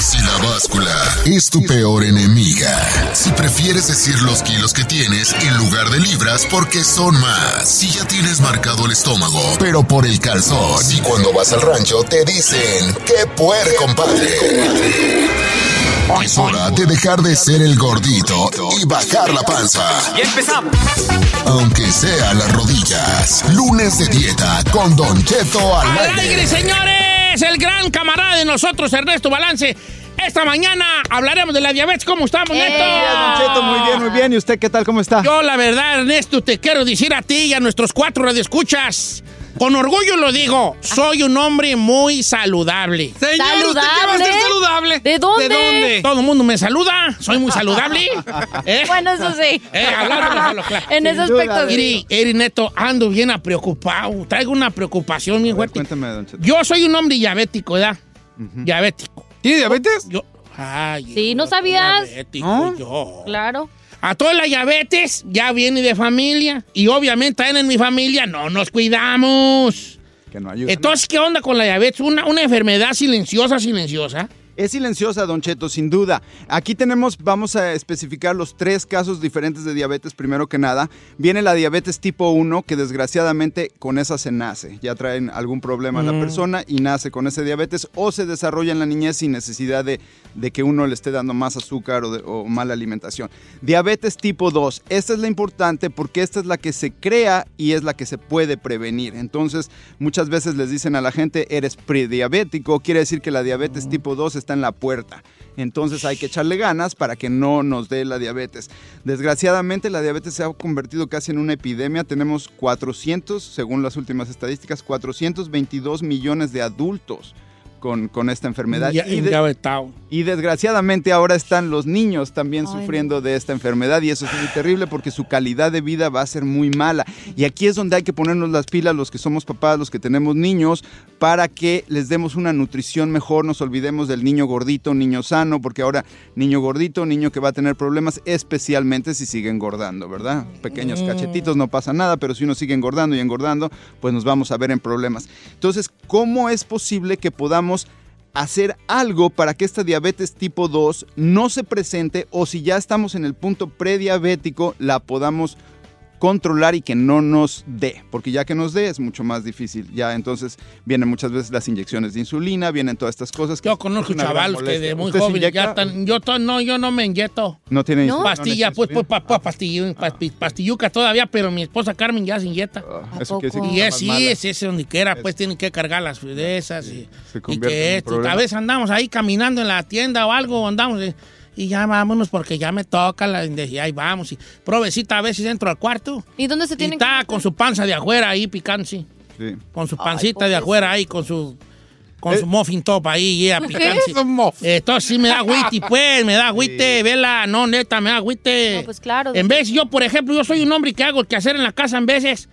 Si la báscula es tu peor enemiga, si prefieres decir los kilos que tienes en lugar de libras porque son más, si ya tienes marcado el estómago, pero por el calzón, si cuando vas al rancho te dicen, ¡qué puer, compadre! Es hora de dejar de ser el gordito y bajar la panza. Y empezamos. Aunque sea las rodillas, lunes de dieta con Don Cheto al ¡Al aire. aire, señores! El gran camarada de nosotros, Ernesto Balance. Esta mañana hablaremos de la diabetes. ¿Cómo estamos, Ernesto? Don Cheto, muy bien, muy bien. ¿Y usted qué tal? ¿Cómo está? Yo, la verdad, Ernesto, te quiero decir a ti y a nuestros cuatro radioescuchas. Con orgullo lo digo, soy un hombre muy saludable. Señor, ¿usted qué va a ser ¿Saludable? saludable? ¿De dónde? dónde? Todo el mundo me saluda, soy muy saludable. ¿Eh? Bueno, eso sí. Eh, hablando de lo claro. en ese duda, aspecto sí. Eri, Eri, Neto, ando bien a preocupado. Traigo una preocupación bien A ver, fuerte. cuéntame, Don Cheto. Yo soy un hombre diabético, ¿verdad? Diabético. ¿Tiene diabetes? Yo. Ay, Sí, ¿no yo soy sabías? diabético, ¿No? yo. Claro. A toda la diabetes ya viene de familia. Y obviamente también en mi familia no nos cuidamos. Que no ayuda. Entonces, ¿qué onda con la diabetes? Una, una enfermedad silenciosa, silenciosa. Es silenciosa, Don Cheto, sin duda. Aquí tenemos, vamos a especificar los tres casos diferentes de diabetes, primero que nada. Viene la diabetes tipo 1, que desgraciadamente con esa se nace. Ya traen algún problema a la persona y nace con ese diabetes o se desarrolla en la niñez sin necesidad de, de que uno le esté dando más azúcar o, de- o mala alimentación. Diabetes tipo 2, esta es la importante porque esta es la que se crea y es la que se puede prevenir. Entonces, muchas veces les dicen a la gente, eres prediabético, quiere decir que la diabetes tipo 2 está en la puerta. Entonces hay que echarle ganas para que no nos dé la diabetes. Desgraciadamente la diabetes se ha convertido casi en una epidemia. Tenemos 400, según las últimas estadísticas, 422 millones de adultos con, con esta enfermedad. Ya- Y de- endiabetado. y desgraciadamente ahora están los niños también Ay, sufriendo de esta enfermedad y eso es muy terrible porque su calidad de vida va a ser muy mala. Y aquí es donde hay que ponernos las pilas los que somos papás, los que tenemos niños, para que les demos una nutrición mejor, nos olvidemos del niño gordito, niño sano, porque ahora niño gordito, niño que va a tener problemas, especialmente si sigue engordando, ¿verdad? Pequeños Mm. cachetitos, no pasa nada, pero si uno sigue engordando y engordando, pues nos vamos a ver en problemas. Entonces, ¿cómo es posible que podamos hacer algo para que esta diabetes tipo 2 no se presente o si ya estamos en el punto prediabético la podamos controlar y que no nos dé, porque ya que nos dé es mucho más difícil. Ya entonces vienen muchas veces las inyecciones de insulina, vienen todas estas cosas. que Yo conozco es una gran chavalos que molestia. de muy ¿Usted se jóvenes inyecta? ya están. Yo to- no, yo no me inyecto. no tiene insulina, Pastilla, no Ah. pues, pues, tiene insulina. pa- pa- pastillu- pa- pi- pastilluca todavía, pero mi esposa Carmen ya se inyecta. Ah, ¿A eso quiere decir poco? que Y está es, más sí, mala. es, es donde quiera, pues tienen que cargar las de esas y, Se y convierte en un que esto. Y problema. tal vez Este, andamos ahí caminando en la tienda o algo, andamos eh, y ya vámonos porque ya me toca la y ahí vamos. Y provecita a veces entro al cuarto ¿Y dónde se y tienen está que con su panza de afuera ahí picándose, Sí. Eh. con su pancita de afuera ahí, con su con su muffin top ahí, ya picándose. Son mofos. Entonces sí me da agüite, pues, me da agüite, vela, no, neta, me da agüite. No, pues claro. En vez, yo, por ejemplo, yo soy un hombre que hago el quehacer en la casa en veces.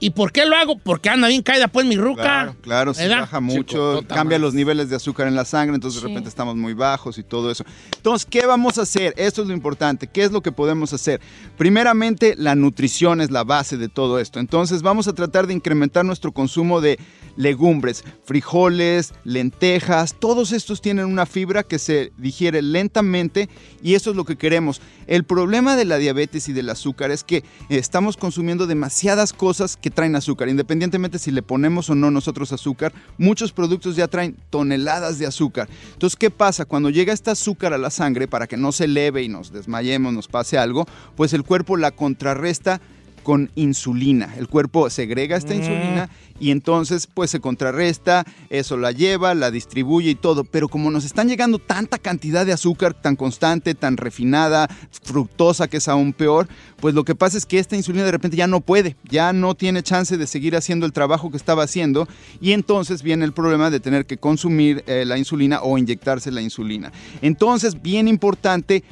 ¿Y por qué lo hago? Porque anda bien caída pues mi ruca. Claro, claro, sí ¿verdad? baja Chico, mucho, tota madre. cambia los niveles de azúcar en la sangre, entonces de repente estamos muy bajos y todo eso. Entonces, ¿qué vamos a hacer? Esto es lo importante. ¿Qué es lo que podemos hacer? Primeramente, la nutrición es la base de todo esto. Entonces, vamos a tratar de incrementar nuestro consumo de legumbres, frijoles, lentejas. Todos estos tienen una fibra que se digiere lentamente y eso es lo que queremos. El problema de la diabetes y del azúcar es que estamos consumiendo demasiadas cosas que traen azúcar. Independientemente si le ponemos o no nosotros azúcar, muchos productos ya traen toneladas de azúcar. Entonces, ¿qué pasa? Cuando llega este azúcar a la sangre para que no se eleve y nos desmayemos, nos pase algo, pues el cuerpo la contrarresta con insulina. El cuerpo segrega esta insulina y entonces pues se contrarresta, eso la lleva, la distribuye y todo. Pero como nos están llegando tanta cantidad de azúcar tan constante, tan refinada, fructosa que es aún peor, pues lo que pasa es que esta insulina de repente ya no puede, ya no tiene chance de seguir haciendo el trabajo que estaba haciendo y entonces viene el problema de tener que consumir eh, la insulina o inyectarse la insulina. Entonces, bien importante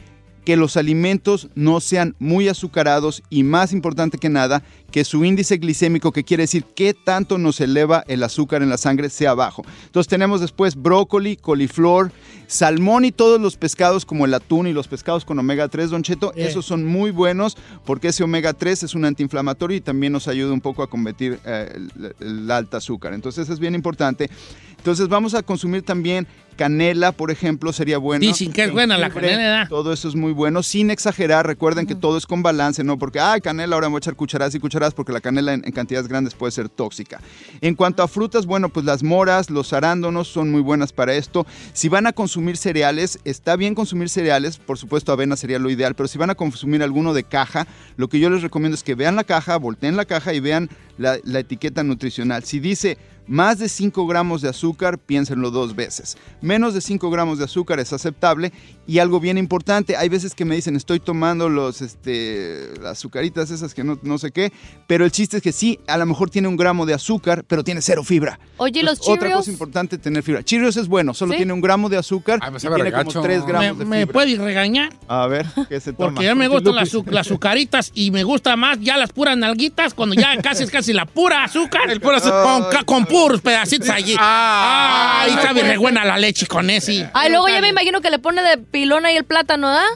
que los alimentos no sean muy azucarados y más importante que nada, que su índice glicémico, que quiere decir qué tanto nos eleva el azúcar en la sangre, sea bajo. Entonces tenemos después brócoli, coliflor, salmón y todos los pescados como el atún y los pescados con omega 3, don Cheto, Eh. esos son muy buenos porque ese omega 3 es un antiinflamatorio y también nos ayuda un poco a combatir eh, el, el alta azúcar. Entonces eso es bien importante. Entonces vamos a consumir también canela, por ejemplo, sería bueno. Dicen que es buena la Jengibre, canela, ¿verdad? todo eso es muy bueno, sin exagerar. Recuerden que todo es con balance, no porque, ay, canela, ahora me voy a echar cucharadas y cucharadas, porque la canela en, en cantidades grandes puede ser tóxica. En cuanto a frutas, bueno, pues las moras, los arándanos son muy buenas para esto. Si van a consumir cereales, está bien consumir cereales, por supuesto, avena sería lo ideal, pero si van a consumir alguno de caja, lo que yo les recomiendo es que vean la caja, volteen la caja y vean la, la etiqueta nutricional. Si dice más de 5 gramos de azúcar, piénsenlo dos veces. Menos de 5 gramos de azúcar es aceptable. Y algo bien importante, hay veces que me dicen, estoy tomando los, este, las azucaritas esas que no, no sé qué, pero el chiste es que sí, a lo mejor tiene un gramo de azúcar, pero tiene cero fibra. Oye, los Entonces, Otra Cheerios. cosa importante, tener fibra. Cheerios es bueno, solo Sí. tiene un gramo de azúcar Ay, me y sabe tiene regacho. como 3 Me- ¿Me, gramos de me fibra. puedes regañar? A ver, ¿qué se toma? Porque ya me Fruity gustan las, Loopies. azu- las azucaritas y me gustan más ya las puras nalguitas cuando ya casi es casi la pura azúcar. El puro azúcar. Con, ca- con puros pedacitos allí. Ah. Ay, sabe re buena la leche con ese. Ay, luego ya me imagino que le pone de pilón ahí el plátano, ¿ah?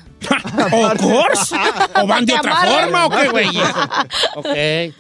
¿O course? ¿O van de Te otra amarran. forma o qué, güey? ok.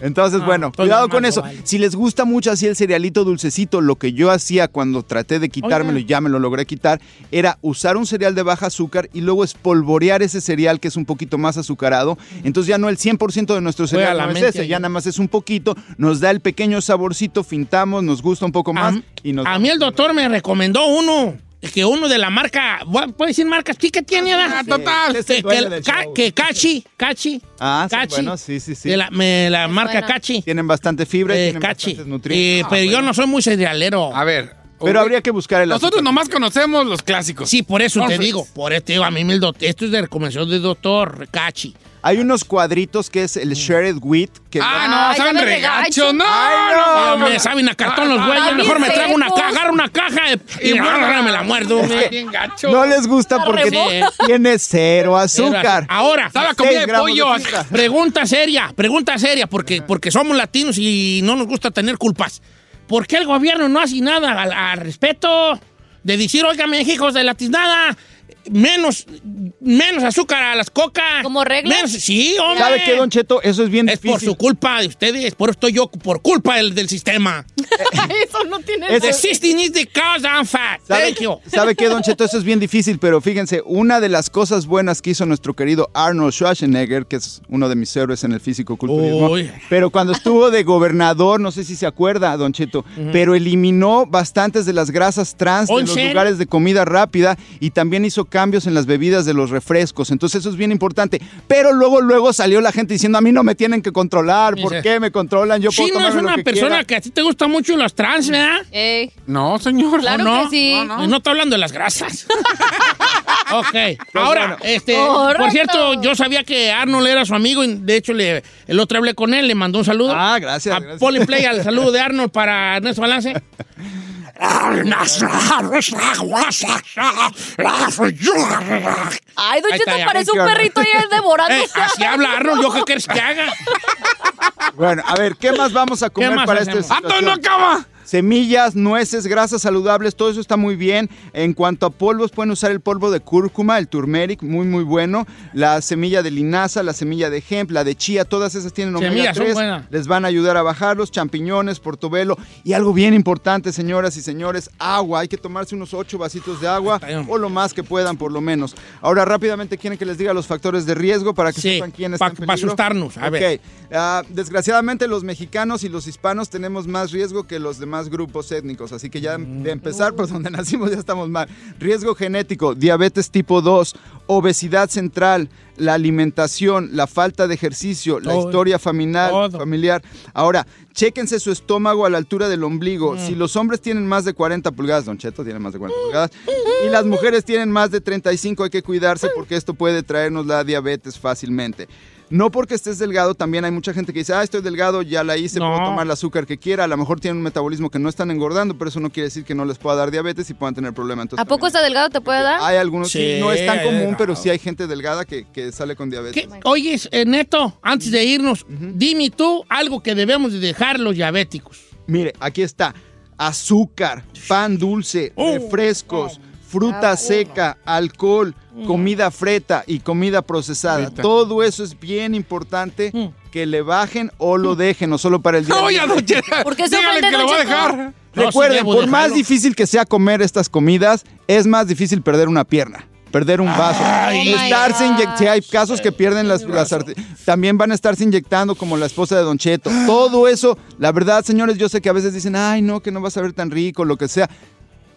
Entonces, Ah, bueno, estoy cuidado llamando, con eso. vale. Si les gusta mucho así el cerealito dulcecito, lo que yo hacía cuando traté de quitármelo Oiga. y ya me lo logré quitar, era usar un cereal de baja azúcar y luego espolvorear ese cereal que es un poquito más azucarado. Entonces ya no el 100% de nuestro Fue a cereal la no es mente ese, ahí. ya nada más es un poquito, nos da el pequeño saborcito, fintamos, nos gusta un poco más A- y nos... A mí el doctor me recomendó uno. Que uno de la marca, bueno, ¿puedes decir marcas? ¿Sí que tiene? ¿verdad? Sí, Ah, total. Que, es el que- dueño del ca- show. que Cachi, Cachi. Ah, sí, Cachi. bueno, sí, sí, sí. De la, me- la marca suena. Cachi. Tienen bastante fibra, y Eh, tienen Cachi. bastantes nutrientes. Ah, Eh, pero yo no soy muy cerealero. A ver. Pero habría que buscar el Nosotros azúcar. nomás conocemos los clásicos. Sí, por eso te Cornflakes. digo. Por eso te digo, a mí me el doctor. Esto es de recomendación del doctor Cachi. Hay unos cuadritos que es Mm. el shredded wheat. Que Ah, no, Ay, saben saben regacho. regacho. No, Ay, no, Ah, me saben a cartón los Ah, güeyes. bien Mejor me trago una secos. caja, agarro una caja eh, y, muérdala. me la muerdo. Saben bien gacho. No les gusta porque Sí. tiene cero azúcar. Ahora, Sabe a Seis comida de gramos de pollo. fibra. Pregunta seria, pregunta seria, porque, porque somos latinos y no nos gusta tener culpas. ¿Por qué el gobierno no hace nada al, al respeto de decir, oigan, hijos de la tiznada, menos, menos azúcar a las cocas? ¿Como regla? Menos- sí, hombre. ¿Sabe qué, Don Cheto? Eso es bien es por difícil. su culpa de ustedes, por eso estoy yo, por culpa del, del sistema. Eso no tiene Eso- The system is the cause I'm fat. ¿Sabe, Thank you. ¿Sabe qué, Don Cheto? Eso es bien difícil, pero fíjense, una de las cosas buenas que hizo nuestro querido Arnold Schwarzenegger, que es uno de mis héroes en el físico-culturismo, Uy. pero cuando estuvo de gobernador, no sé si se acuerda, Don Cheto, pero eliminó bastantes de las grasas trans ¿Oh, de en los serio? lugares de comida rápida y también hizo cambios en las bebidas de los refrescos. Entonces, eso es bien importante. Pero luego, luego salió la gente diciendo, a mí no me tienen que controlar, ¿por Dice, qué me controlan? Yo puedo Chino es tomarme lo una que persona quiera". que a ti te gustan mucho los trans, ¿verdad? Ey, No, señor. Claro ¿O que sí. No, No, no. no está hablando de las grasas. ok. Ahora, Pues bueno. este, Correcto. por cierto, yo sabía que Arnold era su amigo y de hecho le, el otro hablé con él, le mandó un saludo. Ah, gracias, A gracias. Paul and Play al saludo de Arnold para Ernesto Balance. Ay, Don Ahí Cheto está, ya, parece un funciona. perrito ahí devorando. Eh, así habla Arnold, yo qué quieres que haga. Bueno, a ver, ¿qué más vamos a comer más para hacemos? este ¡Ah, todo no acaba! Semillas, nueces, grasas saludables, todo eso está muy bien. En cuanto a polvos, pueden usar el polvo de cúrcuma, el turmeric, muy muy bueno. La semilla de linaza, la semilla de hemp, la de chía, todas esas tienen omega Semillas son 3. buenas. Les van a ayudar a bajarlos, champiñones, portobelo. Y algo bien importante, señoras y señores, agua. Hay que tomarse unos 8 vasitos de agua Está bien. o lo más que puedan, por lo menos. Ahora, rápidamente, quieren que les diga los factores de riesgo para que Sí, sepan quién está pa- en pa' peligro? asustarnos, a ver. Ok, Ah, desgraciadamente los mexicanos y los hispanos tenemos más riesgo que los demás grupos étnicos, así que ya Mm. de empezar por donde nacimos ya estamos mal. Riesgo genético, diabetes tipo 2, obesidad central, la alimentación, la falta de ejercicio, la Todo. historia familiar, Todo. familiar. Ahora, chéquense su estómago a la altura del ombligo. Mm. Si los hombres tienen más de 40 pulgadas, Don Cheto tiene más de 40 pulgadas, y las mujeres tienen más de 35, hay que cuidarse porque esto puede traernos la diabetes fácilmente. No porque estés delgado, también hay mucha gente que dice, ah, estoy delgado, ya la hice, No. puedo tomar el azúcar que quiera. A lo mejor tienen un metabolismo que no están engordando, pero eso no quiere decir que no les pueda dar diabetes y puedan tener problemas. Entonces, ¿A poco también- está delgado te puede dar? Hay algunos, sí, Sí, no es tan hay común, delgado. pero sí hay gente delgada que, que sale con diabetes. ¿Qué? Oye, eh, Neto, antes de irnos, dime tú algo que debemos de dejar los diabéticos. Mire, aquí está. Azúcar, pan dulce, Oh, refrescos, fruta seca, alcohol, comida freta y comida procesada. Frita. Todo eso es bien importante que le bajen o lo dejen, no solo para el día. ¡No, libre. ya, don Cheto! ¿Por qué se Dígale ofende, que lo don va a Cheto? dejar. No, sí Recuerden, debo por más dejarlo. difícil que sea comer estas comidas, es más difícil perder una pierna. Perder un vaso. Ay. estarse Oh my inyectando. Hay casos que pierden las, las arti- También van a estarse inyectando como la esposa de Don Cheto. Ah. Todo eso, la verdad, señores, yo sé que a veces dicen, ay, no, que no vas a ver tan rico, lo que sea.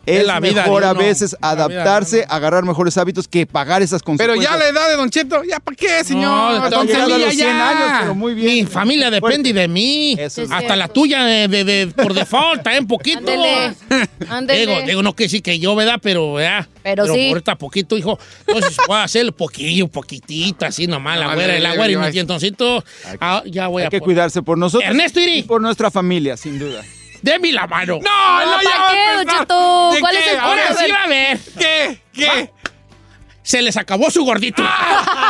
Es Es, la vida mejor de a uno. veces La vida de adaptarse, uno. agarrar mejores hábitos que pagar esas Pero consecuencias. ya la edad de Don Cheto, ¿ya para qué, señor? No, Hasta entonces llegar a mí los ya, 100 ya. años, pero muy bien. Mi familia depende Fuerte. de mí. Eso Hasta es la cierto. tuya de, de- de- por default, también poquito. Ándele. Digo, Ándele. digo, no que sí que yo, ¿verdad? Pero, ¿verdad? Pero sí. ahorita poquito, hijo. Entonces voy a hacer poquillo, poquitito, así nomás, la No, güera, le- la le- güera y le- mi le- dientoncito. Ah, ya voy Hay a que poner- cuidarse por nosotros Ernesto Iri. y por nuestra familia, sin duda. Deme la mano. ¡No, no, ¿para ya va a qué, pues, don empezar! Cheto? ¿De ¿Cuál qué? es el Ahora Ahora punto? sí va a ver. ¿Qué? ¿Qué? Se les acabó su gordito. Ah,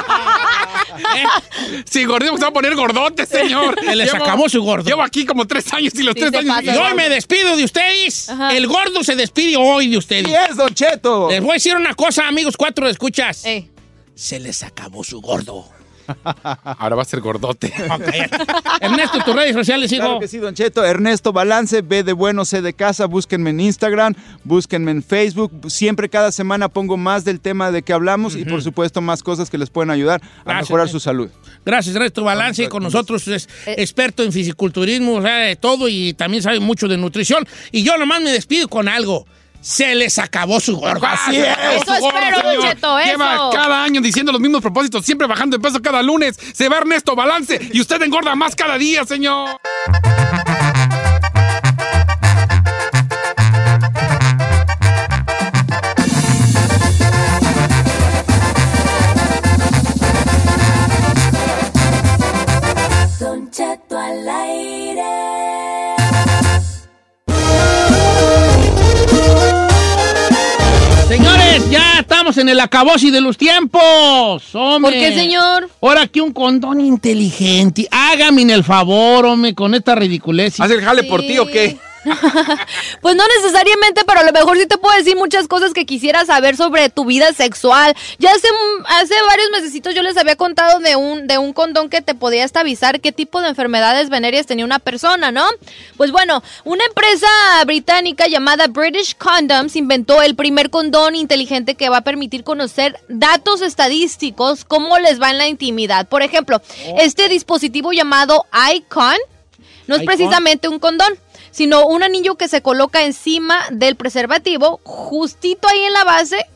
Ah, ¿Eh? Si gordito, se va a poner gordote, señor. Se les Llevo- acabó su gordo. Llevo aquí como tres años y los Sí, tres te años... Y hoy me despido de ustedes. Ajá. El gordo se despide hoy de ustedes. ¡Y es, Don Cheto! Les voy a decir una cosa, amigos, cuatro escuchas. Ey. Se les acabó su gordo. Ahora va a ser gordote. Ok. Ernesto, tus redes sociales, hijo. Claro que sí, Don Cheto. Ernesto Balance, B de bueno, C de casa. Búsquenme en Instagram, búsquenme en Facebook. Siempre cada semana pongo más del tema de que hablamos y, por supuesto, más cosas que les pueden ayudar a Gracias, mejorar eh. su salud. Gracias, Ernesto Balance. Con nosotros es experto en fisiculturismo, o sea, de todo, y también sabe mucho de nutrición. Y yo nomás me despido con algo. Se les acabó su gordo. Ah, Así es. Eso espero, señor. Don Cheto, Lleva eso. cada año diciendo los mismos propósitos, siempre bajando de peso cada lunes. Se va Ernesto Balance y usted engorda más cada día, señor. Señores, ya estamos en el acabose de los tiempos. Hombre. ¿Por qué, señor? Ahora que un condón inteligente. Hágame el favor, hombre, con esta ridiculez. ¿Hace el jale por ti o qué? Sí. Pues no necesariamente, pero a lo mejor sí te puedo decir muchas cosas que quisiera saber sobre tu vida sexual. Ya hace, un- hace varios mesecitos yo les había contado de un, de un condón que te podía hasta avisar qué tipo de enfermedades venéreas tenía una persona, ¿no? Pues bueno, una empresa británica llamada British Condoms inventó el primer condón inteligente que va a permitir conocer datos estadísticos, cómo les va en la intimidad. Por ejemplo, este dispositivo llamado Icon no es Icon. precisamente un condón, sino un anillo que se coloca encima del preservativo, justito ahí en la base,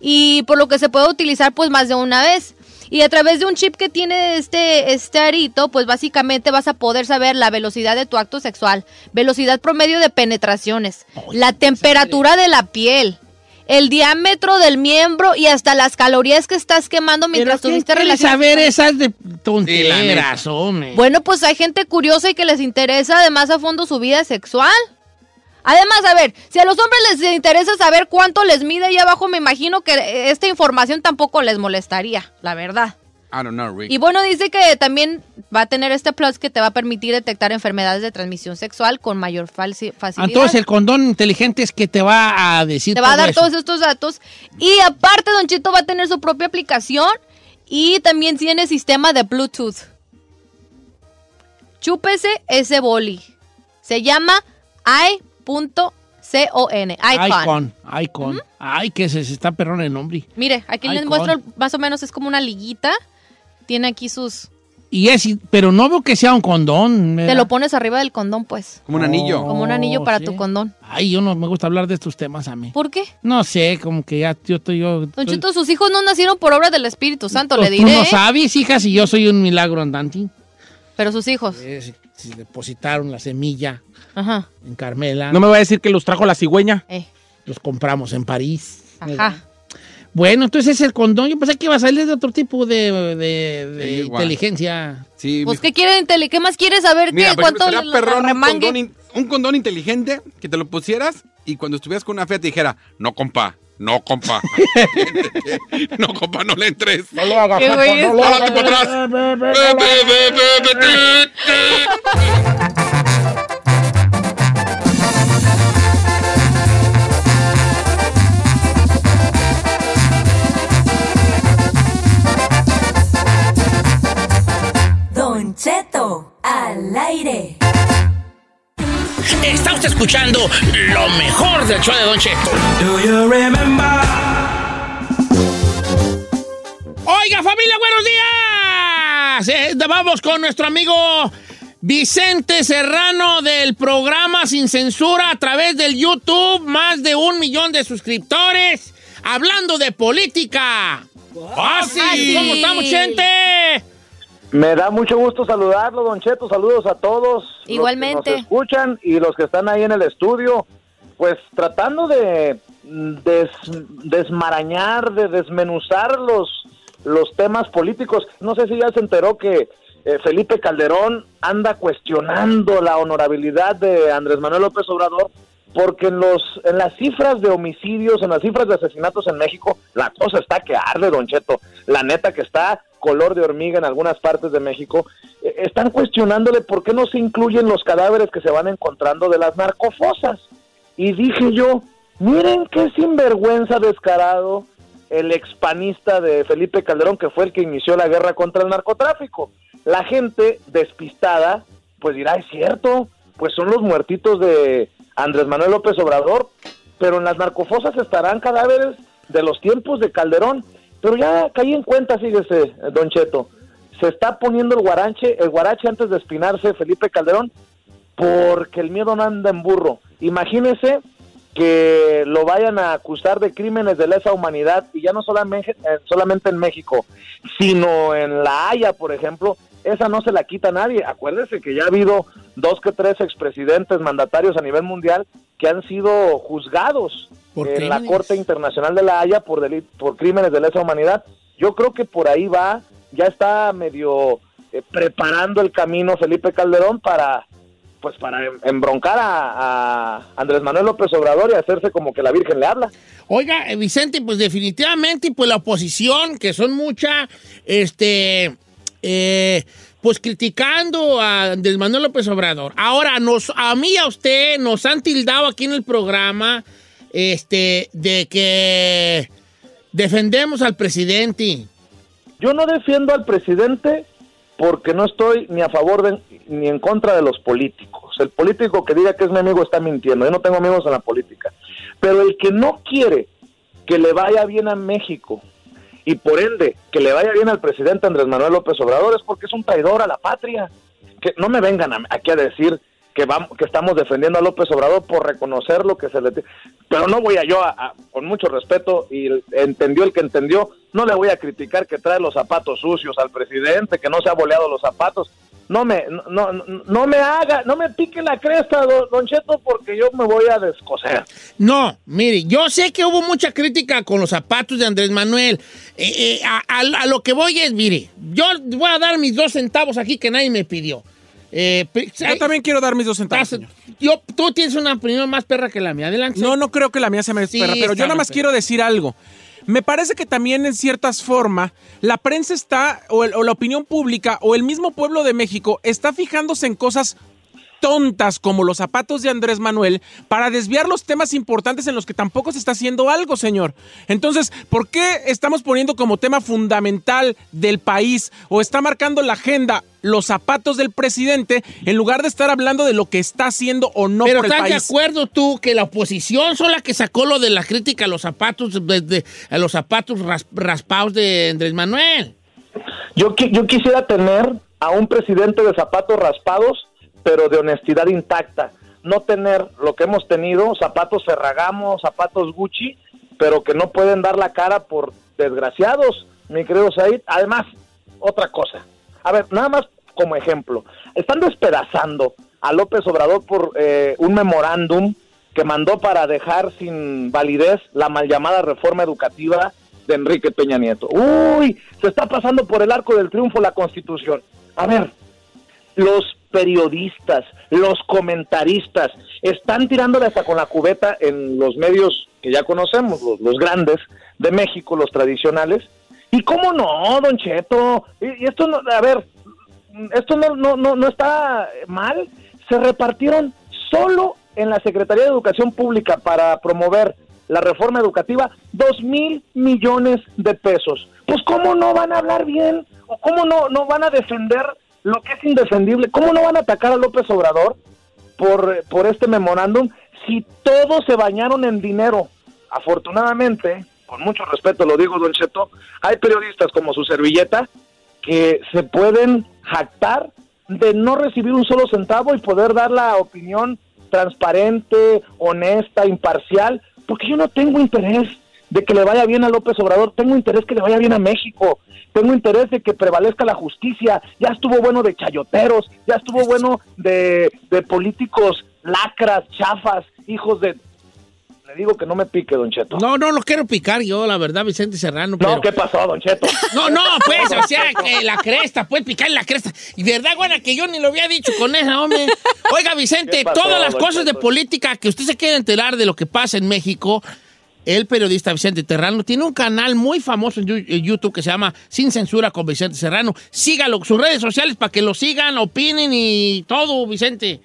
y por lo que se puede utilizar pues más de una vez. Y a través de un chip que tiene este, este arito, pues básicamente vas a poder saber la velocidad de tu acto sexual, velocidad promedio de penetraciones, la temperatura de la piel, el diámetro del miembro y hasta las calorías que estás quemando mientras ¿quién tuviste quiere relaciones. saber esas de Sí, la tonteras, neta. hombre. Bueno, pues hay gente curiosa y que les interesa además a fondo su vida sexual. Además, a ver, si a los hombres les interesa saber cuánto les mide ahí abajo, me imagino que eh, esta información tampoco les molestaría, la verdad. I don't know, Rick. Y bueno, dice que también va a tener este plus que te va a permitir detectar enfermedades de transmisión sexual con mayor falsi- facilidad. Entonces, el condón inteligente es que te va a decir. te va a todo dar eso. todos estos datos. Y aparte, Don Cheto va a tener su propia aplicación y también tiene sistema de Bluetooth. Chúpese ese boli. Se llama i.con. Icon. Icon. Icon. Ay, que se, se está perrón el nombre. Mire, aquí les Icon. muestro el- más o menos es como una liguita. Tiene aquí sus... Y es, pero no veo que sea un condón. Te lo pones arriba del condón, pues. Como un anillo. Como un Oh, anillo para tu condón. Ay, yo no me gusta hablar de estos temas a mí. ¿Por qué? No sé, como que ya yo estoy... Yo, Don estoy- Cheto, sus hijos no nacieron por obra del Espíritu Santo, Pues le Tú diré. no ¿eh? sabes, hija, si yo soy un milagro andante. Pero sus hijos. Eh, Si, si depositaron la semilla Ajá. en Carmela, No me va a decir que los trajo la cigüeña. eh, los compramos en París. Ajá. Bueno, entonces es el condón. Yo pensé que iba a salir de otro tipo de, de- de Sí, igual. inteligencia. Sí, Pues, ¿qué, quiere, intele- ¿qué más quieres saber? Mira, ¿Qué- por ejemplo, ¿Cuánto estaría le- perrón un remangue? condón, in- un condón inteligente que te lo pusieras y cuando estuvieras con una fea te dijera, no, compa, no, compa. no, compa, no le entres. Qué güey es. Háblate para atrás. Ve, ve, ve, ve, ve, te, te. Don Cheto, al aire. Está usted escuchando lo mejor del show de Don Cheto. Oiga, familia, buenos días. Eh, vamos con nuestro amigo Vicente Serrano del programa Sin Censura a través del YouTube. Más de un millón de suscriptores. Hablando de política. ¡Fácil! Fácil. ¿Cómo estamos, gente? Me da mucho gusto saludarlo, Don Cheto. Saludos a todos. los que Igualmente. nos escuchan y los que están ahí en el estudio. Pues tratando de des- desmarañar, de desmenuzar los, los temas políticos. No sé si ya se enteró que eh, Felipe Calderón anda cuestionando la honorabilidad de Andrés Manuel López Obrador. Porque en, los, en las cifras de homicidios, en las cifras de asesinatos en México, la cosa está que arde, Don Cheto. La neta que está color de hormiga en algunas partes de México, eh, están cuestionándole por qué no se incluyen los cadáveres que se van encontrando de las narcofosas. Y dije yo, miren qué sinvergüenza descarado el expanista de Felipe Calderón, que fue el que inició la guerra contra el narcotráfico. La gente despistada, pues dirá, es cierto, pues son los muertitos de Andrés Manuel López Obrador, pero en las narcofosas estarán cadáveres de los tiempos de Calderón. Pero ya caí en cuenta, fíjese, eh, Don Cheto, se está poniendo el guaranche, el guarache antes de espinarse Felipe Calderón, porque el miedo no anda en burro. Imagínese que lo vayan a acusar de crímenes de lesa humanidad y ya no solamente, eh, solamente en México, sino en La Haya, por ejemplo, esa no se la quita nadie. Acuérdese que ya ha habido dos que tres expresidentes mandatarios a nivel mundial que han sido juzgados Por en la crímenes. Corte Internacional de La Haya por, deli- por crímenes de lesa humanidad. Yo creo que por ahí va, ya está medio eh, preparando el camino Felipe Calderón para pues para em- embroncar a, a Andrés Manuel López Obrador y hacerse como que la Virgen le habla. Oiga, eh, Vicente, pues definitivamente, pues la oposición, que son mucha, este, eh, pues criticando a Andrés Manuel López Obrador. Ahora, nos, a mí y a usted nos han tildado aquí en el programa, este, de que defendemos al presidente. Yo no defiendo al presidente porque no estoy ni a favor de- ni en contra de los políticos. El político que diga que es mi amigo está mintiendo. Yo no tengo amigos en la política. Pero el que no quiere que le vaya bien a México y por ende que le vaya bien al presidente Andrés Manuel López Obrador es porque es un traidor a la patria. Que no me vengan a- aquí a decir que vamos que estamos defendiendo a López Obrador por reconocer lo que se le ti- pero no voy a yo a- a- con mucho respeto y el- entendió el que entendió, no le voy a criticar que trae los zapatos sucios al presidente, que no se ha boleado los zapatos. No me no, no, no me haga, no me pique la cresta, don, don Cheto, porque yo me voy a descoser. No, mire, yo sé que hubo mucha crítica con los zapatos de Andrés Manuel. Eh, eh, a, a- a lo que voy es, mire, yo voy a dar mis dos centavos aquí que nadie me pidió. Eh, pri- Yo también quiero dar mis dos centavos. Estás- señor. yo, tú tienes una opinión más perra que la mía. Adelante. No, no creo que la mía sea más Sí, perra, pero yo está nada más bien, quiero decir algo. Me parece que también en ciertas formas la prensa está, o, el- o la opinión pública, o el mismo pueblo de México está fijándose en cosas tontas como los zapatos de Andrés Manuel para desviar los temas importantes en los que tampoco se está haciendo algo, señor. Entonces, ¿por qué estamos poniendo como tema fundamental del país o está marcando la agenda los zapatos del presidente en lugar de estar hablando de lo que está haciendo o no Pero por el ¿estás de país? acuerdo tú que la oposición son la que sacó lo de la crítica a los zapatos, de, de- a los zapatos ras- raspados de Andrés Manuel? Yo, qui- yo quisiera tener a un presidente de zapatos raspados, pero de honestidad intacta. No tener lo que hemos tenido, zapatos Ferragamo, zapatos Gucci, pero que no pueden dar la cara por desgraciados, mi querido Said. Además, otra cosa. A ver, nada más como ejemplo. Están despedazando a López Obrador por eh, un memorándum que mandó para dejar sin validez la mal llamada reforma educativa de Enrique Peña Nieto. Uy, se está pasando por el arco del triunfo la constitución. A ver, los periodistas, los comentaristas, están tirándole hasta con la cubeta en los medios que ya conocemos, los, los grandes de México, los tradicionales. ¿Y cómo no, don Cheto? Y, y esto no, a ver, esto no, no, no, no está mal. Se repartieron solo en la Secretaría de Educación Pública para promover la reforma educativa dos mil millones de pesos. Pues cómo no van a hablar bien o cómo no, no van a defender lo que es indefendible. ¿Cómo no van a atacar a López Obrador por, por este memorándum si todos se bañaron en dinero? Afortunadamente, con mucho respeto lo digo, don Cheto, hay periodistas como su servilleta que se pueden jactar de no recibir un solo centavo y poder dar la opinión transparente, honesta, imparcial, porque yo no tengo interés de que le vaya bien a López Obrador, tengo interés que le vaya bien a México, tengo interés de que prevalezca la justicia, ya estuvo bueno de chayoteros, ya estuvo bueno de, de políticos lacras, chafas, hijos de... Le digo que no me pique, don Cheto. No, no lo quiero picar yo, la verdad, Vicente Serrano. No, pero- ¿qué pasó, don Cheto? No, no, pues, o sea, que la cresta, pues picar la cresta. Y verdad, buena, que yo ni lo había dicho con esa, hombre. Oiga, Vicente, ¿Qué pasó, todas las don cosas de Cheto? política que usted se quiere enterar de lo que pasa en México, el periodista Vicente Serrano tiene un canal muy famoso en Yu- en YouTube que se llama Sin Censura con Vicente Serrano. Sígalo, sus redes sociales para que lo sigan, opinen y todo, Vicente.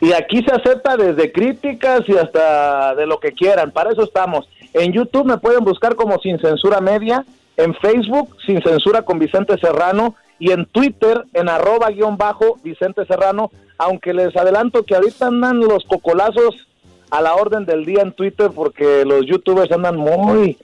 Y aquí se acepta desde críticas y hasta de lo que quieran. Para eso estamos. En YouTube me pueden buscar como Sin Censura Media, en Facebook Sin Censura con Vicente Serrano y en Twitter en arroba guión bajo Vicente Serrano. Aunque les adelanto que ahorita andan los cocolazos a la orden del día en Twitter porque los youtubers andan muy,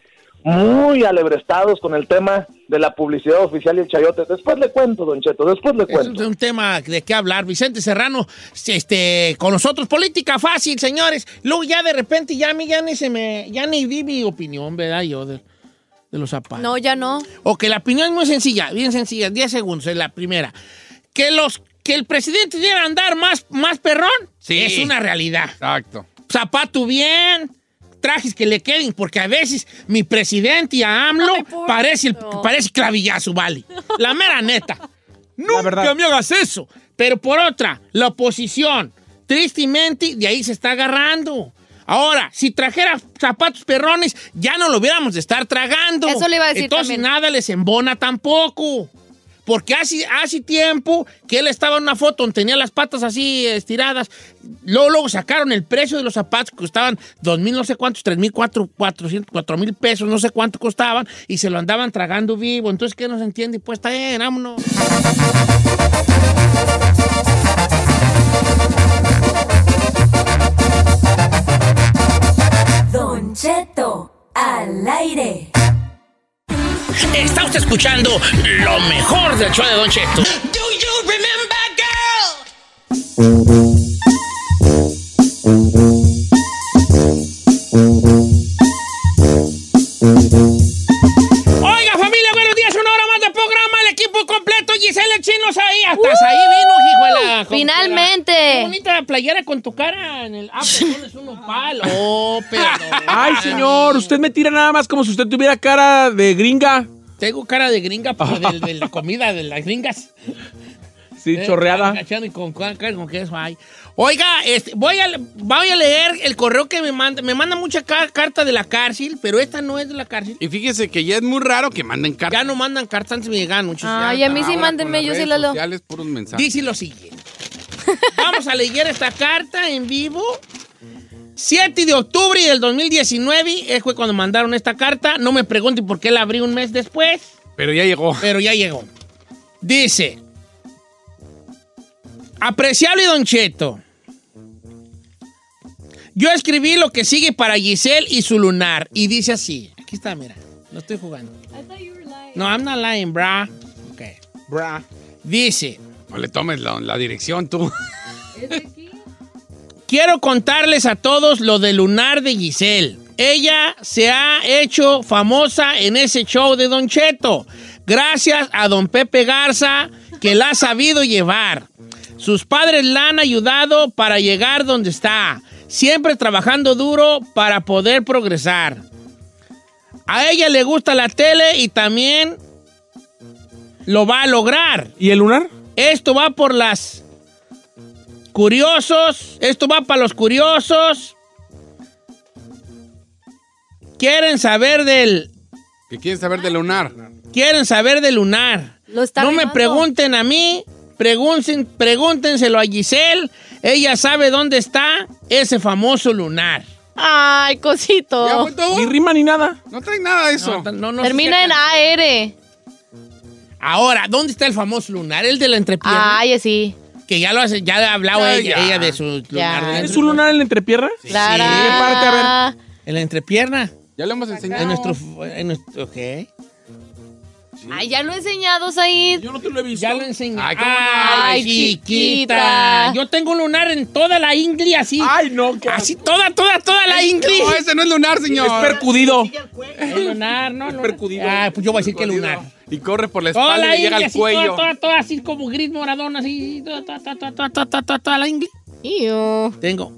muy alebrestados con el tema de la publicidad oficial y el chayote. Después le cuento, don Cheto, después le cuento. Es un tema de qué hablar. Vicente Serrano, este, con nosotros, política fácil, señores. Luego ya de repente, ya, a mí ya ni se me, ya ni di mi opinión, ¿verdad? Yo de, de los zapatos. No, ya no. Ok, la opinión es muy sencilla, bien sencilla, 10 segundos, es la primera. Que los, que el presidente debe andar más, más perrón, Sí. es una realidad. Exacto. Zapato bien, trajes que le queden, porque a veces mi presidente y a AMLO parece, el- parece clavillazo, vale. La mera neta. Nunca me hagas eso. Pero por otra, la oposición, tristemente, de ahí se está agarrando. Ahora, si trajera zapatos perrones, ya no lo hubiéramos de estar tragando. Eso le iba a decir Entonces también. nada les embona tampoco. Porque hace, hace tiempo que él estaba en una foto donde tenía las patas así estiradas. Luego, luego sacaron el precio de los zapatos que costaban dos mil, no sé cuántos, tres mil, cuatro, cuatrocientos, cuatro mil pesos, no sé cuánto costaban, y se lo andaban tragando vivo. Entonces, ¿qué nos entiende? Pues está bien, vámonos. Don Cheto al aire. Está usted escuchando lo mejor del show de Don Cheto. Do you remember, girl? Oiga, familia, buenos días. Una hora más de programa. El equipo completo. Giselle Chinos ahí. Hasta ahí vino, hijo de la- Finalmente. Qué bonita playera con tu cara en el. Ah, pues pones uno palo, pero. Ay, señor, usted me tira nada más como si usted tuviera cara de gringa. Tengo cara de gringa por el- de la comida de las gringas. Sí, chorreada. Cachando y Eh, con, con- con que eso hay. Oiga, este, voy, a, voy a leer el correo que me manda. Me manda mucha ca- carta de la cárcel, pero esta no es de la cárcel. Y fíjese que ya es muy raro que manden cartas. Ya no mandan cartas, antes me llegaban muchas. Ay, a mí sí mándenme, yo sí la leo. Sociales, puros mensajes. Dice lo siguiente. Vamos a leer esta carta en vivo. 7 de octubre del 2019 eh, fue cuando mandaron esta carta. No me pregunten por qué la abrí un mes después, Pero ya llegó. pero ya llegó. Dice, apreciable Don Cheto, yo escribí lo que sigue para Giselle y su lunar. Y dice así, aquí está, mira, no estoy jugando. No, I'm not lying, bra. Ok, bra. Dice, No le tomes la, la dirección tú. Quiero contarles a todos lo de Lunar de Giselle. Ella se ha hecho famosa en ese show de Don Cheto, gracias a Don Pepe Garza, que la ha sabido llevar. Sus padres la han ayudado para llegar donde está, siempre trabajando duro para poder progresar. A ella le gusta la tele y también lo va a lograr. ¿Y el lunar? Esto va por las curiosos. Esto va para los curiosos. Quieren saber del, ¿Qué quieren saber de Lunar? quieren saber del lunar. Lo está no me remando. pregunten a mí, pregunten, pregúntenselo a Giselle. Ella sabe dónde está ese famoso lunar. Ay, ¿Ya cosito. fue todo? Ni rima ni nada. No trae nada de eso. No, no, no Termina sé. en AR. Ahora, ¿dónde está el famoso lunar? El de la entrepierna. Ay, sí. que ya lo hace, ya ha hablado Ya, ella, ya. ella de su Ya. lunar. de la ¿Tienes entrepierna. un lunar en la entrepierna? Clara. ¿Qué parte? A ver. En la entrepierna. ya le hemos En enseñado. nuestro, en nuestro- ok. Ay, ya lo he enseñado, Said. Yo no te lo he visto. Ya lo enseñé. Ay, ¿cómo no? Ay, Ay, chiquita. chiquita. Yo tengo un lunar en toda la ingle así. Ay, no, qué así toda, toda, toda la ingle. No, ese no es Lunar, señor. Es percudido. Es lunar, no, lunar. percudido. Ah, pues yo voy a decir que lunar. Y corre por la Toda espalda la y llega ingle al así, toda, cuello. toda, toda así como gris moradón así. Toda, toda, toda, toda, toda, toda, toda, toda, toda la ingle. Iu. Tengo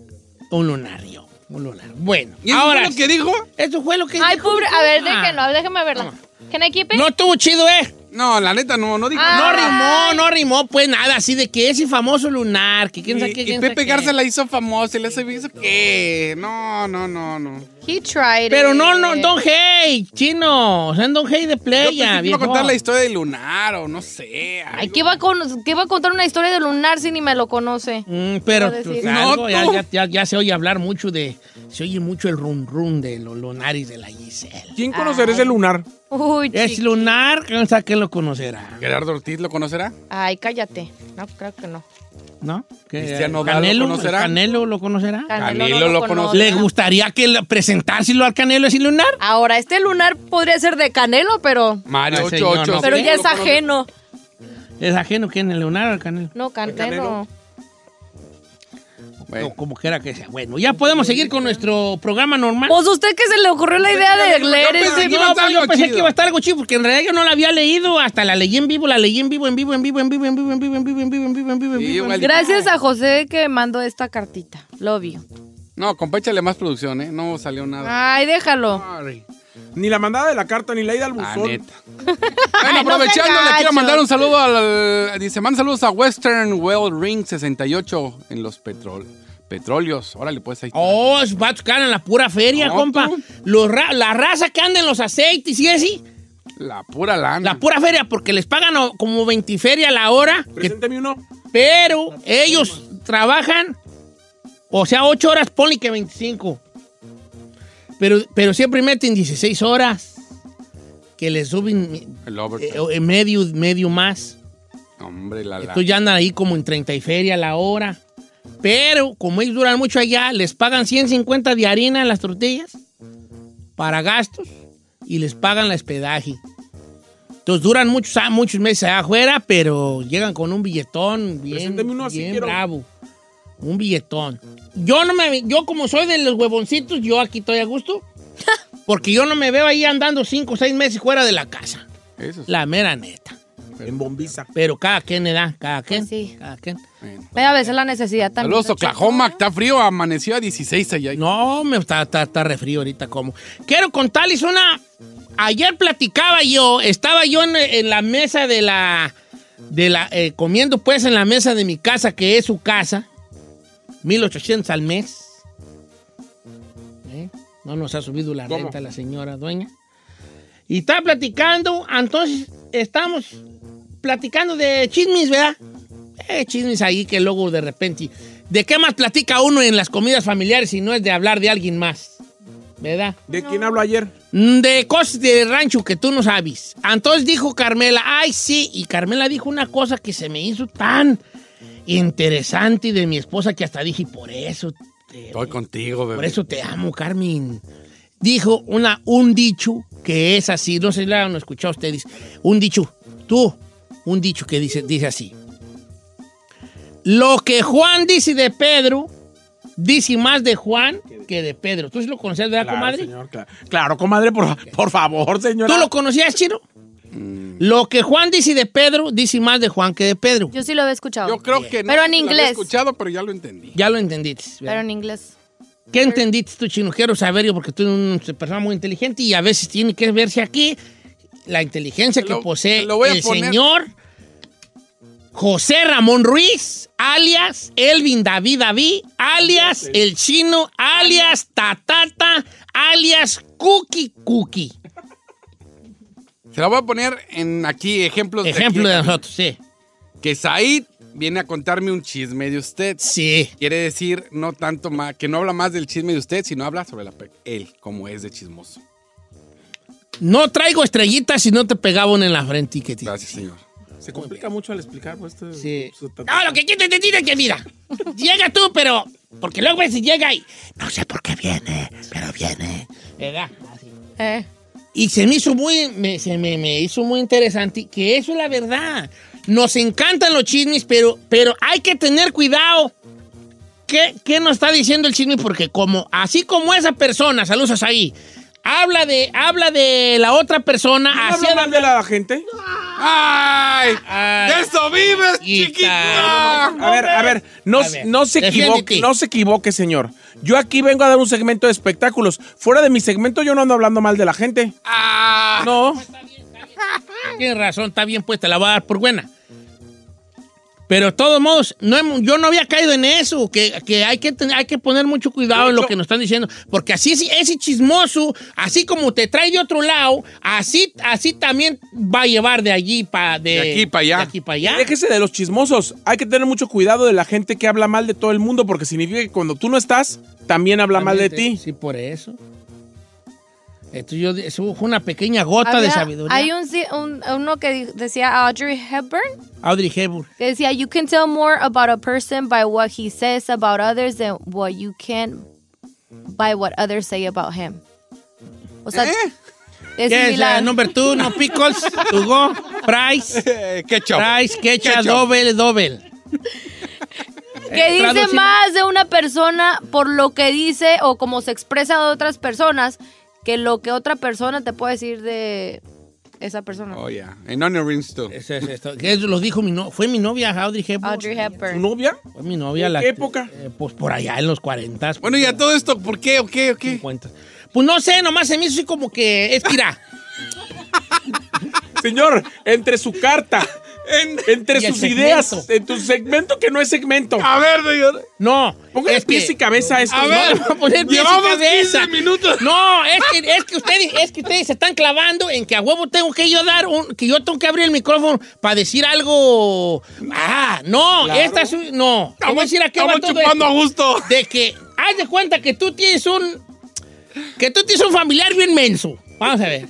un lunar yo, un lunar. Bueno, ¿Y eso ahora. fue lo que dijo? Eso fue lo que Ay, dijo pobre. mi A ver, prima. déjenlo, déjame verla. ¿Can I keep it? No estuvo chido, ¿eh? No, la neta no, no dijo Ah. No nada. rimó, no rimó, pues nada, así de que ese famoso lunar, que quién sabe qué, Y, y quién sabe Pepe qué. Garza la hizo famosa y la hizo hizo qué. No, no, no, no. He tried Pero it. no, no, Don Hey, chino. O sea, Don Hey de Yo playa, pensé que iba a viejo. contar la historia de Lunar o no sé. Ay, algo. ¿qué va, a con- qué va a contar una historia de lunar si ni me lo conoce? Mm, pero Puedo tú decir. sabes algo, No, ya, tú. ya- ya- ya se oye hablar mucho de. Se oye mucho el run run de los lunares de la Giselle. ¿Quién conocer ese lunar? Uy, Es chiqui- lunar, quién sabe quién lo conocerá. Gerardo Ortiz lo conocerá. Ay, cállate. No, creo que no. ¿No? ¿Qué? Cristiano Odal lo Canelo, conocerá. ¿El Canelo lo conocerá. Canelo lo conoce. ¿Le gustaría que le- presentárselo al Canelo ese lunar? Ahora, este lunar podría ser de Canelo, pero, Mario Ay, señor, 88. no pero sé. ya es ajeno. Es ajeno que en el lunar al Canelo. No, Canelo. Canelo. O como quiera que sea. Bueno, ya podemos seguir con nuestro programa normal. Pues usted que se le ocurrió la idea de leer yo pensé ese. que iba No, a estar pues yo algo pensé chido. que iba a estar algo chido, porque en realidad yo no la había leído. Hasta la leí en vivo, la leí en vivo, en vivo, en vivo, en vivo, en vivo, en vivo, en vivo, en vivo, en vivo, en vivo, en Sí, vivo. en igual. vivo. Pues Gracias a José que mandó esta cartita. Lo vio. No, compéchale más producción, ¿eh? No salió nada. Ay, déjalo. Sorry. Ni la mandada de la carta, ni la ida al La buzón. neta. Bueno, aprovechando, no sean le quiero gachos. mandar un saludo al. Dice, manda saludos a Western Well Ring 68 en los petrol, petróleos. Órale, pues ahí está. Oh, es- va a tocar en la pura feria, No, compa. tú. Los ra- la raza que anda en los aceites y así, La pura lana. la pura feria, porque les pagan o- como 20 feria a la hora, Preséntame uno. pero ellos trabajan, o sea, 8 horas, ponle que 25. Pero, pero siempre meten 16 horas que les suben El eh, overtime. eh, medio, medio más. Hombre, la lana. Entonces ya andan ahí como en 30 y feria la hora. Pero como ellos duran mucho allá, les pagan 150 de harina en las tortillas para gastos y les pagan la hospedaje. Entonces duran muchos, a- muchos meses allá afuera, pero llegan con un billetón bien, Presénteme uno así, bien quiero. bravo. Un billetón. Yo no me yo como soy de los huevoncitos, yo aquí estoy a gusto. Porque yo no me veo ahí andando 5 o 6 meses fuera de la casa. Eso es. La mera neta. En bombiza. Pero cada quien le da, cada quien. Pues sí. Cada quien. Bueno. Ve a veces la necesidad también. Saludos, Don Oklahoma. Está frío, amaneció a 16 allá. No, me está, está, está refrío ahorita como. Quiero contarles una. Ayer platicaba yo, estaba yo en, en la mesa de la de la, eh, comiendo pues en la mesa de mi casa, que es su casa, 1800 al mes. ¿Eh? No nos ha subido la ¿Cómo? renta la señora dueña. Y está platicando, entonces estamos platicando de chismes, ¿verdad? Eh, chismes ahí que luego de repente... ¿De qué más platica uno en las comidas familiares si no es de hablar de alguien más? ¿Verdad? ¿De quién habló ayer? Mm, De cosas de rancho que tú no sabes. Entonces dijo Carmela, ay sí, y Carmela dijo una cosa que se me hizo tan interesante de mi esposa que hasta dije, por eso, Estoy contigo, bebé. por eso te amo, Carmen. Dijo una, un dicho que es así, no sé si lo han escuchado ustedes, un dicho, tú, un dicho que dice, dice así. Lo que Juan dice de Pedro, dice más de Juan que de Pedro. ¿Tú sí lo conoces, verdad, Claro, comadre? señor, cla- claro, comadre, por, por favor, señora. Mm. ¿Tú lo conocías, Chino? Lo que Juan dice de Pedro, dice más de Juan que de Pedro. Yo sí lo había escuchado. Yo creo que no. Pero en lo había inglés. escuchado, pero ya lo entendí. Ya lo entendiste. Pero ¿verdad? en inglés. ¿Qué entendiste tú, Chino? Quiero saber yo, porque tú eres una persona muy inteligente y a veces tiene que verse aquí la inteligencia que Lo- posee lo voy a el poner. señor José Ramón Ruiz, alias Elvin David David, alias El Chino, alias Tatata, alias Cookie Cookie. Se la voy a poner en aquí ejemplos Ejemplo aquí. de nosotros, sí. Que Said viene a contarme un chisme de usted. Sí. Quiere decir, no tanto más, que no habla más del chisme de usted, sino habla sobre la pe- él, como es de chismoso. No traigo estrellitas si no te pegaban en la frente. que te- Gracias, señor. Se complica mucho al explicar, pues. Este, Sí. su- su- No, lo que quiero decir es que mira, llega tú, pero. Porque luego ves si llega y. No sé por qué viene, pero viene. ¿Verdad? Así. Eh. Y se me hizo muy. me- se me, me hizo muy interesante que eso es la verdad. Nos encantan los chismes, pero, pero hay que tener cuidado. ¿Qué, qué nos está diciendo el chisme? Porque como, así como esa persona, saludos ahí, habla de, habla de la otra ¿No persona, así habló mal de la gente? ¡Ay! Ay. ¡De eso vives, Y chiquita! tal. A ver, a ver, no, A ver, no se defiéndete. equivoque, no se equivoque, señor. Yo aquí vengo a dar un segmento de espectáculos. Fuera de mi segmento yo no ando hablando mal de la gente. ¡Ah! No. Tienes razón, está bien, pues te la voy a dar por buena. Pero de todos modos, no, hemos- yo no había caído en eso, que, que hay, que tener- hay que poner mucho cuidado en lo que nos están diciendo, porque así es- ese chismoso, así como te trae de otro lado, así, así también va a llevar de allí para de, De aquí pa' allá. de aquí pa' allá. Déjese de los chismosos. Hay que tener mucho cuidado de la gente que habla mal de todo el mundo, porque significa que cuando tú no estás, también habla mal de ti. Sí, por eso. Esto yo eso fue una pequeña gota de Había- sabiduría. Hay un, si- un- uno que di- decía Audrey Hepburn, Audrey Hepburn. que decía, you can tell more about a person by what he says about others than what you can by what others say about him. O ¿Eh? sea, es Yes, similar. uh, number two, no pickles, to go, price. Eh, ketchup. Rice, ketchup, Ketchup. doble, doble. que dice traducido. más de una persona por lo que dice o como se expresa de otras personas que lo que otra persona te puede decir de esa persona. Oh, yeah. En onion rings, too. Eso es esto. Que eso lo dijo mi novia. Fue mi novia, Audrey Hepburn. Audrey ¿Tu Hepburn. novia? Fue mi novia. ¿En la qué que- época? eh, pues por allá, en los 40. Bueno, ¿y a todo esto por qué? ¿O qué? ¿O qué? 50. Pues no sé, nomás se me hizo así como que. Es que mira, Señor, entre su carta, En- entre Y el sus ideas, segmento. en tu segmento que no es segmento. A ver, señor. No. Póngale es pies que- y cabeza a esto. A ¿no? ver, vamos a poner pies y Llevamos cabeza. 15 minutos. No, es que, es que ustedes, es que ustedes se están clavando en que a huevo tengo que yo dar un, que yo tengo que abrir el micrófono para decir algo. Ah, no, esta es un- no. Te voy a decir a qué va Estamos todo chupando esto. a gusto. de que haz de cuenta que tú tienes un que tú tienes un familiar bien menso. Vamos a ver.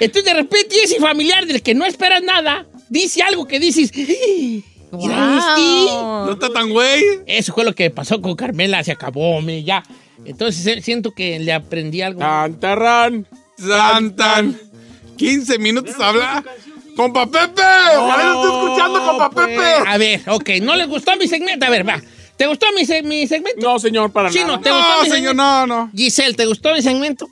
Entonces de repente ese familiar del que no esperas nada dice algo que dices. "Mira, este". No está tan güey. Eso fue lo que pasó con Carmela, se acabó, hombre, ya. Entonces eh, siento que le aprendí algo. Tantarrán. Santan. 15 minutos habla. ¡Compa Pepe! ¡Ojalá lo esté escuchando, compa pues, Pepe! A ver, ok, no les gustó mi segmento. A ver, va. ¿Te gustó mi, se- mi segmento? No, señor, para Chino, nada. ¿te gustó No, mi señor, segmento? no, no. Giselle, ¿te gustó mi segmento?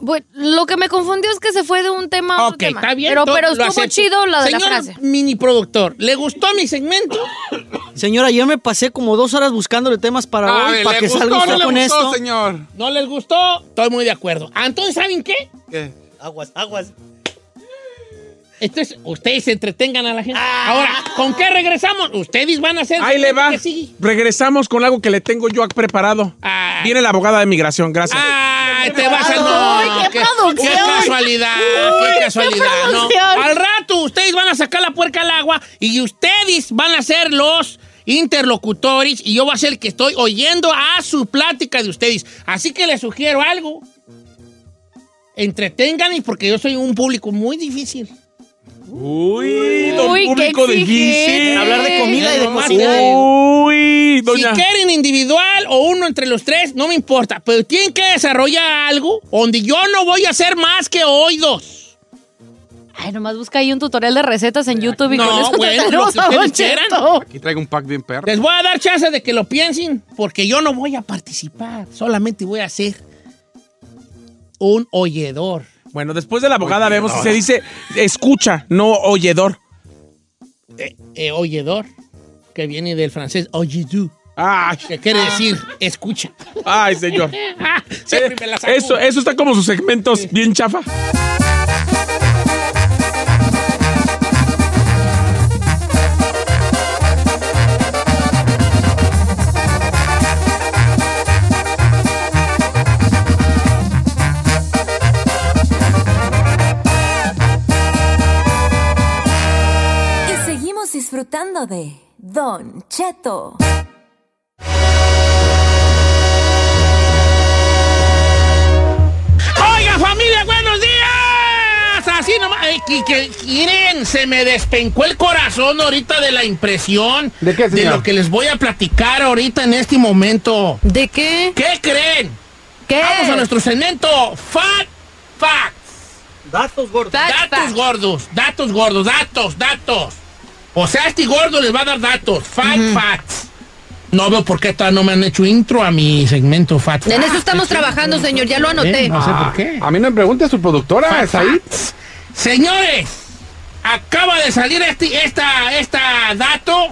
Bueno, lo que me confundió es que se fue de un tema a otro Ok, tema. está bien. Pero, to- pero lo estuvo acepto. chido la de Señor la frase. mini productor, ¿le gustó mi segmento? Señora, yo me pasé como dos horas buscándole temas para A hoy, ver, para Ah, ¿le que gustó salga o no usted le con gustó, esto. señor? ¿No les gustó? Estoy muy de acuerdo. Ah, Entonces, ¿saben qué? ¿Qué? Aguas, aguas. Entonces, ustedes entretengan a la gente. Ahora, ¿con qué regresamos? Ustedes van a hacer. Ahí le va. que sí. Regresamos con algo que le tengo yo preparado. Ah. Viene la abogada de migración, gracias. Ay, Ah, te vas a. No, qué producción. ¡Qué casualidad! Uy, ¡Qué qué casualidad! no. producción. Al rato, ustedes van a sacar la puerca al agua y ustedes van a ser los interlocutores y yo voy a ser el que estoy oyendo a su plática de ustedes. Así que les sugiero algo. Entretengan y porque yo soy un público muy difícil. Uy, don Uy, qué público difícil. exigente. Hablar de comida y de cocina. Uy, doña. Si quieren individual o uno entre los tres, no me importa. Pero tienen que desarrollar algo donde yo no voy a hacer más que oídos. Ay, nomás busca ahí un tutorial de recetas en YouTube y con No, eso te bueno, lo tenemos que a ustedes Don Cheto. quieran. Aquí traigo un pack bien perro. Les voy a dar chance de que lo piensen, porque yo no voy a participar. Solamente voy a ser un oyedor. Bueno, después de la abogada vemos si se dice escucha, no oyedor. Eh, eh, oyedor, que viene del francés oyedu, Ay, que quiere decir escucha. ay, señor. Siempre me la saco. Eso, eso está como sus segmentos bien chafa. Y seguimos disfrutando de Don Cheto. ¡Oiga, familia, buenos días! Así nomás. ay, que- que- miren, se me despencó el corazón ahorita de la impresión. ¿De qué, De señor? lo que les voy a platicar ahorita en este momento. ¿De qué? ¿Qué creen? ¿Qué? Vamos a nuestro segmento Fat Facts. Fact, Datos fact. gordos, datos gordos, datos, datos. O sea, este gordo les va a dar datos. Fat Facts. No veo por qué todavía no me han hecho intro a mi segmento Fat Facts. En eso estamos trabajando, señor, ya lo Eh, anoté. No sé Ah. por qué. A mí no me pregunte a su productora, es ahí. Señores, acaba de salir este esta, esta dato.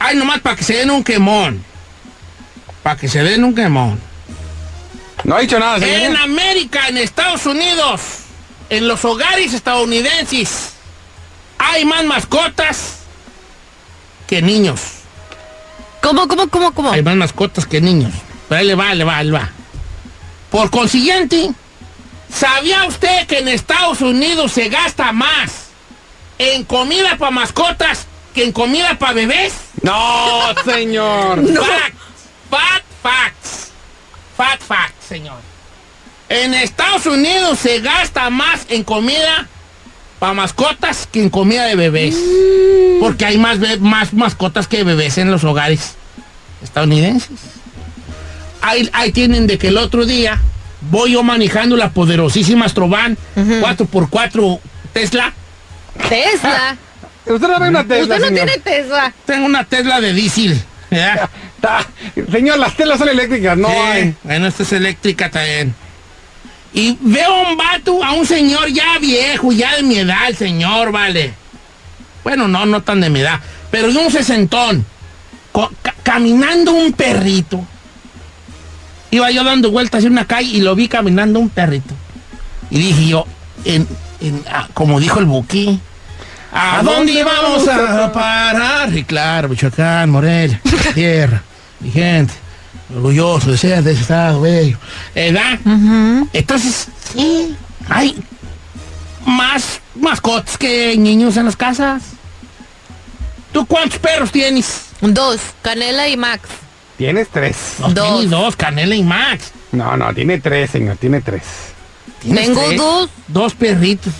Ay, nomás para que se den un quemón. Para que se den un quemón. No ha dicho nada, señor. En América, en Estados Unidos, en los hogares estadounidenses, hay más mascotas que niños. ¿Cómo, cómo, cómo, cómo? Hay más mascotas que niños. Pero ahí le va, ahí le va, ahí le va. Por consiguiente, ¿sabía usted que en Estados Unidos se gasta más en comida para mascotas que en comida para bebés? No, señor. Facts. Fat facts. Fat facts, señor. En Estados Unidos se gasta más en comida para mascotas que en comida de bebés. Mm. Porque hay más, be- más mascotas que bebés en los hogares estadounidenses. Ahí, ahí tienen de que el otro día voy yo manejando la poderosísima Astrovan 4x4 Tesla. Tesla. Usted no ve una Tesla, Usted no señor. tiene Tesla. Tengo una Tesla de diésel. ¿verdad? Ta- Señor, las telas son eléctricas, no Sí, hay. Bueno, esta es eléctrica también. Y veo a un vato, a un señor ya viejo, ya de mi edad, el señor, vale. Bueno, no, no tan de mi edad, pero de un sesentón, co- ca- caminando un perrito. Iba yo dando vueltas en una calle y lo vi caminando un perrito. Y dije yo, en, en- ah, como dijo el buquí, ¿a, dónde, vamos a parar? Y claro, Michoacán, Morelia, tierra, mi gente, orgulloso de ser de ese estado bello. ¿Edad? Entonces, sí, hay más mascotas que niños en las casas. ¿Tú cuántos perros tienes? Dos, Canela y Max. Tienes tres. No, Dos. tienes Oh, dos, Canela y Max. No, no, tiene tres, señor, tiene tres. Tienes Tengo tres- dos. Dos perritos.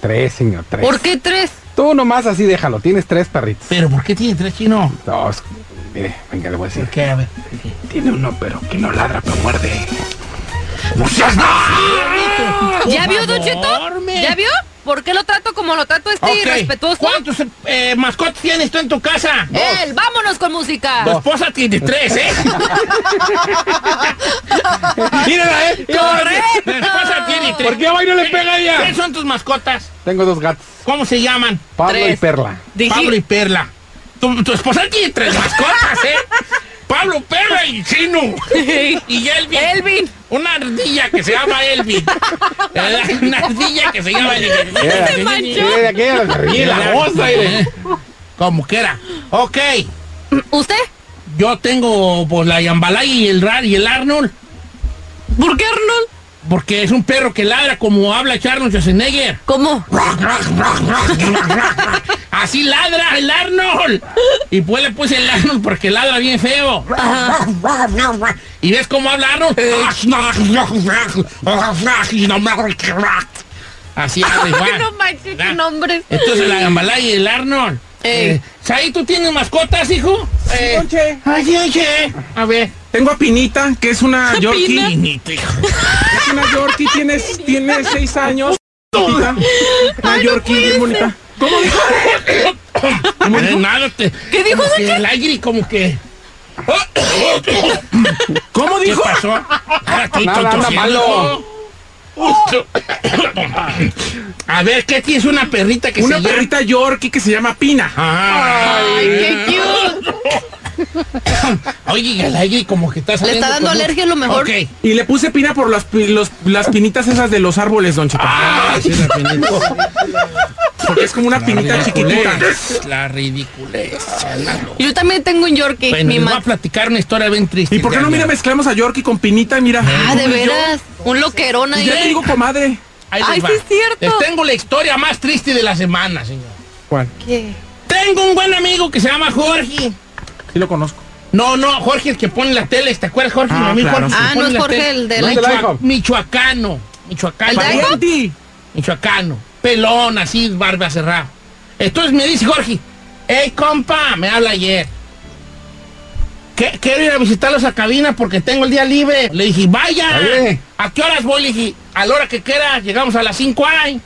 Tres, señor, tres. ¿Por qué tres? Tú nomás así déjalo, tienes tres perritos. ¿Pero por qué tienes tres chinos? Dos. Mire, venga, le voy a decir. ¿Por qué? A ver. Tiene uno, pero que no ladra, pero muerde. ¿Ya Por vio, Don Cheto? favor, me. ¿Ya vio? ¿Por qué lo trato como lo trato este Ok, irrespetuoso? ¿Cuántos eh, mascotas tienes tú en tu casa? Oh, Él, vámonos con música. Tu esposa tiene tres, ¿eh? Mírala, ¿eh? Tu esposa tiene tres. ¿Por qué va y no le pega a ella? ¿Qué son tus mascotas? Tengo dos gatos, ¿Cómo se llaman? Pablo Tres. y Perla. Dije- Pablo y Perla. Tu, tu esposa tiene tres mascotas, ¿eh? Pablo Pérez y Chino. y Elvin. Elvin. Una ardilla que se llama Elvin. ¿Verdad? Una ardilla que se llama Elvin. Era- Se manchó. era aquella la ardilla. Y la osa, y- Como quiera. Ok. ¿Usted? Yo tengo pues, la Yambalay y el Rar y el Arnold. ¿Por qué Arnold? Porque es un perro que ladra como habla Charles Schwarzenegger. ¿Cómo? Así ladra el Arnold. Y pues le puse el Arnold porque ladra bien feo. ¿Y ves cómo habla Arnold? Así pues, habla Ah, igual. no manches, qué nombre. Entonces la Gambalaya y el Arnold. Eh, Saí, ¿tú tienes mascotas, hijo? Eh, Ay, Donche. A ver. Tengo a Pinita, que es una Yorkie. Pina. Es una Yorkie, tiene, tiene seis años. Pinita. Una Yorkie bien bonita. ¿Cómo dijo? Eh, nada, te- ¿Qué dijo, como que Sánchez? El aire como que... ¿Cómo dijo? ¿Qué pasó? Ah, estoy Nada, anda tosiendo. malo. A ver, ¿qué tienes una perrita que Una se llama? perrita Yorkie que se llama Pina. Ay, qué Oye, el aire como que está Le saliendo como- Ok. Y le puse pina por las, pi- los- las pinitas esas de los árboles, don Cheto. Ah, Porque es como una pinita chiquitita. ridiculez, La ridiculez. Yo también tengo un Yorkie, Bueno, mi les voy a mamá. platicar una historia bien triste. ¿Y por qué no, mira, mezclamos a Yorkie con pinita? Mira. Ah, de veras. Un loquerón ahí. Ya Pues te digo, comadre. Ahí les Ay, va. sí es cierto. Les tengo la historia más triste de la semana, señor. ¿Cuál? ¿Qué? Tengo un buen amigo que se llama Jorge. Sí lo conozco. No, no, Jorge, el que pone la tele, ¿te acuerdas, Jorge? Ah, Mi amigo claro, Jorge, sí. que Ah, pone no es la Jorge, tele. el de la- Michua- ¿El de la IHOP? Michoacano. Michoacano. ¿El de la IHOP? Pariente. Michoacano. Pelón, así, barba cerrada. Entonces me dice Jorge, hey, compa, me habla ayer. "Que- Quiero ir a visitarlos a cabina porque tengo el día libre. Le dije, vaya. Oye. ¿A qué horas voy? Le dije, a la hora que quiera, llegamos a las 5 ahí.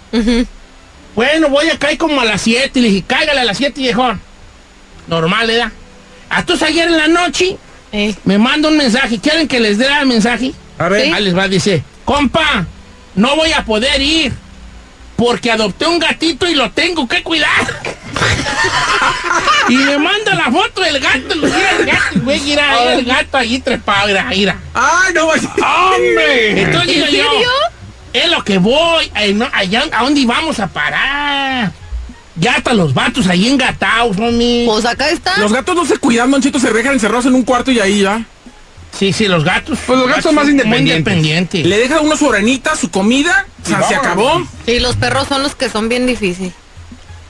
Bueno, voy a caer como a las 7. Le dije, cáigale a las 7, viejón. Normal, ¿verdad? Entonces ayer en la noche me manda un mensaje. ¿Quieren que les dé el mensaje? A ver. Sí. Ahí les va, dice, compa, no voy a poder ir porque adopté un gatito y lo tengo que cuidar. y me manda la foto del gato. Mira el gato, güey, mira, mira el gato ahí trepado, mira, mira. ¡Ah, no! ¡Hombre! Entonces ¿En digo yo, serio? es lo que voy, eh, no, allá, ¿a dónde vamos a parar? Ya hasta los vatos ahí engatados, homie. Pues acá está. Los gatos no se cuidan, don Cheto, se dejan encerrados en un cuarto y ahí ya. Sí, sí, los gatos. Pues los gatos son más muy independientes. independientes. Le deja uno su arenita, su comida, o sea, se acabó. Sí, los perros son los que son bien difíciles.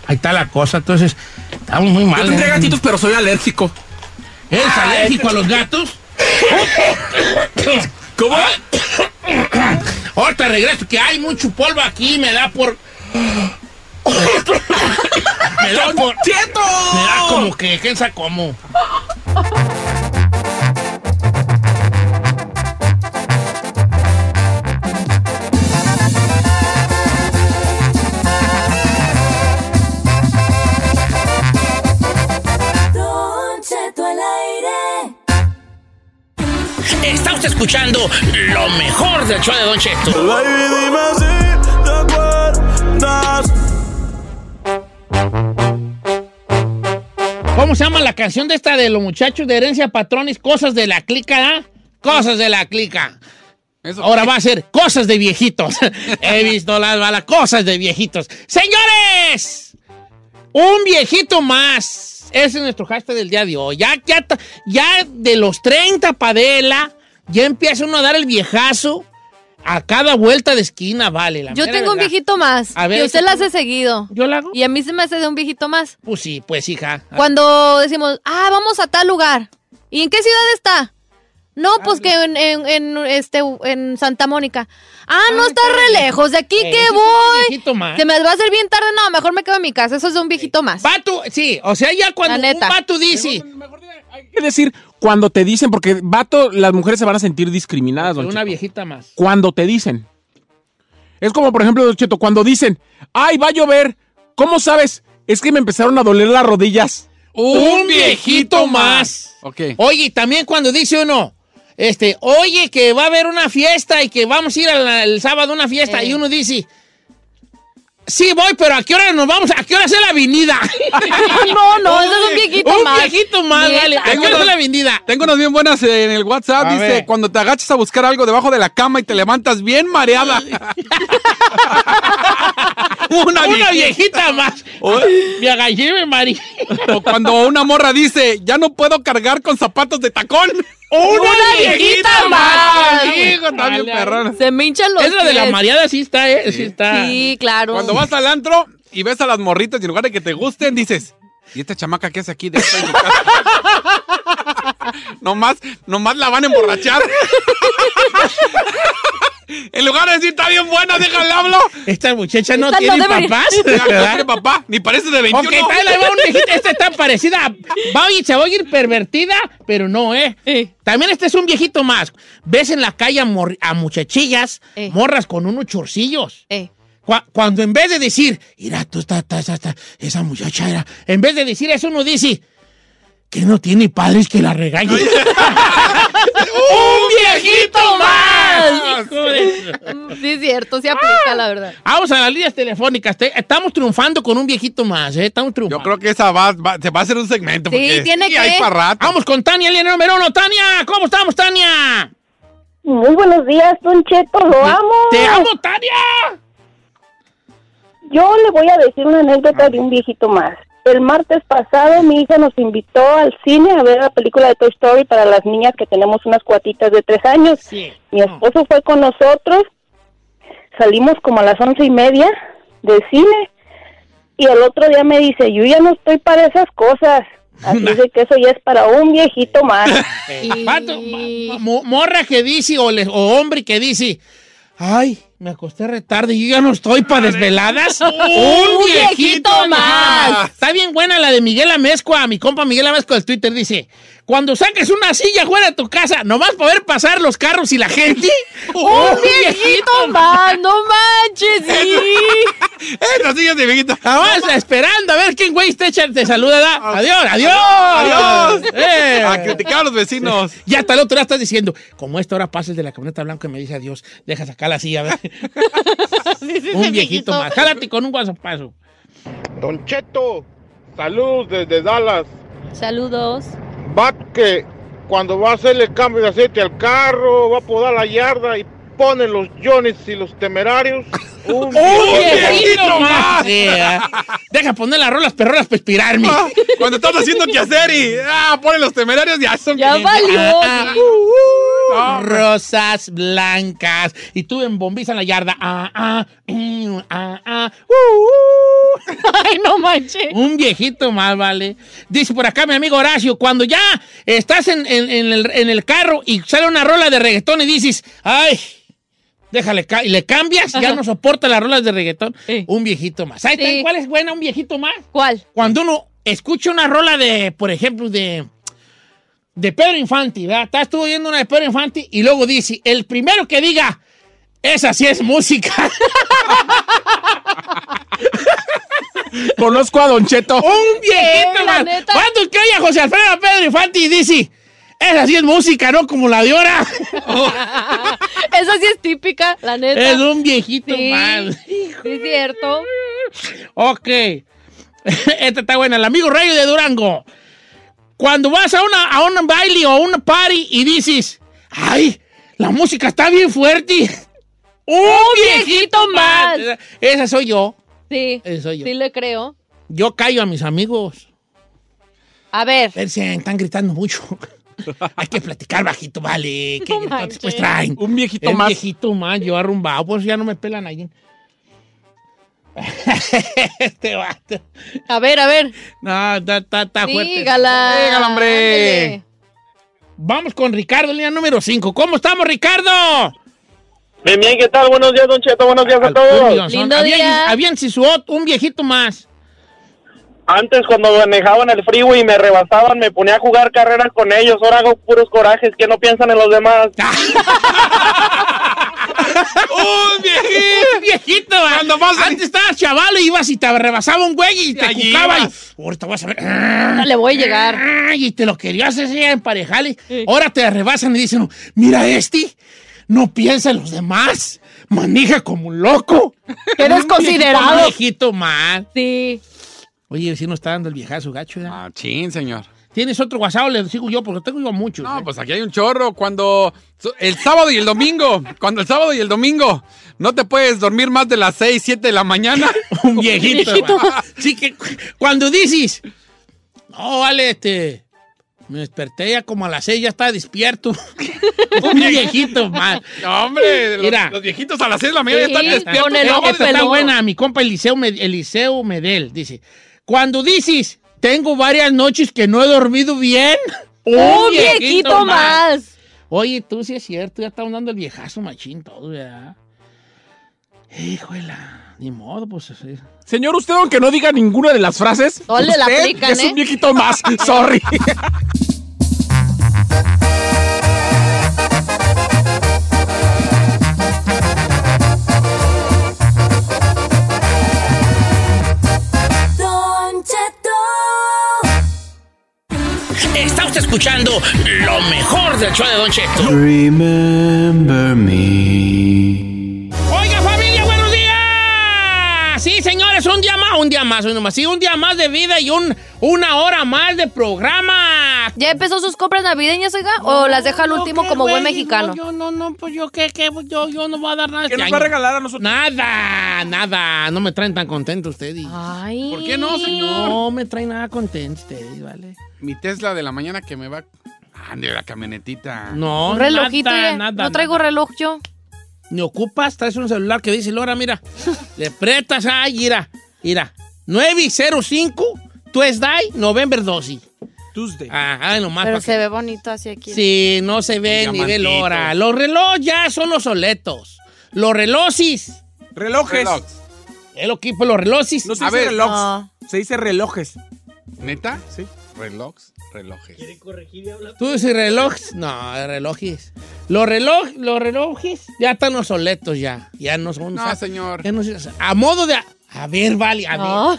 Ahí está la cosa, entonces, estamos muy mal. Yo tendría ¿eh? gatitos, pero soy alérgico. ¿Eres alérgico a los gatos? ¿Cómo? Ahorita regreso, que hay mucho polvo aquí, me da por... me da por... ¡Cheto! Me da como que, ¿quién sabe cómo? Don Cheto al aire. Está usted escuchando lo mejor del show de Don Cheto. ¿Cómo se llama la canción de esta de los muchachos de herencia patrones? Cosas de la clica, ¿ah? Cosas de la clica. Ahora va a ser cosas de viejitos. He visto las balas, cosas de viejitos. Señores, un viejito más. Ese es nuestro hashtag del día de hoy. Ya, ya, ta- ya de los 30 padela, ya empieza uno a dar el viejazo a cada vuelta de esquina, vale. la Yo mera tengo un verdad. viejito más. A ver, y usted échate la uno. hace seguido. ¿Yo la hago? Y a mí se me hace de un viejito más. Pues sí, pues hija. Cuando decimos, ah, vamos a tal lugar. ¿Y en qué ciudad está? No, Ah, pues que en, en- en, este, en Santa Mónica. Ah, no está re lejos. ¿De aquí Eh, que ese es un viejito voy? más. Se me va a hacer bien tarde. No, mejor me quedo en mi casa. Eso es de un viejito más. Pato, sí, o sea, ya cuando La neta. un pato dice. Hay que decir cuando te dicen, porque vato, las mujeres se van a sentir discriminadas, don Una Cheto. viejita más. Cuando te dicen. Es como, por ejemplo, don Cheto, cuando dicen, ¡ay, va a llover! ¿Cómo sabes? Es que me empezaron a doler las rodillas. Un viejito más. Ok. Oye, y también cuando dice uno, este, oye, que va a haber una fiesta y que vamos a ir a la- el sábado a una fiesta, y uno dice, Sí, voy, pero ¿a qué hora nos vamos? ¿A qué hora es la avenida? No, no, eso es un viejito más. Un viejito más, Neta. dale. ¿A qué Tengo hora es dos- la avenida? Tengo unas bien buenas eh, en el WhatsApp. A dice, ver. cuando te agachas a buscar algo debajo de la cama y te levantas bien mareada. Una, viejita más. Me agallé, me marí. o cuando una morra dice, ya no puedo cargar con zapatos de tacón. Una, viejita más. Hijo, está bien perrón. Se me hinchan los Es la de la pies. mareada, sí está, ¿eh? Sí está. Sí, claro. Cuando vas al antro y ves a las morritas y en lugar de que te gusten, dices, ¿y esta chamaca qué hace aquí? De en su casa?" nomás, nomás la van a emborrachar. en lugar de decir, está bien buena, déjale hablo. Esta muchacha no Esta no tiene debería- papás. Ya, no ¿verdad? tiene papá, ni parece de 21. Ok, está, ahí va una viejita. Esta está parecida. a- Va a ir- se va a ir pervertida, pero no, ¿eh? También este es un viejito más. Ves en la calle a, mor- a muchachillas, Eh. morras con unos chorcillos. Eh. Cua- Cuando en vez de decir, mira, tú estás, esa muchacha era. En vez de decir eso, uno dice, que no tiene padres que la regañen. ¡Un ¡Oh, viejito más! Hijo de- Sí, es cierto, se aplica, la verdad. Vamos a las líneas telefónicas. Te- Estamos triunfando con un viejito más, ¿eh? Estamos triunfando. Yo creo que esa va, va- se va a hacer un segmento. Sí, porque tiene que. Hay para rato. Vamos con Tania, línea número uno. Tania, ¿cómo estamos, Tania? Muy buenos días, Don Cheto, lo amo. ¡Te amo, Tania! Yo le voy a decir una anécdota de un viejito más. El martes pasado mi hija nos invitó al cine a ver la película de Toy Story para las niñas que tenemos unas cuatitas de tres años. Mi esposo fue con nosotros, salimos como a las once y media del cine y el otro día me dice, yo ya no estoy para esas cosas. Así de que eso ya es para un viejito más. Vato, ma- mo- morra que dice o, le- o hombre que dice, ay, me acosté retarde, yo ya no estoy para desveladas. Un viejito más. Está bien buena la de Miguel Amezcua, mi compa Miguel Amezcua del Twitter dice, cuando saques una silla fuera de tu casa, nomás para ver pasar los carros y la gente. ¡Un viejito más! ¡No manches! Sí. Eh, las sillas de viejita. Nomás esperando a ver quién güey te, echa- te saluda. da. Adiós, adiós. Adiós. Eh. A criticar a los vecinos. Ya hasta el otro día estás diciendo, como a esta hora pasa el de la camioneta blanca y me dice adiós, deja sacar la silla. ¿verdad? un viejito más. Jálate con un guasapazo. Don Cheto, saludos desde Dallas. Saludos. Va que cuando va a hacerle cambio de aceite al carro, va a podar la yarda y pone los Johnnys y los temerarios. Un viejito más! Sí, ¿eh? Deja poner las rolas perrolas para inspirarme. Ah, Cuando estás haciendo quehacer y ah, ponen los temerarios ya son Ya valió. Ah, sí. ah, Rosas blancas. Y tú en bombiza en la yarda. Ah, ah, mm, ah, ah, uh, uh. Ay, no manches. Un viejito más, vale. Dice por acá mi amigo Horacio, cuando ya estás en, en- en el, en el carro y sale una rola de reggaetón y dices, ay, déjale, ca- y le cambias, ya Ajá. no soporta las rolas de reggaetón, un viejito más. ¿Sabes Sí. cuál es buena un viejito más? ¿Cuál? Cuando uno escucha una rola de, por ejemplo, de, de Pedro Infante, ¿verdad? Estás tú oyendo una de Pedro Infante y luego dice, el primero que diga, esa sí es música. Conozco a Don Cheto. Un viejito Sí, Eh, la más. neta. ¿Cuánto que oye a José Alfredo a Pedro Infante y dice? Esa sí es música, ¿no? Como la de ahora. Oh. Esa sí es típica, la neta. es un viejito Sí, mal. sí es cierto. Ok. Esta está buena. El amigo Rayo de Durango. Cuando vas a, una, a un baile o a una party y dices, ¡ay! La música está bien fuerte. Un viejito, viejito más. más. Esa soy yo. Sí. Esa soy yo. Sí le creo. Yo callo a mis amigos. A ver. Perse, están gritando mucho. Hay que platicar bajito, vale. Que No entonces pues manches. traen. Un viejito Un más. viejito más, yo arrumbado, pues ya no me pelan ahí. este vato. A ver, a ver. No, está, está- está fuerte. Dígala. Dígala, hombre. Ándele. Vamos con Ricardo, línea número 5. ¿Cómo estamos, Ricardo? Bien, bien, ¿qué tal? Buenos días, Don Cheto, buenos días a todos. Lindo habían, día. habían Sisuot, un viejito más. Antes cuando manejaban el freeway y me rebasaban, me ponía a jugar carreras con ellos. Ahora hago puros corajes que no piensan en los demás. ¡Un viejito! Un viejito, ah. Cuando vas a- Antes estabas chaval y ibas y te rebasaba un güey y te allí cucaba y. ibas. Ahorita vas a ver. Ah, Le voy a llegar. Ay, Y te lo querías hacer en parejales. Ahora te rebasan y dicen, mira este, no piensa en los demás. maneja como un loco. Un Eres viejito considerado. mal, viejito mal. Sí. Oye, si no está dando el viejazo gacho, ¿eh? Ah, chin, señor. ¿Tienes otro WhatsApp? o Le sigo yo porque tengo yo muchos. ¿eh? No, pues aquí hay un chorro. Cuando so- el sábado y el domingo, cuando el sábado y el domingo no te puedes dormir más de las 6, 7 de la mañana. un viejito. güey. Sí que cu- cuando dices, no, vale, este, me desperté ya como a las seis, ya estaba despierto. un viejito mal. No, hombre, los- Mira. los, viejitos a las 6 de la mañana ya están despiertos. Esta Sábado y está domingo. buena, mi compa Eliseo, Med- Eliseo Medel, dice, cuando dices, tengo varias noches que no he dormido bien. Un viejito más. Oye, tú sí es cierto, ya estamos dando el viejazo machín todo, ¿verdad? Híjola, ni modo, pues así. Señor, usted aunque no diga ninguna de las frases, No le la usted aplican, es ¿eh? un viejito más. Sorry. Don Cheto. Está usted escuchando lo mejor del show de Don Cheto. Remember me. Oiga, familia, buenos días. Ah, Sí, señores, un día más, un día más, uno más. Sí, un día más de vida y un, una hora más de programa. ¿Ya empezó sus compras navideñas, oiga? ¿O las deja al último como buen mexicano? yo no, no, pues yo qué, qué, yo, yo no voy a dar nada. ¿Qué este nos va a año. regalar a nosotros? Nada, nada. No me traen tan contento ustedes. Ay. ¿Por qué no, señor? No me traen nada contento ustedes, ¿vale? Mi Tesla de la mañana que me va. Ah, de la camionetita. No, Un relojito, nada, oiga. nada, No traigo reloj yo. ¿Me ocupas? Traes un celular que dice Lora, mira. Le prestas, ay, mira, mira. 905 Tuesday, November 12. Tuesday. Ajá, nomás. Pero pa' se ve bonito así aquí. que- Sí, no se ve ni ve Diamantitos. Lora. Los relojes ya son los soletos. Los relojes. Relojes. Es lo que pues, los relojes. No se dice relojes. Se dice relojes. ¿Neta? Sí. Relojes, relojes. Tú dices relojes. No, relojes. Los reloj, los relojes ya están los soletos ya. Ya no son. No, señor. ya no se- a modo de. A ver, vale, a ver.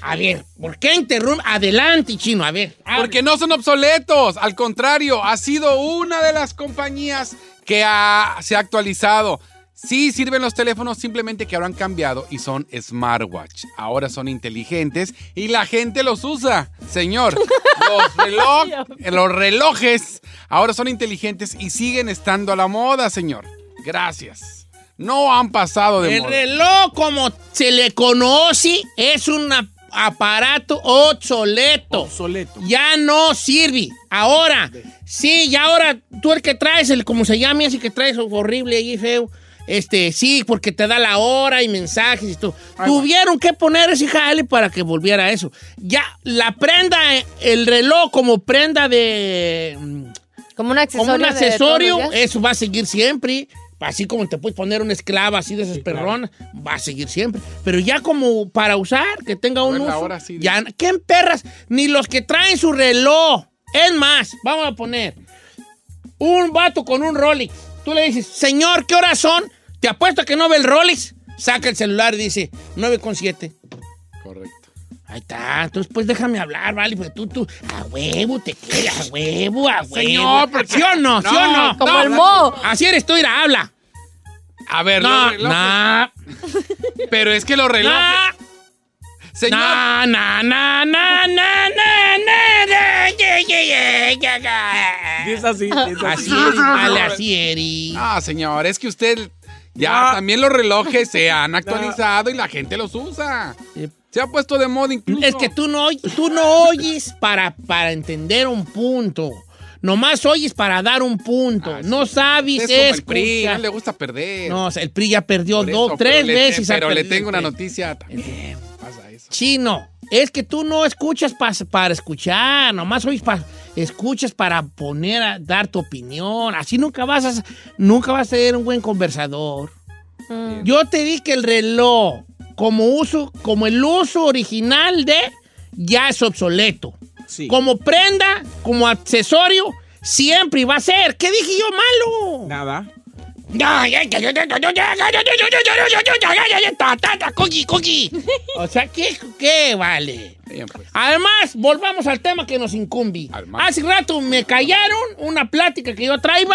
A ver, ¿por qué interrumpe? Adelante, chino, a ver. Porque no son obsoletos, al contrario, ha sido una de las compañías que ha- se ha actualizado. Sí sirven los teléfonos, simplemente que ahora han cambiado y son smartwatch. Ahora son inteligentes y la gente los usa. Señor, los, reloj- eh, los relojes ahora son inteligentes y siguen estando a la moda, señor. Gracias. No han pasado de El moda. reloj, como se le conoce, es un ap- aparato obsoleto. Obsoleto. Ya no sirve. Ahora, sí, ya ahora tú el que traes, el como se llame, así que traes horrible y feo. Este, sí, porque te da la hora y mensajes y todo. Tuvieron que poner ese jale para que volviera a eso. Ya, la prenda, eh, el reloj como prenda de. mm, Como un accesorio. como un de accesorio, todos los días. eso va a seguir siempre. Así como te puedes poner una esclava así de esas perronas, va a seguir siempre. Pero ya como para usar, que tenga un ver, la uso, hora sí, ya, ¿qué perras? Ni los que traen su reloj. Es más, vamos a poner un vato con un Rolex. Tú le dices, señor, ¿qué horas son? Te apuesto que no ve el Rolex. Saca el celular y dice, 9 con 7. Correcto. Ahí está, entonces pues déjame hablar, vale, pues tú, tú, a huevo te quieres, a huevo, a huevo. Señor, porque- ¿Sí o no? ¿Sí o no? No, como el mo. Así eres tú, mira, habla. A ver, No, los relojes. Pero es que los relojes. Señor. Na, na, na, na, na, na, na, na, ye, ye, ye, ye, ye. Es así. Es Así así. eres, vale, así eres. Ah, señor, es que usted ya también los relojes se han actualizado y la gente los usa. Se ha puesto de moda incluso. Es que tú no, oy- tú no oyes para, para entender un punto. Nomás oyes para dar un punto. no sabes Ah, es como el PRI, escuchar. no le gusta perder. No, o sea, el PRI ya perdió Por eso, dos, pero tres le- veces. ha Pero le perdido tengo el una PRI. noticia también. Pasa eso. Chino, es que tú no escuchas pas- para escuchar, nomás oyes pa- escuchas para poner a dar tu opinión. Así nunca vas a nunca vas a ser un buen conversador. Yo te di que el reloj como uso, como el uso original de ya es obsoleto. Como prenda, como accesorio, siempre va a ser. ¿Qué dije yo malo? Nada. Coqui, coqui. O sea, ¿qué, qué vale? Además, volvamos al tema que nos incumbe. Hace rato me callaron una plática que yo traía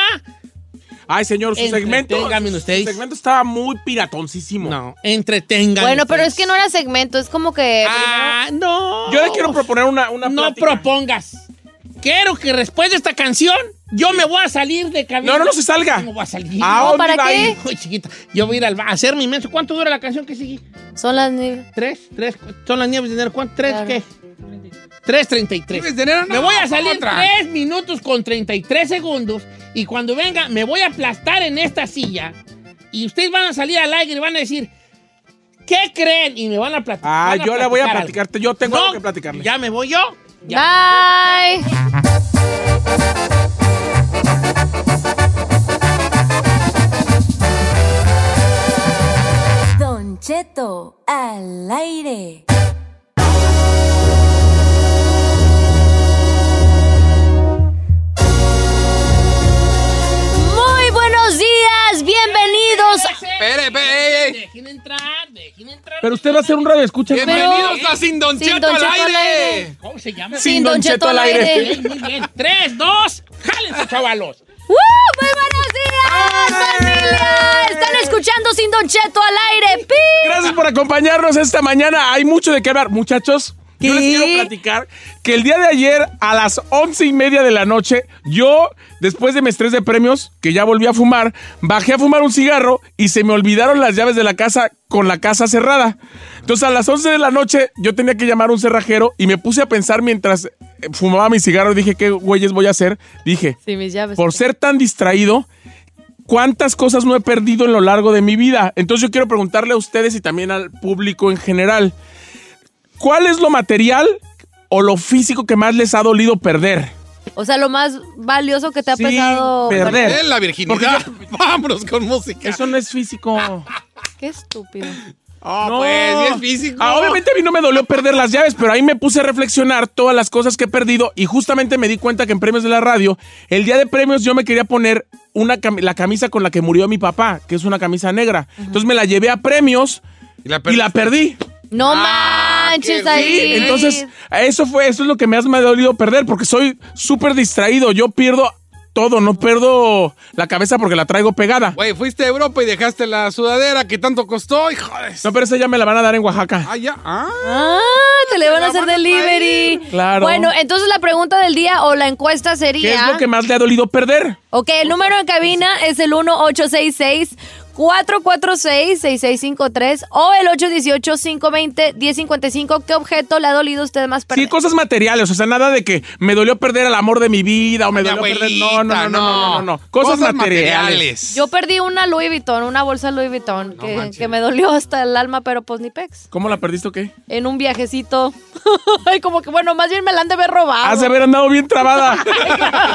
Ay, señor, su segmento. Entreténgame ustedes. Su segmento estaba muy piratoncísimo. No, entretengan. Bueno, pero es que no era segmento, es como que. Ah, no. Yo le quiero proponer una. una No propongas. Quiero que después de esta canción, yo me voy a salir de cabina. No, no, no se salga. Ah, ¿Cómo voy a salir? ¿A No, dónde ¿para va qué? Ay, hijo, chiquita. Yo voy a ir al ba- a hacer mi menso. ¿Cuánto dura la canción que sigue? Son las nieves. ¿Tres? ¿Tres? ¿Son las nieves de enero? ¿Cuánto? ¿Tres qué? 3.33. de enero, no, me voy a ¿cómo salir otra? 3 minutos con 33 segundos y cuando venga me voy a aplastar en esta silla y ustedes van a salir al aire y van a decir, ¿qué creen? Y me van a platicar. Ah, van yo le voy a algo. platicarte. Yo tengo No, algo que platicarle. Ya me voy yo. Bye. Don Cheto al aire. Muy buenos días, bienvenidos. Espere, espere, ey, ey. Dejen entrar, dejen entrar. Pero usted va a hacer un radio, escucha. Bienvenidos a Sin Don Sin Cheto Don al Cheto al aire. aire. ¿Cómo se llama? Sin Don Cheto al aire. Muy bien. Tres, dos, jálense, chavalos. ¡Woo! ¡Muy buenos días, familia! Están escuchando Sin Don Cheto al aire. ¡Pi! Gracias por acompañarnos esta mañana. Hay mucho de qué hablar, muchachos. Yo les quiero platicar que el día de ayer a las once y media de la noche, yo, después de mi estrés de premios, que ya volví a fumar, bajé a fumar un cigarro y se me olvidaron las llaves de la casa con la casa cerrada. Entonces a las once de la noche yo tenía que llamar a un cerrajero y me puse a pensar mientras eh, fumaba mi cigarro, dije, ¿qué güeyes voy a hacer? Dije, Sí, mis llaves. por ser tan distraído, ¿cuántas cosas no he perdido en lo largo de mi vida? Entonces yo quiero preguntarle a ustedes y también al público en general, ¿cuál es lo material o lo físico que más les ha dolido perder? O sea, lo más valioso que te ha Sí, pesado. perder. Eh, la virginidad. Vámonos con música. Eso no es físico. Qué estúpido. Ah, No. pues, sí es físico. Ah, obviamente a mí no me dolió perder las llaves, pero ahí me puse a reflexionar todas las cosas que he perdido y justamente me di cuenta que en premios de la radio, el día de premios yo me quería poner una cam- la camisa con la que murió mi papá, que es una camisa negra. Entonces me la llevé a premios Y la y la perdí. No Ah, manches qué ahí. Sí, entonces eso fue, eso es lo que más me ha dolido perder, porque soy súper distraído. Yo pierdo todo, no pierdo la cabeza porque la traigo pegada. Güey, fuiste a Europa y dejaste la sudadera que tanto costó. Hijo de... No, pero esa ya me la van a dar en Oaxaca. Ah, ya. Ah. Ah, te le van a hacer delivery. Claro. Bueno, entonces la pregunta del día o la encuesta ¿Qué sería. es lo que más le ha dolido perder? Ok, el número en cabina es el 1866 446 6653 o el 818-520-1055. ¿Qué objeto le ha dolido a usted más perder? Sí, cosas materiales, o sea, nada de que me dolió perder el amor de mi vida o me Mi dolió perder. abuelita, No, no, no, no, no, no, no. Cosas, materiales. Yo perdí una Louis Vuitton, una bolsa Louis Vuitton, que, manches. que me dolió hasta el alma, pero pues ni pex. ¿Cómo la perdiste o qué? En un viajecito. Ay, como que, bueno, más bien me la han de haber robado. Has de haber andado bien trabada.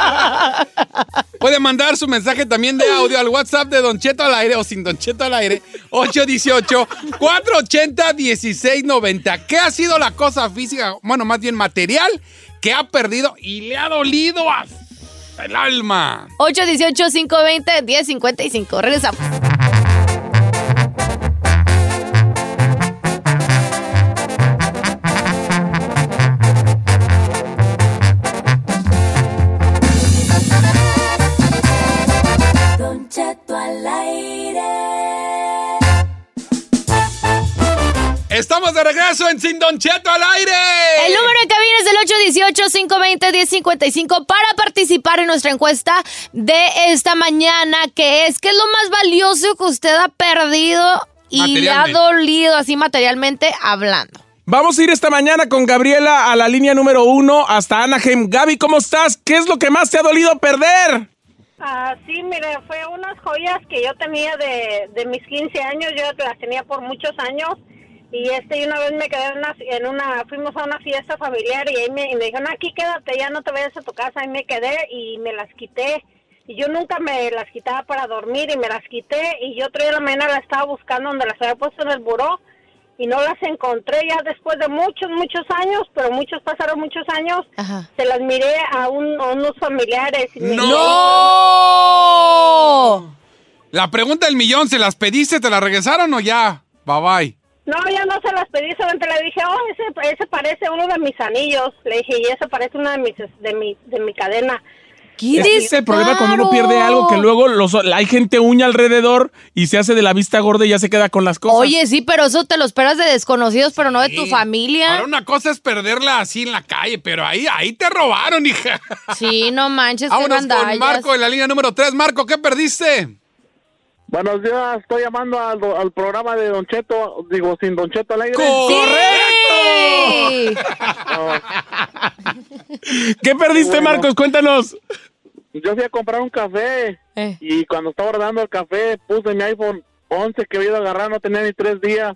Puede mandar su mensaje también de audio al WhatsApp de Don Cheto al aire o sin Don Cheto al aire. 818-480-1690. ¿Qué ha sido la cosa física, bueno, más bien material, que ha perdido y le ha dolido hasta el alma? 818-520-1055. Regresamos. Don Cheto al aire. Estamos de regreso en Sin Don Cheto al aire. El número en cabina es el 818-520-1055 para participar en nuestra encuesta de esta mañana, que es ¿qué es lo más valioso que usted ha perdido y le ha Materialmente. dolido así materialmente hablando? Vamos a ir esta mañana con Gabriela a la línea número uno hasta Anaheim. Gaby, ¿cómo estás? ¿Qué es lo que más te ha dolido perder? Ah, sí, mire, fue unas joyas que yo tenía de, de mis 15 años, yo las tenía por muchos años y este y una vez me quedé en una, en una- fuimos a una fiesta familiar y ahí me, y me dijeron, aquí quédate, ya no te vayas a tu casa, ahí me quedé y me las quité. Y yo nunca me las quitaba para dormir y me las quité y yo otra día de la mañana las estaba buscando donde las había puesto en el buró y no las encontré ya después de muchos, muchos años, pero muchos pasaron muchos años, Ajá. se las miré a, un- a unos familiares. y me- ¡No! La pregunta del millón, ¿se las pediste, te la regresaron o ya? Bye bye. No, yo no se las pedí, solamente le dije, oh, ese, ese parece uno de mis anillos. Le dije, y ese parece una de mis, de mi, de mi cadena. ¿Qué es que ese disparo? problema cuando uno pierde algo que luego los, hay gente uña alrededor y se hace de la vista gorda y ya se queda con las cosas. Oye, sí, pero eso te lo esperas de desconocidos, pero no de tu familia. Ahora una cosa es perderla así en la calle, pero ahí, ahí te robaron, hija. Sí, no manches, qué Vámonos con gandallas. Marco en la línea número 3. Marco, ¿qué perdiste? Buenos días, estoy llamando al, do- al programa de Don Cheto, digo, sin Don Cheto al aire. ¡Correcto! ¿Qué perdiste, Marcos? Cuéntanos. Yo fui a comprar un café Eh. y cuando estaba ordenando el café puse mi iPhone 11 que había ido a agarrar, no tenía ni tres días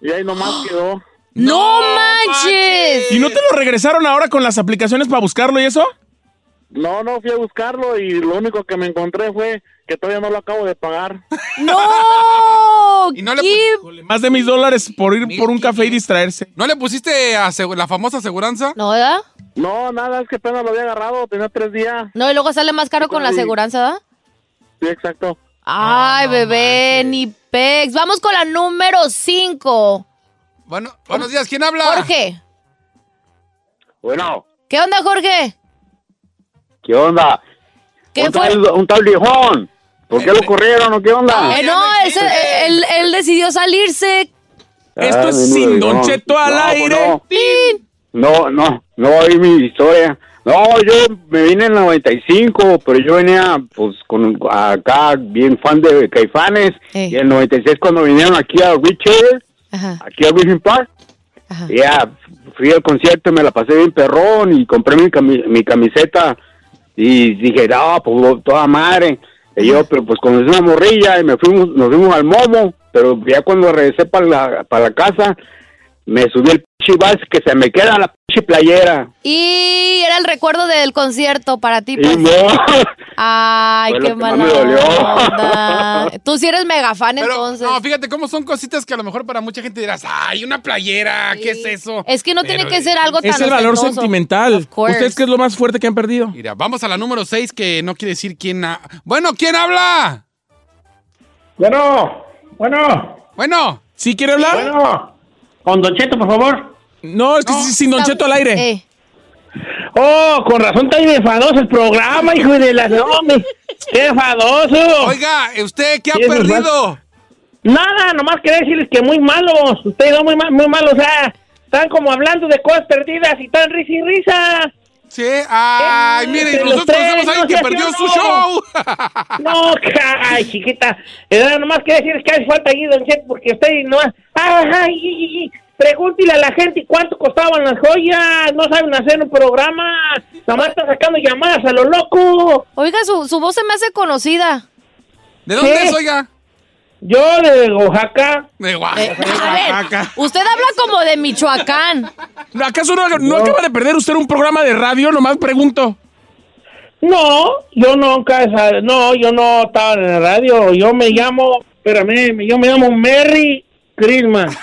y ahí nomás quedó. ¡No manches! ¿Y no te lo regresaron ahora con las aplicaciones para buscarlo y eso? No, no, fui a buscarlo y lo único que me encontré fue que todavía no lo acabo de pagar. ¡No! Y no le Más de mis dólares por ir por un café y distraerse. ¿No le pusiste asegu- la famosa aseguranza? ¿No, verdad? No, nada, es que apenas lo había agarrado, tenía tres días. No, y luego sale más caro con la Sí. aseguranza, ¿verdad? Sí, exacto. Ah, Ay, bebé, ni pex. Vamos con la número 5. Bueno, buenos días, ¿quién habla? Jorge. Bueno, ¿Qué onda, Jorge? ¿qué onda? ¿Qué un, fue? Tal, un tal viejón. ¿Por Eh, qué lo corrieron o qué onda? Eh, no, ese- eh, él, él decidió salirse. Ah, Esto es menudo sin viejón. Don Cheto al No, pues aire. no. No, no, no oí mi historia. No, yo me vine en el 95, pero yo venía pues con acá bien fan de Caifanes y en el 96 cuando vinieron aquí a Richard, aquí a Griffin Park. Ya fui al concierto, me la pasé bien perrón y compré mi, cami- mi camiseta y dije, no, pues lo- toda madre. Y yo, pero pues conocí una morrilla y me fuimos, nos fuimos al momo, pero ya cuando regresé para la, para la casa, me subí el pinche bus que se me queda la pinche playera. Y era el recuerdo del concierto para ti. Y pues. no, Ay, Fue lo qué que más mala me dolió. onda. Tú sí eres mega fan, Pero, entonces. no, fíjate cómo son cositas que a lo mejor para mucha gente dirás, ay, una playera, ¿qué es eso? Es que no tiene Pero, que ser algo tan Es el valor ostentoso. sentimental. course. ¿Ustedes qué es lo más fuerte que han perdido? Mira, vamos a la número 6 que no quiere decir quién... ha- Bueno, ¿quién habla? Bueno, bueno. Bueno. ¿Sí quiere hablar? Bueno. Con Don Cheto, por favor. No, es que sí, sin Don Cheto al aire. eh. Oh, con razón está bien enfadoso el programa, hijo de la... No, hombre, ¡Qué enfadoso! Oiga, ¿usted qué ha Sí, es perdido? Nada, nomás quería decirles que muy malos. Ustedes son muy, ma- muy malos, o sea, están como hablando de cosas perdidas y están risa y risa. Sí, ay, mire, entre nosotros los tres, conocemos a alguien no que sea perdió así, su no. show. No, ay, chiquita. Eh, nomás quería decirles que hace falta ahí, don Chet, porque usted no... Ay, y- y- y- Pregúntele a la gente cuánto costaban las joyas. No saben hacer un programa. Nomás están sacando llamadas a lo loco. Oiga, su, su voz se me hace conocida. ¿De dónde es, oiga? Yo de Oaxaca. De Eh, A ver, usted habla como de Michoacán. ¿No, ¿Acaso no, no acaba de perder usted un programa de radio? Nomás pregunto. No, yo nunca, esa- no, yo no estaba en la radio. Yo me llamo, espérame, yo me llamo Merry Christmas.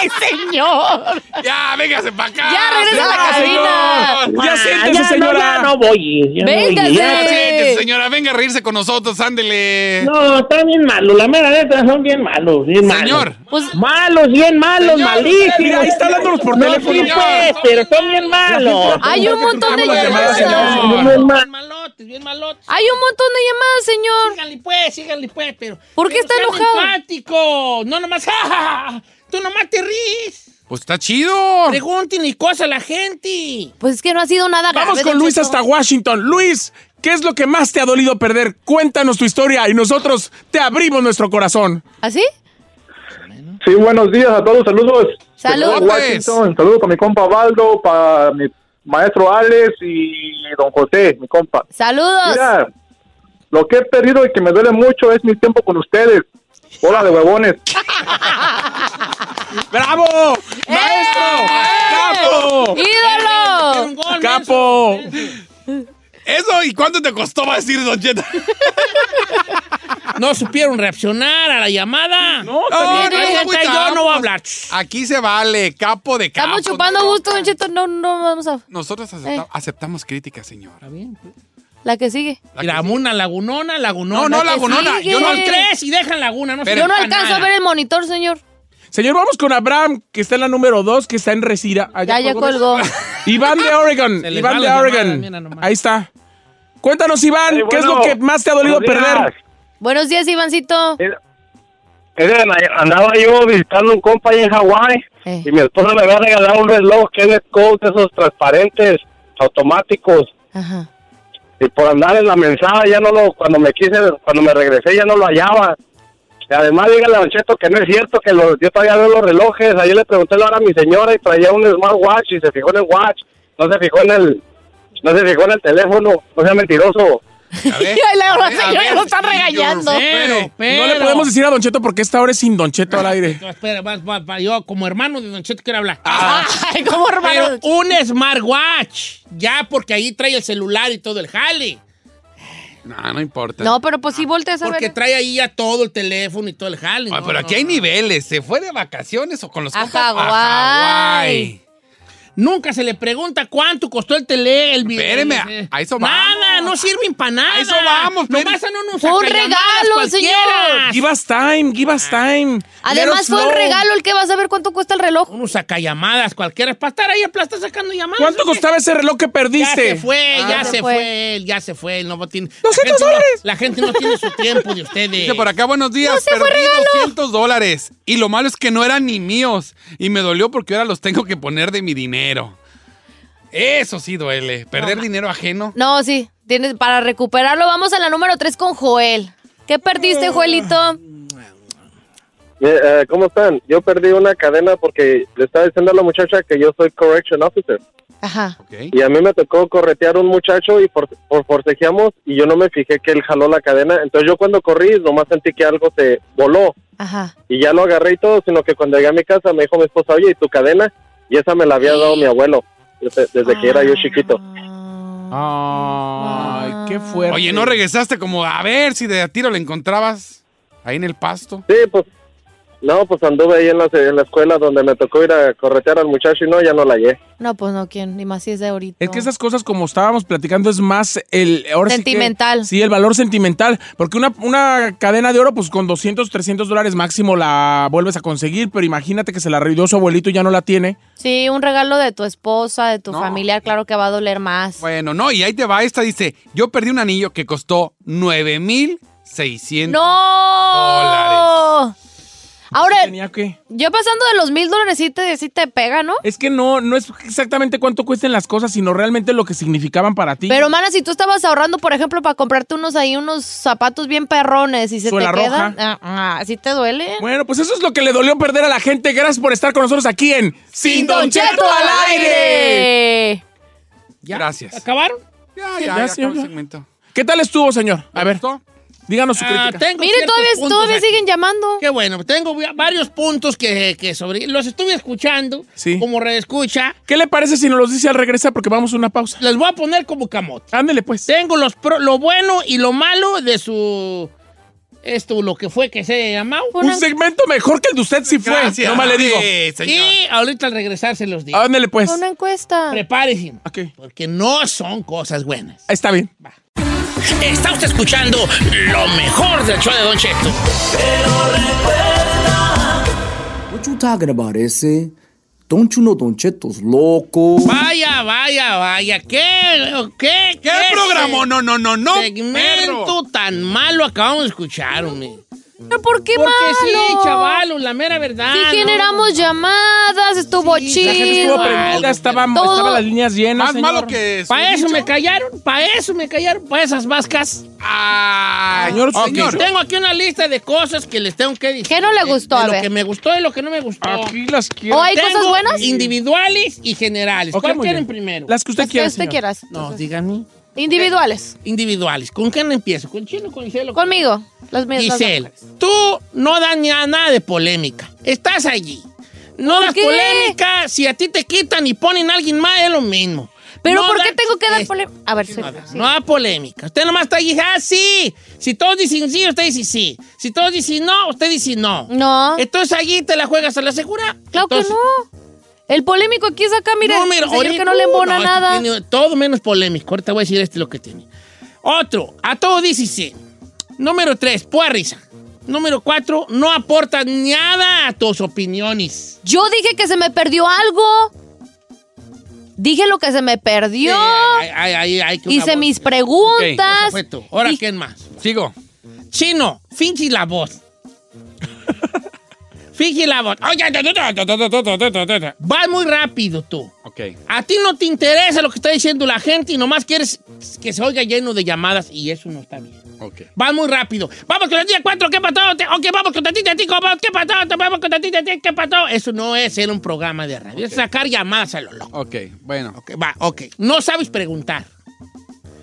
¡Ay, señor! Ya, véngase para acá. Ya, regresa a la cabina. Ah, ya no, ya no voy. ya no voy, Véngase. ya. señora, venga a reírse con nosotros, ándele. No, están bien malos, la mera neta, son bien malos, bien Señor. malos. malos, bien malos, Señor, malísimos. mira, ahí está hablándonos por No, teléfono. sí, pues, pero son bien malos. Hay un montón de llamadas. Son bien malos. Hay un montón de llamadas, señor. Síganle pues, síganle pues, pero... ¿Por qué está pero sea enojado? simpático. No nomás, ¡ja, ja, ja! Tú nomás te ríes. Pues está chido. Pregúntenle cosas a la gente. Pues es que no ha sido nada grave. Vamos con don Luis Cheto. hasta Washington. Luis, ¿qué es lo que más te ha dolido perder? Cuéntanos tu historia y nosotros te abrimos nuestro corazón. ¿Así? Sí, buenos días a todos, saludos. Saludos. Desde Washington, saludos para mi compa Valdo, para mi maestro Alex y don José, mi compa. Saludos. Mira, lo que he perdido y que me duele mucho es mi tiempo con ustedes. Hola de huevones. ¡Bravo! ¡Eh! ¡Maestro! ¡Capo! ¡Ídolo! ¡Capo! Eso, ¿y cuánto te costó va a decir, Don Cheta? No supieron reaccionar a la llamada. No, No, no, no, no, yo no voy a hablar. Aquí se vale, capo de capo. Estamos chupando Eh. gusto, Don Cheto. No, no, vamos a. Nosotros acepta- aceptamos críticas, señor. Está bien. La que sigue. La muna, lagunona, lagunona. No, no, lagunona, yo no- Son tres y dejan laguna. No Yo no alcanzo a ver el monitor, señor. Señor, vamos con Abraham, que está en la número 2, que está en Resira. Allá Ya, ya colgó. colgó. Iván de Oregon. Se les Iván va de la llamada, Oregon. mira nomás. Ahí está. Cuéntanos, Iván, Eh, ¿qué es lo bueno, que más te ha dolido buenos días. perder? Buenos días, Ivancito. Era- andaba yo visitando un compa ahí en Hawái y mi esposa me había regalado un reloj que es de Colt, esos transparentes, automáticos. Y por andar en la mensada ya no lo, cuando me quise, cuando me regresé ya no lo hallaba. Y además dígale a Don Cheto que no es cierto que los, yo todavía veo los relojes. Ayer le pregunté la hora a mi señora y traía un smartwatch y se fijó en el watch, no se fijó en el, no se fijó en el teléfono, no sea mentiroso. Ay, la Eh, a señora ver, lo está regañando. Pero, pero. Eh, No le podemos decir a Don Cheto porque esta hora es sin Don Cheto al aire. No, espera, va- va- va, yo como hermano de Don Cheto quiero hablar. Ay, como hermano. Ah. Pero un smartwatch. Ya, porque ahí trae el celular y todo el jale. No, no importa. No, pero pues sí volteas a Porque ver. trae ahí ya todo el teléfono y todo el jale. Ay, no, Ah, pero no, aquí hay niveles. ¿Se fue de vacaciones o con los A compas? A Hawái. Nunca se le pregunta cuánto costó el tele, el video. Espéreme, eh, a eso Nada, no sirven para nada. A eso vamos, No espéreme. pasan unos Fue un sacallamadas regalo, cualquiera. señor. Give us time, give us time. Let Además, us fue un know. regalo el que vas a ver cuánto cuesta el reloj. Unos sacallamadas cualquiera. Para estar ahí aplasta sacando llamadas. ¿Cuánto oye. costaba ese reloj que Ya perdiste? se fue, Ah. ya se fue. fue, él, ya se fue. él No tiene, la, 200 gente no- dólares. la gente no tiene su tiempo de ustedes. Dice por acá, buenos días, perdí 200 dólares. Y lo malo es que no eran ni míos. Y me dolió porque ahora los tengo que poner de mi dinero. Eso sí duele. Perder dinero ajeno. No, sí. Tienes, para recuperarlo, vamos a la número 3 con Joel. ¿Qué perdiste, Joelito? Eh, eh, ¿Cómo están? Yo perdí una cadena porque le estaba diciendo a la muchacha que yo soy correction officer. Ajá. Y a mí me tocó corretear un muchacho y por, por forcejeamos y yo no me fijé que él jaló la cadena. Entonces yo cuando corrí nomás sentí que algo se voló Ajá. y ya lo agarré y todo, sino que cuando llegué a mi casa me dijo mi esposa, oye, ¿y tu cadena? Y esa me la había dado mi abuelo desde, desde que era yo chiquito. Ay, qué fuerte. Oye, ¿no regresaste como a ver si de a tiro le encontrabas ahí en el pasto? Sí, pues no, pues anduve ahí en la, en la escuela donde me tocó ir a corretear al muchacho y no, ya no la hallé. No, pues no, ¿quién? Ni más si es de ahorita. Es que esas cosas, como estábamos platicando, es más el... ahora sí que- Sentimental. Sí, el valor sentimental. Porque una, una cadena de oro, pues con 200, 300 dólares máximo la vuelves a conseguir. Pero imagínate que se la revidió su abuelito y ya no la tiene. Sí, un regalo de tu esposa, de tu familiar, claro que va a doler más. Bueno, no, y ahí te va esta. Dice, yo perdí un anillo que costó 9,600. ¡No! Ahora, ¿Tenía qué? yo pasando de los mil dólares sí te, sí te pega, ¿no? Es que no, no es exactamente cuánto cuesten las cosas, sino realmente lo que significaban para ti. Pero, mana, si tú estabas ahorrando, por ejemplo, para comprarte unos ahí, unos zapatos bien perrones y se Suela te quedan, roja. ah, ah, ¿sí te duele? Bueno, pues eso es lo que le dolió perder a la gente. Gracias por estar con nosotros aquí en Sin Don Cheto al aire. Eh, Gracias. ¿Acabaron? Ya, ya, Ya, ya señor, acabó el ya. segmento. ¿Qué tal estuvo, señor? A ver, díganos su Ah, crítica. tengo Mire, ciertos todavía, puntos todavía aquí. siguen llamando. Qué bueno, tengo vi- varios puntos que, que sobre... Los estuve escuchando, Sí. como reescucha. ¿Qué le parece si nos los dice al regresar? Porque vamos a una pausa. Les voy a poner como camote. Ándele, pues. Tengo los pro- lo bueno y lo malo de su... Esto, lo que fue que se llamaba. Un segmento mejor que el de usted sí fue. Gracias. No más le digo. Sí, señor. Y ahorita al regresar se los digo. Ándele, pues. Una encuesta. Prepárese, Ok. porque no son cosas buenas. Está bien. Está usted escuchando lo mejor del show de Don Cheto. What you talking about, ese? Don't you know Don Cheto's loco? Vaya, vaya, vaya. ¿Qué, qué, este ¿Qué programa? No, no, no, no. Segmento perro. tan malo acabamos de escuchar, hombre. ¿Pero por qué Porque sí, malo? chavalos, la mera verdad. Sí ¿no? generamos llamadas, estuvo La gente chido. estuvo prendida, estaba, Todo. estaban las líneas llenas. Más señor. malo que su Pa' eso dicho. me callaron, pa' eso me callaron, pa' esas vascas. Ay, Señor, ok. señor. Tengo aquí una lista de cosas que les tengo que decir. ¿Qué no le De- gustó? de A lo ver. que me gustó y lo que no me gustó. Aquí las quiero. Oh, ¿hay cosas Tengo buenas? Individuales y generales. Ok, ¿Cuál muy quieren bien. primero? Las que usted Las que quiera. usted señor. quieras. No, díganme. Individuales. Individuales. ¿Con quién empiezo? ¿Con Chino o con Gisela? Conmigo. Las mías. las Gisela, dos. tú no das ni a nada de polémica. Estás allí. No ¿Por das qué? polémica. Si a ti te quitan y ponen a alguien más, es lo mismo. Pero No ¿por qué da- tengo que dar es- polémica? A ver, sí, No, da- sí. no da polémica. Usted nomás está allí, ah, sí. Si todos dicen sí, usted dice sí. Si todos dicen no, usted dice no. No, Entonces allí te la juegas a la segura. claro Entonces- que no. El polémico aquí es acá, mire. No, el mira, señor ahorita- que no le embona no, este nada. tiene todo menos polémico. Ahorita voy a decir este lo que tiene. Otro, a todo dice sí. Número tres, pura risa. Número cuatro, no aporta nada a tus opiniones. Yo dije que se me perdió algo. Dije lo que se me perdió. Ay, ay, ay, ay, que una hice voz. mis Ok, preguntas. esa fue tú. Ahora, ¿quién más? Sigo. Chino, finge la voz. finge la voz. Oye, ta, ta, ta, ta, ta, ta, ta, ta, ta, ta. Vas muy rápido tú. Ok. A ti no te interesa lo que está diciendo la gente y nomás quieres que se oiga lleno de llamadas y eso no está bien. Ok. Vas muy rápido. Vamos con la tía 4, ¿qué pasó? Te- Ok, vamos con la tía 5, vamos, ¿qué pasó? Vamos con la tía 10, ¿qué pasó? Eso no es ser un programa de radio, es sacar llamadas a lo loco. Ok, bueno. Ok, va, ok. No sabes preguntar.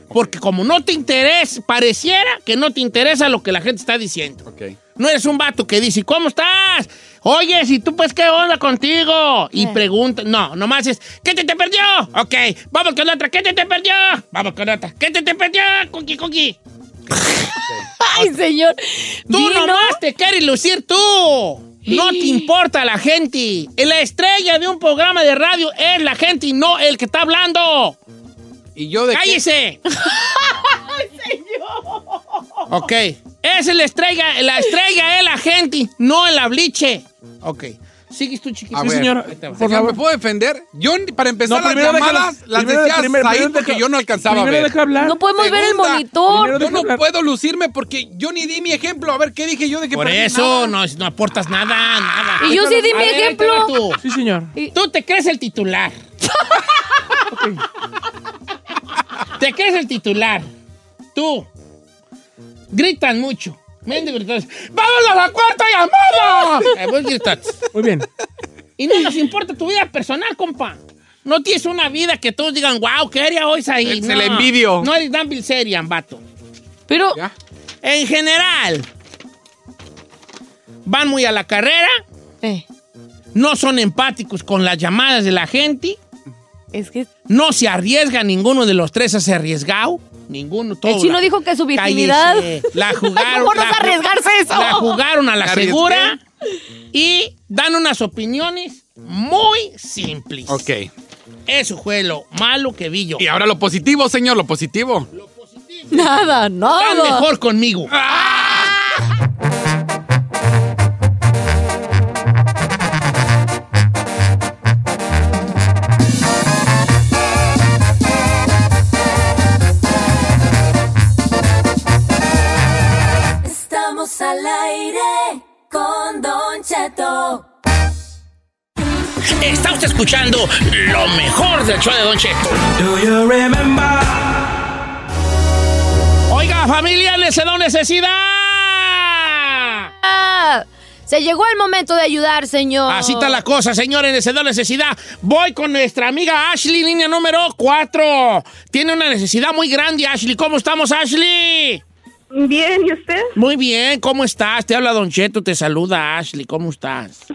Porque como no te interesa, pareciera que no te interesa lo que la gente está diciendo. Ok. No eres un vato que dice, ¿cómo estás? Oye, si tú pues, ¿qué onda contigo? Y pregunta, no, nomás es, ¿qué te, te perdió? Ok, vamos con otra, ¿qué te, te perdió? Vamos con otra, ¿qué te, te perdió? Cookie, cookie. Ay, señor. Tú nomás te quieres lucir tú. No te importa la gente. La estrella de un programa de radio es la gente y no el que está hablando. ¿Y yo de ¡Cállese! Ok. Esa es la estrella. La estrella es la gente, no el abliche. Ok. Sigues tú, chiquito. A ver, Señor, ¿me puedo defender? Yo, ni- para empezar, No, las primero déjalo, llamadas las primero- decía primero- Said primero porque deja- yo no alcanzaba a primero ver. deja hablar. No podemos ver el monitor. Primero Yo deja no hablar. puedo lucirme porque yo ni di mi ejemplo. A ver, ¿qué dije yo de que Por perdí eso no, no aportas nada, nada. Y yo sí di A mi ver, ahí te ejemplo. va tú. Sí, señor. Tú te crees el titular. Te crees el titular. Tú. Gritan mucho. Mendigo gritones. ¡Vamos a la cuarta llamada! Eh, vos gritas. Muy bien. Y no nos importa tu vida personal, compa. No tienes una vida que todos digan, wow, ¿qué haría hoy ahí? Se le envidio. No eres Dan Bilzerian, vato. Pero, en general, van muy a la carrera. Eh. No son empáticos con las llamadas de la gente. Es que No se arriesga ninguno de los tres a ser arriesgado. Ninguno, todo. el chino la- dijo que su virginidad. Cállese. La jugaron. ¿Cómo no la- es arriesgarse eso? La jugaron a la Me arriesgué. segura y dan unas opiniones muy simples. Ok. Eso fue lo malo que vi yo. Y ahora lo positivo, señor, lo positivo. Nada, nada. Están mejor conmigo. Estamos al aire con Don Cheto. Está usted escuchando lo mejor del show de Don Cheto. Oiga, familia, les da necesidad. Ah, Se llegó el momento de ayudar, señor. Así está la cosa, señores, les da necesidad. Voy con nuestra amiga Ashley, línea número 4. Tiene una necesidad muy grande, Ashley. ¿Cómo estamos, Ashley? Bien, ¿y usted? Muy bien, ¿cómo estás? Te habla Don Cheto, te saluda Ashley, ¿cómo estás?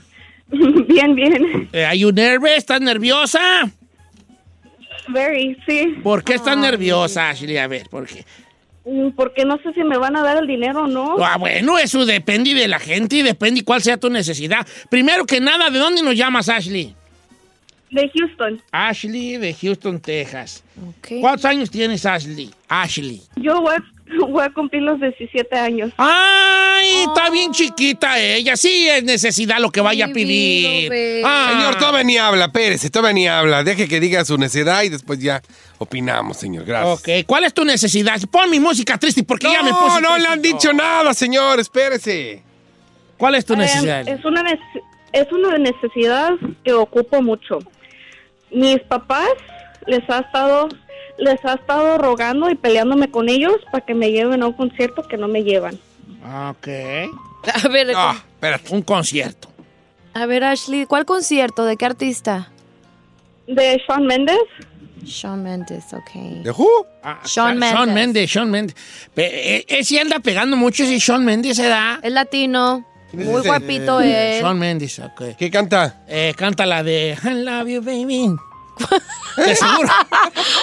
Bien, bien. Eh, ¿Are you nervous? ¿Estás nerviosa? Very, sí. ¿Por qué estás nerviosa, Ashley? A ver, ¿por qué? Mm, Porque no sé si me van a dar el dinero o no. Ah, bueno, eso depende de la gente y depende cuál sea tu necesidad. Primero que nada, ¿de dónde nos llamas, Ashley? De Houston. Ashley de Houston, Texas. ¿Cuántos años tienes, Ashley? Ashley. Yo voy a, voy a cumplir los 17 años. ¡Ay! Está bien chiquita ella. Sí es necesidad lo que vaya a pedir. Ah, Señor, todavía ni habla, Pérez, todavía ni habla. Deje que diga su necesidad y después ya opinamos, señor. Gracias. Ok, ¿cuál es tu necesidad? Pon mi música triste porque ya me No, puse no triste. le han dicho nada, señor, espérese. ¿Cuál es tu Eh, necesidad? Es una, nece- es una necesidad que ocupo mucho. Mis papás les ha estado les ha estado rogando y peleándome con ellos para que me lleven a un concierto que no me llevan. Ah, Ok. Ah, A ver, espérate. Un concierto. a ver, Ashley, ¿cuál concierto? ¿De qué artista? De Shawn Mendes. Shawn Mendes, ok. ¿De who? Shawn Mendes. Sean Ah, Mendes, Sean Mendes. Pe- eh, Ese anda pegando mucho ese Sean Mendes, se da. Es latino. es Muy ese? guapito él. Sean Mendes, ok. Eh, ¿Qué canta? canta la de I love you, baby. De seguro,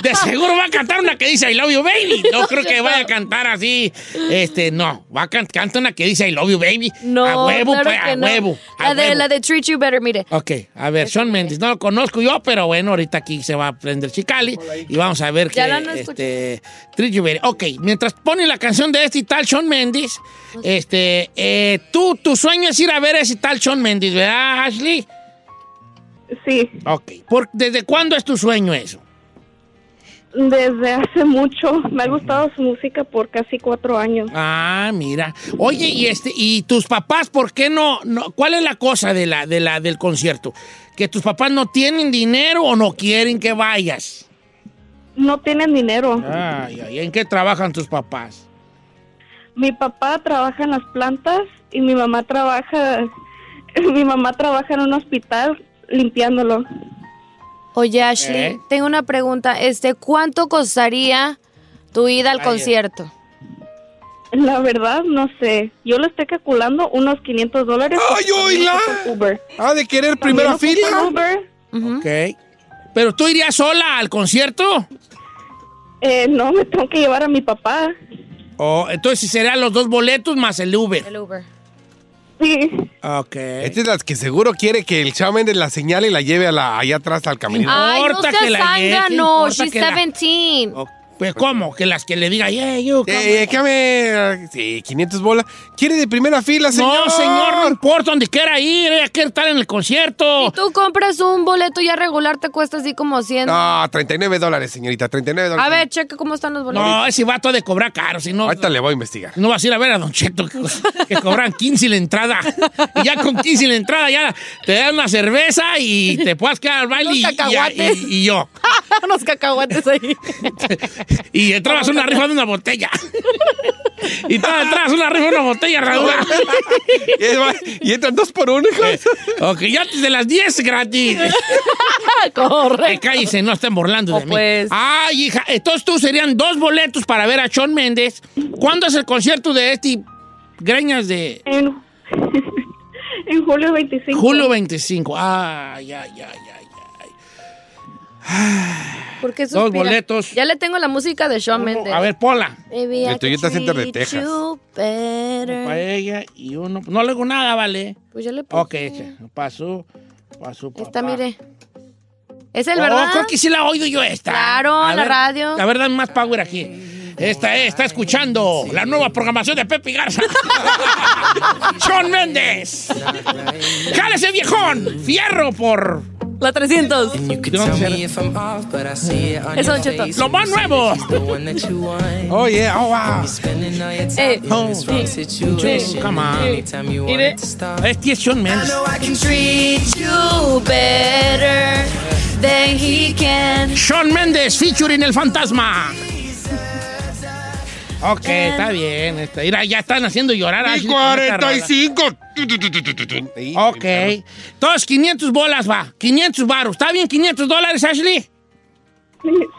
de seguro va a cantar una que dice I love you, baby. No creo que vaya a cantar así. Este, no. Va a can- canta una que dice I love you, baby. No, a huevo, claro pues, que a no. huevo. a La de, huevo. Oh. la de Treat You Better, mire. Ok, a ver, Sean Mendes, no lo conozco yo, pero bueno, ahorita aquí se va a prender Chicali y vamos a ver Ya qué la no este, Treat You Better. Ok, mientras pone la canción de este y tal Sean Mendes, este, eh, tú, tu sueño es ir a ver a ese tal Sean Mendes, ¿verdad, Ashley? Sí. Ok. ¿Por- ¿Desde cuándo es tu sueño eso? Desde hace mucho. Me ha gustado su música por casi cuatro años. Ah, mira. Oye, y este, y tus papás, ¿por qué no, no? ¿Cuál es la cosa de la, de la, del concierto? ¿Que tus papás no tienen dinero o no quieren que vayas? No tienen dinero. Ay, ay, ¿en qué trabajan tus papás? Mi papá trabaja en las plantas y mi mamá trabaja, mi mamá trabaja en un hospital limpiándolo. Oye, Ashley, ¿Eh? tengo una pregunta. Este, ¿cuánto costaría tu ida al Vaya. concierto? La verdad, no sé. Yo lo estoy calculando unos 500 dólares. ¡Ay, oíla! Uber. Ah, de querer primera También ocupan fila. Uber. Ok. ¿Pero tú irías sola al concierto? Eh, no, me tengo que llevar a mi papá. O Oh, entonces serán los dos boletos más el Uber. El Uber. Sí. Ok. Esta es la que seguro quiere que el chavo Méndez la señale y la lleve a la, allá atrás al camino. Ay, no importa que seas la sanga, llegue, no. importa She's que la- 17. Pues, ¿cómo? Que las que le diga, yeah, yo. Eh, eh, cámara, sí, 500 bolas. ¿Quiere de primera fila, señor? No, señor, no importa donde quiera ir, ella quiere estar en el concierto. Tú compras un boleto ya regular, te cuesta así como 100. No, 39 dólares, señorita, 39 dólares. A ver, checa cómo están los boletos. No, ese vato ha de cobrar caro, si no. Ahorita le voy a investigar. No vas a ir a ver a Don Cheto, que, que cobran 15 la entrada. Y ya con 15 la entrada, ya te dan una cerveza y te puedes quedar al baile Unos y, y- cacahuates. y- y yo. Unos cacahuates ahí. Y entrabas una rifa de una botella. Y tra- atrás una rifa de una botella, Raúl. y entran dos por uno, Eh, Ok, ya antes de las 10 gratis. Correcto. Eh, cállese, no estén burlando Oh, de mí. pues. Ay, hija, entonces tú serían dos boletos para ver a Sean Méndez. ¿Cuándo es el concierto de este Greñas de En, en julio 25. julio 25? Ay, ay, ay, ay. ¿Por qué Dos suspira? boletos. Ya le tengo la música de Shawn Mendes. A ver, ponla. Baby, I De can Toyota Center de treat Texas. you better. Para ella y uno. No le hago nada, ¿vale? Pues ya le puse. Ok, echa. pasó, pasó. Esta, mire. Es el Oh, verdad. creo que sí la he oído yo esta. Claro, A en la ver, radio. A ver, dame más power aquí. Esta es, está escuchando la nueva programación de Pepe Garza. Sean Méndez. ¡Jálese, viejón! ¡Fierro por... La 300. Es Don Cheto. ¡Lo más nuevo! Oh, yeah. Oh, wow. Eh, Oh, sí. Come on. Mire. Este es Sean Mendes. Treat you better than he can. Sean Méndez featuring el fantasma. Ok, está bien. Está. Mira, ya están haciendo llorar a Y Ashley con esta rola. 45. Ok. Todos 500 bolas va. 500 baros. ¿Está bien 500 dólares, Ashley?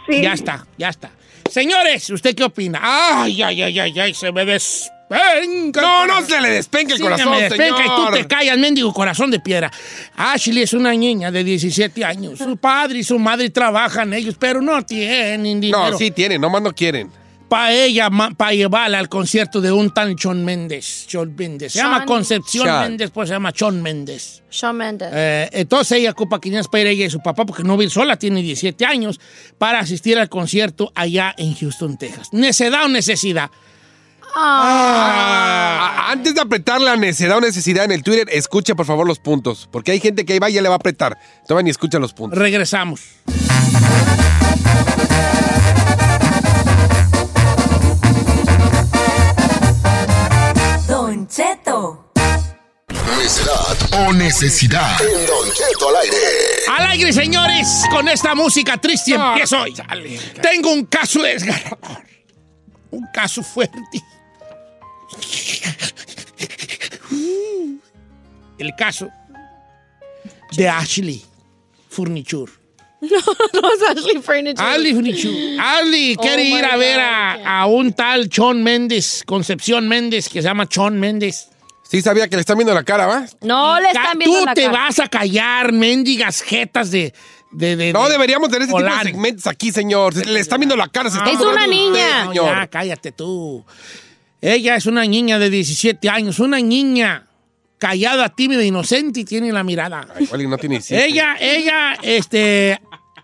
Sí. Ya está, ya está. Señores, ¿usted qué opina? Ay, ay, ay, ay, ay, se me despenca. No, no se le despenca el Sí, corazón, se me despenca señor. y tú te callas, mendigo corazón de piedra. Ashley es una niña de 17 años. Su padre y su madre trabajan ellos, pero no tienen dinero. No, sí tienen, nomás no quieren. Para ella, para llevarla al concierto de un tal Sean Méndez. Sean Méndez. Se Sean. llama Concepción Sean. Méndez, pues se llama Sean Méndez. Shawn Mendes. Eh, entonces ella ocupa 500 para ir ella y su papá, porque no vive sola, tiene 17 años, para asistir al concierto allá en Houston, Texas. ¿Necedad o necesidad? Ah, antes de apretar la necesidad o necesidad en el Twitter, escucha por favor los puntos. Porque hay gente que ahí va y ya le va a apretar. Toma y escucha los puntos. Regresamos. Don Cheto. Necesidad o necesidad. En Don Cheto al aire. Al aire, señores, con esta música triste empiezo hoy. Tengo un caso desgarrador. Un caso fuerte. El caso de Ashley Furniture. No, no es Ashley Furniture. Ashley Furniture. Ashley Oh quiere my ir a God. ver a, a un tal Sean Méndez, Concepción Méndez, que se llama Sean Méndez. Sí sabía que le están viendo la cara, ¿va? No le Ca- están viendo Tú la te cara. vas a callar, mendigas jetas de... de, de- No de- deberíamos tener este tipo Hola. de segmentos aquí, señor. Se- Le están viendo la cara. se están Es burlando una de usted, niña. señor. No, ya, cállate tú. Ella es una niña de 17 años, una niña callada, tímida, inocente y tiene la mirada. Igual y no tiene idea. Ella, ella, este,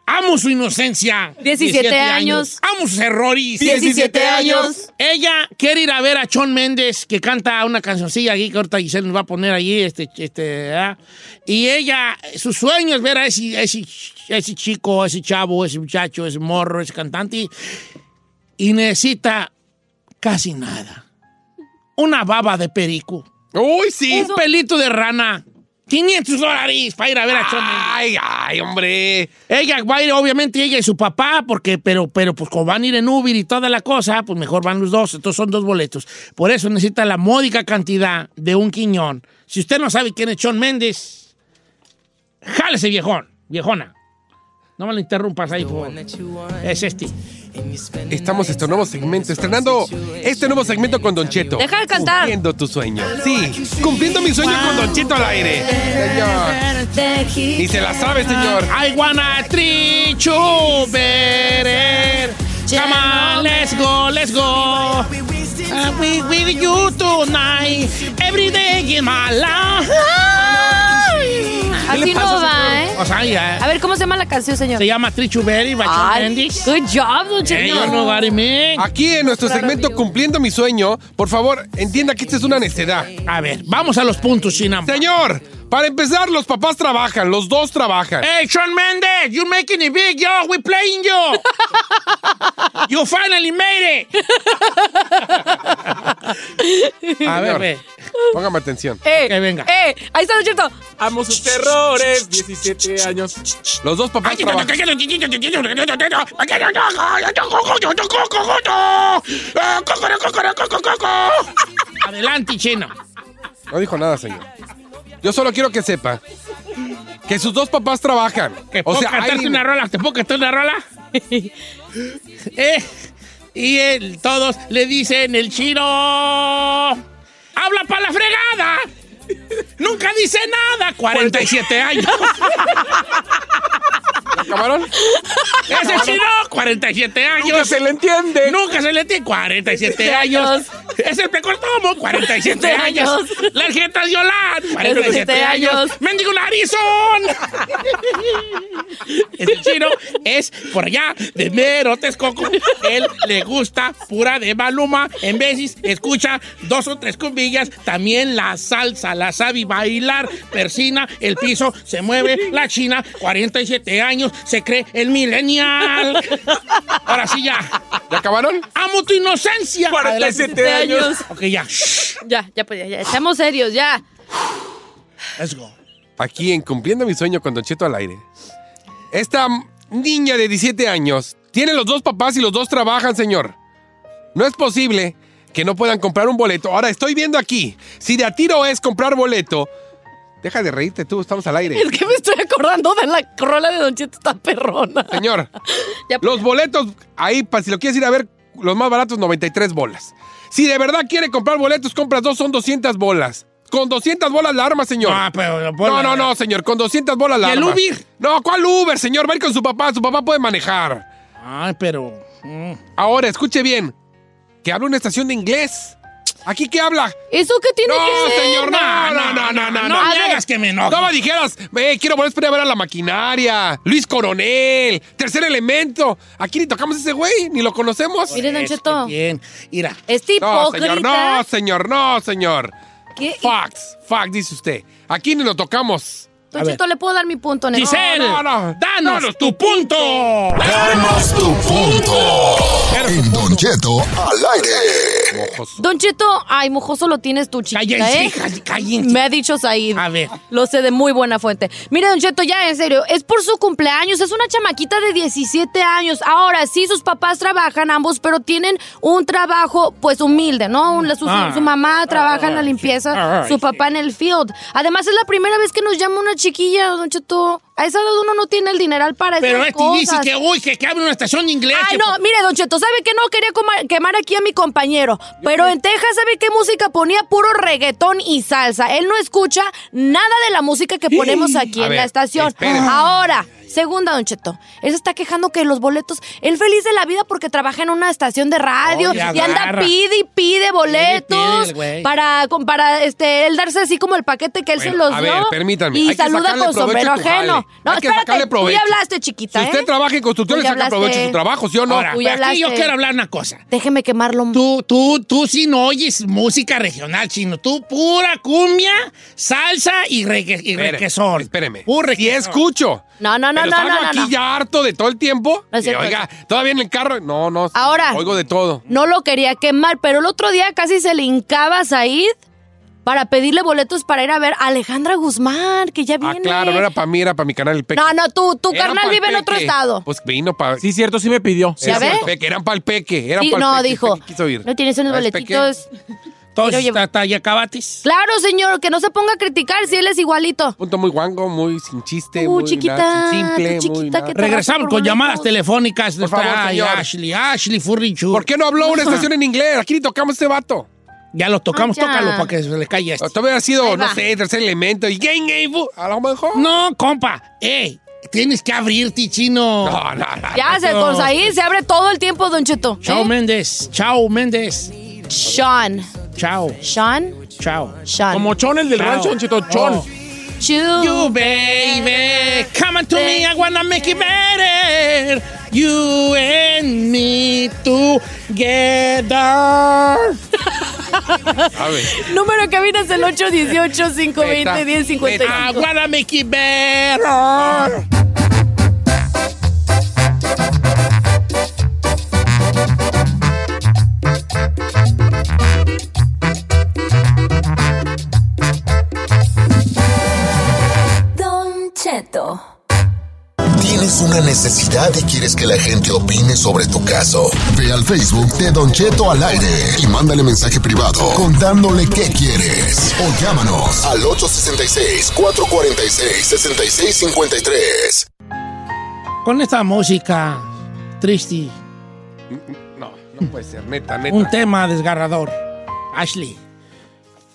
Amo su inocencia. 17 años. Amo sus errores. 17 años. Ella quiere ir a ver a Chon Méndez, que canta una cancioncilla aquí, que ahorita Giselle nos va a poner allí, este, este, ¿verdad? Y ella, su sueño es ver a ese, ese, ese chico, ese chavo, ese muchacho, ese morro, ese cantante. Y necesita casi nada. Una baba de perico. ¡Uy, sí! Un pelito de rana. 500 dólares para ir a ver a Chon Méndez. Ay, ay, hombre. Ella va a ir, obviamente, ella y su papá, porque, pero, pero, pues como van a ir en Uber y toda la cosa, pues mejor van los dos. Entonces son dos boletos. Por eso necesita la módica cantidad de un quiñón. Si usted no sabe quién es Chon Méndez, jálese, viejón, viejona. No me lo interrumpas ahí, por favor. Es este. Estamos en este nuevo segmento, estrenando este nuevo segmento con Don Cheto. Deja de cantar. Cumpliendo tu sueño. Sí, cumpliendo mi sueño con Don Cheto al aire. Señor. Ni se la sabe, señor. I wanna treat you better. Come on, let's go, let's go. I'm with, with you tonight. Every day in my life. Así ¿Qué le no pasa, va, señor? ¿eh? O sea, ya. A ver, ¿cómo se llama la canción, señor? Se llama Trichu Berry by Shawn Ay, Mendes. Good job, don Hey, Cheto. you know what I mean. Aquí en nuestro segmento Cumpliendo mi sueño, por favor, entienda que esta es una necedad. A ver, vamos a los puntos, Shinam. Señor, para empezar, los papás trabajan, los dos trabajan. Hey, Shawn Mendes, you making it big, yo. We playing yo. you finally made it. a ver, Señor, ve. Póngame atención. Eh, Ok, venga. eh, ahí está don Cheto. Amo sus terrores, 17 años. Los dos papás trabajan. Adelante, chino. No dijo nada, señor. Yo solo quiero que sepa que sus dos papás trabajan. ¿Te O puedo sea, cantarte hay- una rola? ¿Te puedo cantar una rola? Eh, y él, todos le dicen el chino. ¡Habla para la fregada! ¡Nunca dice nada! 47 años. acabaron. ¡Ese chino! 47 años. Nunca se le entiende. Nunca se le tiene 47 años. Es el precortomo, 47 años. La tarjeta de Yolanda, 47 47 años. años. ¡Mendigo narizón! El chino es por allá de mero Texcoco. Él le gusta pura de Maluma. En veces escucha dos o tres cumbillas. También la salsa, la sabe bailar. Persina, el piso se mueve. La china, 47 años, se cree el millennial. Ahora sí ya. ¿Ya acabaron? Amo tu inocencia. 47 Adelante. años. Ok, ya. Shh, Ya, ya, pues ya, ya. Estamos serios, ya. Let's go. Aquí en Cumpliendo mi sueño con Don Cheto al aire. Esta niña de 17 años tiene los dos papás y los dos trabajan, señor. No es posible que no puedan comprar un boleto. Ahora estoy viendo aquí. Si de a tiro es comprar boleto, deja de reírte tú, estamos al aire. Es que me estoy acordando de la rola de don Cheto, está perrona. Señor, Ya, pues, los boletos ahí, para si lo quieres ir a ver, los más baratos, 93 bolas. Si de verdad quiere comprar boletos, compras dos, son 200 bolas. Con 200 bolas la arma, señor. No, Ah, pero- No, no, no, señor, con 200 bolas la ¿Y el arma. Uber? No, ¿cuál Uber, señor? Va a ir con su papá, su papá puede manejar. Ay, pero. mm. Ahora, escuche bien, que habla una estación de inglés. ¿Aquí qué habla? ¿Eso qué tiene No, que ver? señor, no, no, no, no, no. No no. me hagas que me enoje. No me dijeras, eh, quiero boletos para ir a ver a la maquinaria, Luis Coronel, tercer elemento. Aquí ni tocamos ese güey, ni lo conocemos. Mire, don Es que Cheto. Bien. Mira. Este No, hipócrita. señor, no, señor, no, señor. ¿Qué? Fax, fax, dice usted. Aquí ni lo tocamos. Don A ver. Cheto, le puedo dar mi punto, neta? Giselle, no, no. danos Danos tu punto. Danos tu punto. En Don Cheto al aire. Don Cheto, ay, mojoso lo tienes tú, chiquita, Cállense, ¿eh? ja- cállense. Me ha dicho Said. A ver. Lo sé de muy buena fuente. Mire, Don Cheto, ya en serio, es por su cumpleaños. Es una chamaquita de 17 años. Ahora sí, sus papás trabajan ambos, pero tienen un trabajo, pues humilde, ¿no? Un- su, Ah. su mamá trabaja en la Alright, limpieza, alright, su papá en el field. Además, es la primera vez que nos llama una chiquilla, Don Cheto. A esa edad uno no tiene el dineral para Pero esas este dice cosas. que, uy, que, que abre una estación de inglés. Ay, que- pues. no, mire, Don Cheto, ¿sabe que no quería coma- quemar aquí a mi compañero? Pero en Texas, ¿sabe qué música ponía? Puro reggaetón y salsa. Él no escucha nada de la música que ponemos aquí A en ver, la estación. espérese. Ahora, Segunda, Don Cheto, él se está quejando que los boletos, él feliz de la vida porque trabaja en una estación de radio Oye, y anda agarra. pide y pide boletos el güey. para, con- para este, él darse así como el paquete que él se Bueno, los a dio. ver, permítame, hay Y que saluda sacarle con provecho sombrero a tu jale. ajeno. No, Hay que espérate, sacarle tú provecho. ya hablaste, chiquita, Si ¿eh? usted trabaja en construcción, Tú le ya saca provecho a hablaste. su trabajo, ¿sí o no? Tú Ahora, ya pero Pues aquí yo hablaste. quiero hablar una cosa. Déjeme quemarlo. Tú, tú, tú sí no oyes música regional, chino. Tú pura cumbia, salsa y, reque, y Espéreme, requesón. Espéreme. Pura Y requesón. escucho. No, no, no, Pero no, salgo no, no, aquí no. ya harto de todo el tiempo. No es Y, cierto, oiga, todavía en el carro. No, no. Ahora. Oigo de todo. No lo quería quemar, pero el otro día casi se le hincaba a Said para pedirle boletos para ir a ver a Alejandra Guzmán, que ya viene. Ah, claro, no era para mí, era para mi canal El Peque. No, no, tú, tu Eran carnal pa'l vive en otro Peque. estado. Pues vino para. Sí, cierto, sí me pidió. ¿Ya ve? Eran para el Peque. Eran Sí, pa'l no, Peque, dijo, el Peque quiso ir. No tienes unos ¿Sabes, boletitos. Entonces, tata, ya acabatis. Claro, señor, que no se ponga a criticar si él es igualito. Punto muy guango, muy sin chiste. Uh, muy chiquita, nada, sin simple, tú muy chiquita nada. que te Regresamos con llamadas telefónicas. Por favor, Ay, señor. Ashley, Ashley Furrichu. ¿Por qué no habló una estación en inglés? Aquí ni tocamos a este vato. Ya lo tocamos, Ah, ya. tócalo para que se este. le calle esto. Esto hubiera Ahí sido, no va. sé, tercer elemento. Y gang, gang, bu- a lo mejor. No, compa. Ey, tienes que abrirte, chino. No, no, no. Ya, se, con Said se abre todo el tiempo, Don Cheto. ¿eh? Chao, Méndez. Chao, Méndez. Sean. Chao. Sean. Chao. Sean. Como Chon, el del Chao. rancho, Don Cheto, Chon. Oh. You, baby, coming to me, I wanna make it better. You and me together. A ver. Número que viene es el 818-520-1055. I wanna make it better. Don Cheto. Tienes una necesidad y quieres que la gente opine sobre tu caso. Ve al Facebook de Don Cheto al aire y mándale mensaje privado contándole qué quieres. O llámanos al 866-446-6653. Con esta música triste, Mm, No, no puede ser, neta, neta. un tema desgarrador. Ashley,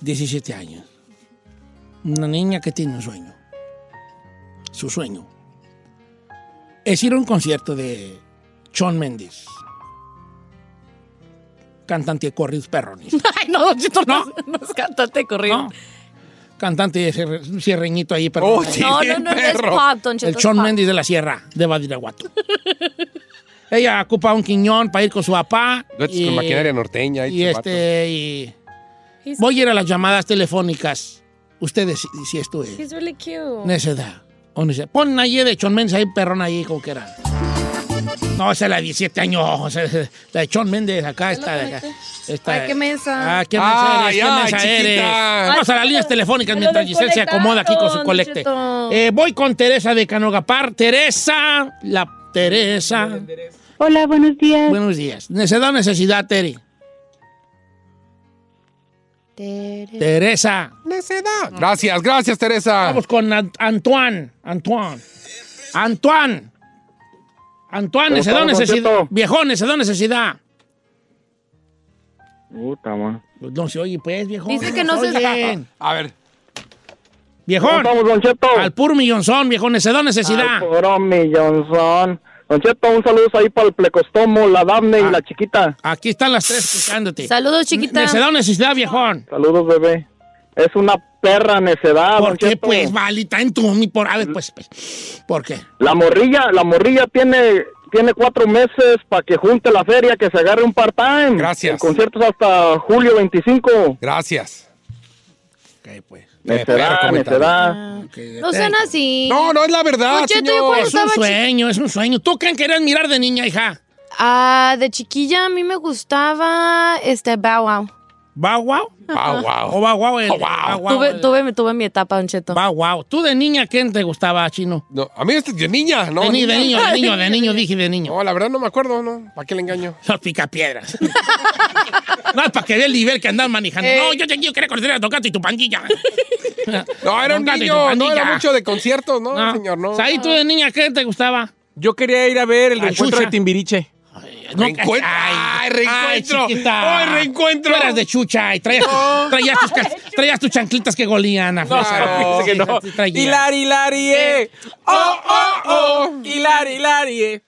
17 años. Una niña que tiene un sueño. Su sueño es ir a un concierto de Sean Mendes. Cantante de corridos perrones. Ay, no, Don Cheto, no, no es cantante corrido. Cantante de cierre- un cierreñito ahí, pero. Oh, sí, No, no, no, no, es perro. pop, Don Cheto, El es Sean pop. Mendes de la Sierra, de Badiraguato. Ella ocupa un quiñón para ir con su papá. Duetos pues, con maquinaria norteña. Y este. y- Voy a ir a las llamadas telefónicas. Ustedes, si, si esto es. He's really cute. Necedad. o necedad. Pon ahí de Chon Mendes, ahí perrón ahí, como que era. No, esa es la de 17 años. o sea, la de Chon Mendes, acá está. esta- Ay, qué mensa. Ah, qué Ay, mensa eres, qué ay, mensa chiquita. eres. Ay, Vamos a las líneas telefónicas me lo mientras Giselle se acomoda aquí con su desconectaron, colecte. Don Cheto. Eh, voy con Teresa de Canogapar. Teresa, la Teresa. Hola, buenos días. Buenos días. Necedad o necesidad, Teri. Teresa. Necedad. Gracias, gracias, Teresa. Vamos con An- Antoine. Antoine. Antoine. Antoine, ¿Cómo se da estamos, Don necesidad. Cheto? Viejón, se da necesidad. Puta, man. Pues No se oye, pues, viejón. Dice que no se- oyen. A ver. Viejón. ¿Cómo estamos, Don Cheto? Al puro millonzón, viejón, se da necesidad. Al puro millonzón. Don Cheto, un saludo ahí para el plecostomo, la Dafne y la chiquita. Ah, Aquí están las tres escuchándote. Saludos, chiquita. Se da necesidad, viejón. Saludos, bebé. Es una perra necedad, ¿Por Don qué, Cheto. pues, valita en tu mi por... A ver, pues, pues, ¿por qué? La morrilla, la morrilla tiene, tiene cuatro meses para que junte la feria, que se agarre un part-time. Gracias. El concierto es hasta julio 25. Gracias. pues. perro Necedad, comentario. necedad. Ah. No sean así. No, no, es la verdad, Don Cheto, Pues señor. yo cuando Es un estaba chi- Sueño, es un sueño. ¿Tú qué querías mirar de niña, hija? Ah, de chiquilla a mí me gustaba este Bow Wow. ¿Va guau? Bow ¿O va Ah. Oh, guau? Oh, el- va guau tuve, el- tuve, tuve mi etapa, Don Cheto. Va guau. ¿Tú de niña quién te gustaba, Chino? No, a mí este es de niña, ¿no? de, ni- de niño, de niño, de niño, dije de niño. No, la verdad no me acuerdo, ¿no? ¿Para qué le engaño? Los picapiedras. no, es para que vea el nivel que andan manejando. Eh. No, yo te quiero querer conocer a Tocato y tu pandilla. No, era un Nunca te niño, tocó, no era niña. mucho de conciertos, ¿no, No. señor? No. Ahí tú de niña, ¿qué te gustaba? Yo quería ir a ver el La encuentro chucha. de Timbiriche. No, Reencuentro. ay, Ay, reencuentro. ay, chiquita. Ay, reencuentro. Tú eras de chucha y traías, traías tus, cal- traías tus chanclitas que golían. a No, fresa. fíjese que no. Sí, traías. Hilari, hilari, eh. Oh, oh, oh. Hilari, hilari, eh.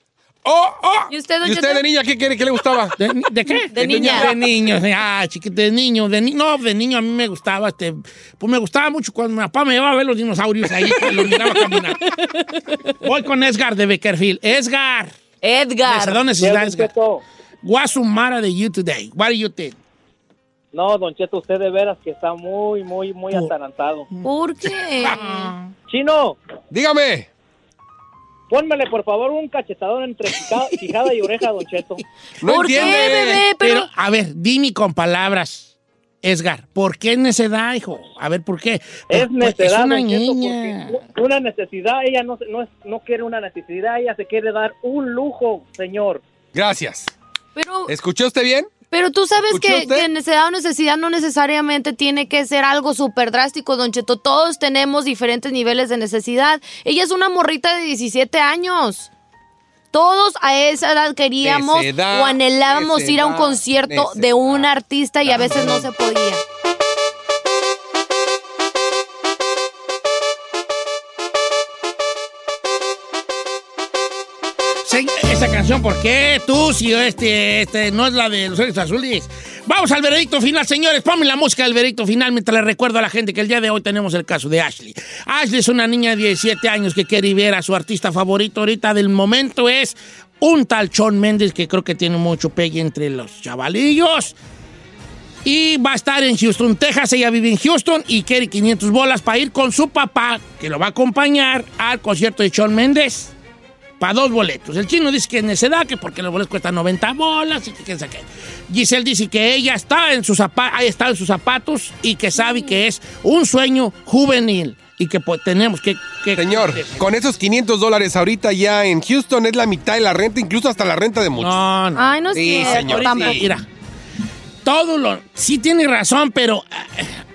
Oh, oh. ¿Y usted, ¿Y usted de niña qué quiere? ¿Qué le gustaba? ¿De, de qué? De niña. De niño, sí. ah, chiquito, de niño, de niño. No, de niño a mí me gustaba, este, pues me gustaba mucho cuando mi papá me llevaba a ver los dinosaurios ahí, que los miraba caminar. Voy con Edgar de Beckerfield. Edgar. Edgar. Perdón, necesidad, Edgar. What's the matter de you today? What do you think? No, Don Cheto, usted de veras que está muy, muy, muy atarantado. ¿Por qué? Chino, Dígame. pónmele por favor un cachetadón entre fica- fijada y oreja, Don Cheto. ¿Por qué, bebé? Pero... a ver, dime con palabras, Edgar, ¿por qué necedad, hijo? A ver, ¿por qué? Es Pues, pues, necesidad, es una Don Cheto, niña. porque una necesidad, ella no, no, es- no quiere una necesidad, ella se quiere dar un lujo, señor. Gracias. Pero, ¿Escuchó usted bien? pero tú sabes ¿Escuchó que, usted? que necesidad o necesidad no necesariamente tiene que ser algo súper drástico, Don Cheto. Todos tenemos diferentes niveles de necesidad. Ella es una morrita de 17 años. Todos a esa edad queríamos Necedad, o anhelábamos ir a un necedad, concierto de un artista y a veces no se podía. Sí, esa canción, ¿por qué? Tú, si este, este no es la de los Ojos Azules. Vamos al veredicto final, señores. Ponme la música del veredicto final mientras le recuerdo a la gente que el día de hoy tenemos el caso de Ashley. Ashley es una niña de 17 años que quiere ver a su artista favorito ahorita del momento. Es un tal Shawn Méndez que creo que tiene mucho pegue entre los chavalillos. Y va a estar en Houston, Texas. Ella vive en Houston y quiere 500 bolas para ir con su papá, que lo va a acompañar al concierto de Shawn Méndez para dos boletos. El chino dice que es necedad, que porque los boletos cuestan 90 bolas y que quién sabe qué. Giselle dice que ella está en sus zapatos, está en sus zapatos y que sabe que es un sueño juvenil y que pues, tenemos que, que- Señor, con esos 500 dólares ahorita ya en Houston es la mitad de la renta, incluso hasta la renta de muchos. No, no. Ay, no es Sí, cierto, señor, tampoco. sí. Mira, todo lo sí tiene razón, pero ah,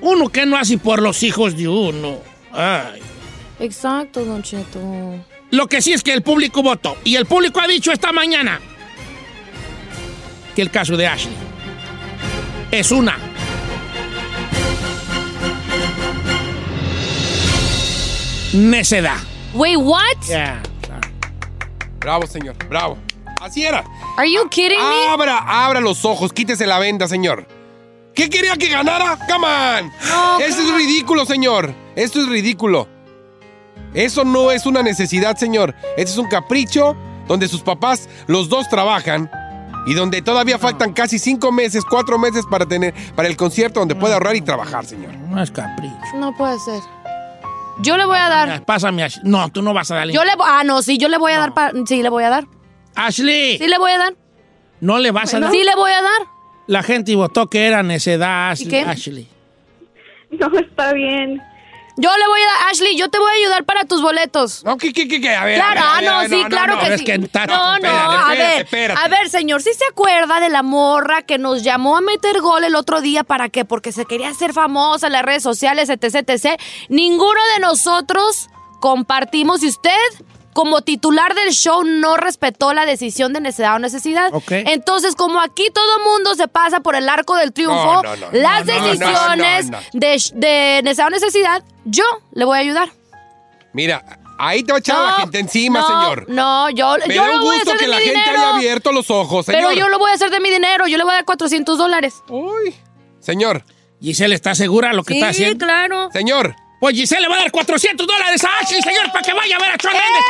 uno que no hace por los hijos de uno. Ay. Exacto, Don Cheto. Lo que sí es que el público votó. Y el público ha dicho esta mañana que el caso de Ashley es una. Necedad. Wait, what? Yeah. Bravo, señor, bravo. Así era. Are you kidding me? Abra, abra los ojos, quítese la venda, señor. ¿Qué quería que ganara? Come on. Eso es ridículo, señor. Esto es ridículo. Eso no es una necesidad, señor. Este es un capricho donde sus papás, los dos trabajan y donde todavía faltan casi cinco meses, cuatro meses para tener para el concierto donde puede ahorrar y trabajar, señor. No es capricho. No puede ser. Yo le voy a dar. Pásame a Ashley. No, tú no vas a darle. Yo le vo- Ah, no, sí, yo le voy a dar. pa- Sí, le voy a dar. Ashley, Sí, le voy a dar. no le vas a dar. Sí, le voy a dar. La gente votó que era necedad, Ashley. qué? Ashley. No, está bien. Yo le voy a dar, Ashley, yo te voy a ayudar para tus boletos. No, que, que, que, a ver. Claro, a ver, a ah, ver, a no, ver, sí, no, claro no, que no, es sí. que está- no, no, espérate, a ver. espérate. A ver, señor, ¿sí se acuerda de la morra que nos llamó a meter gol el otro día? ¿Para qué? Porque se quería hacer famosa en las redes sociales, etc, etc. Ninguno de nosotros compartimos y usted... Como titular del show no respetó la decisión de necesidad o necesidad. Ok. Entonces, como aquí todo mundo se pasa por el arco del triunfo, No, no, no, las no, no, no, decisiones no, no. De, de necesidad o necesidad, yo le voy a ayudar. Mira, ahí te va a echar la gente encima, no, señor. No, yo, Me yo da lo un voy a gusto hacer que de la mi gente dinero. haya abierto los ojos, señor. Pero yo lo voy a hacer de mi dinero. Yo le voy a dar 400 dólares. Uy. Señor. Giselle, ¿está segura lo que Sí, está haciendo? claro. Señor. Pues Giselle le va a dar 400 dólares a Ashley, señor, para que vaya a ver a Shawn Mendes.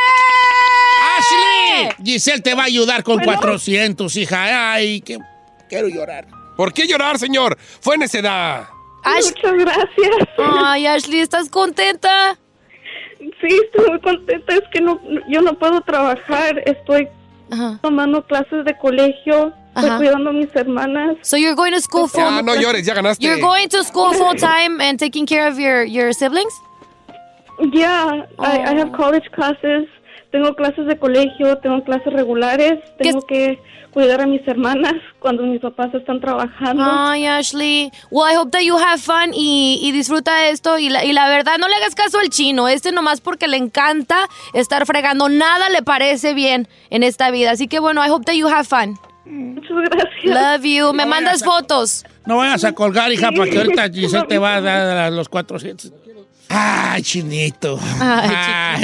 ¡Ashley! Giselle te va a ayudar con 400, hija. Ay, que quiero llorar. ¿Por qué llorar, señor? Fue necedad. Muchas gracias. Ay, Ashley, ¿estás contenta? Sí, estoy muy contenta. Es que no, yo no puedo trabajar. Estoy tomando clases de colegio. Ajá. Estoy cuidando a mis hermanas. So you're going to school full. Ya, no llores, ya ganaste. You're going to school full time and taking care of your, your siblings? Oh. Yeah, I, I have college classes. Tengo clases de colegio, tengo clases regulares. Tengo que cuidar a mis hermanas cuando mis papás están trabajando. Ay, Ashley. Well, I hope that you have fun y, y disfruta esto. Y la, y la verdad, no le hagas caso al chino. Este nomás porque le encanta estar fregando. Nada le parece bien en esta vida. Así que bueno, I hope that you have fun. Muchas gracias. Love you. Me mandas fotos. No vayas a colgar, hija, para que ahorita Giselle te va a dar a los 400. Ay, chinito. Ay, chiquita,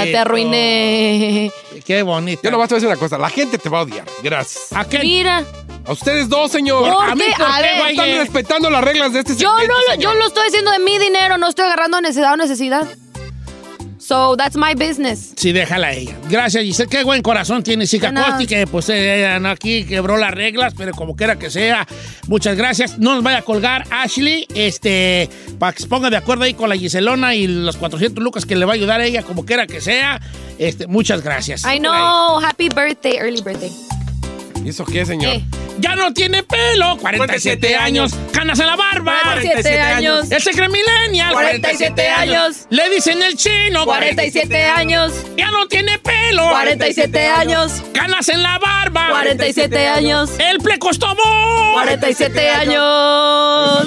chinito. te arruiné. Qué bonito. Yo nomás te voy a decir una cosa. La gente te va a odiar. Gracias. ¿A qué? Mira, A ustedes dos, señor. ¿Por ¿A mí qué? por A qué, ver. eh. güey? Están respetando las reglas de este yo segmento, no lo, señor. yo lo estoy haciendo de mi dinero, no estoy agarrando necesidad o necesidad. So that's my business. Sí, déjala a ella. Gracias, Giselle. Qué buen corazón tiene Chica De nada. Costi, que pues eh, no, aquí quebró las reglas, pero como quiera que sea, muchas gracias. No nos vaya a colgar Ashley, este, para que se ponga de acuerdo ahí con la Giselona y los 400 lucas que le va a ayudar a ella, como quiera que sea. Este, muchas gracias. I know. Happy birthday, early birthday. ¿Y eso qué, señor? Eh. Ya no tiene pelo, 47 años. Canas en la barba, 47 años. El secret millennial, 47 años. Le dicen el chino, 47 años. Ya no tiene pelo. 47 años. Canas en la barba. 47 años. El plecostomo. 47 años.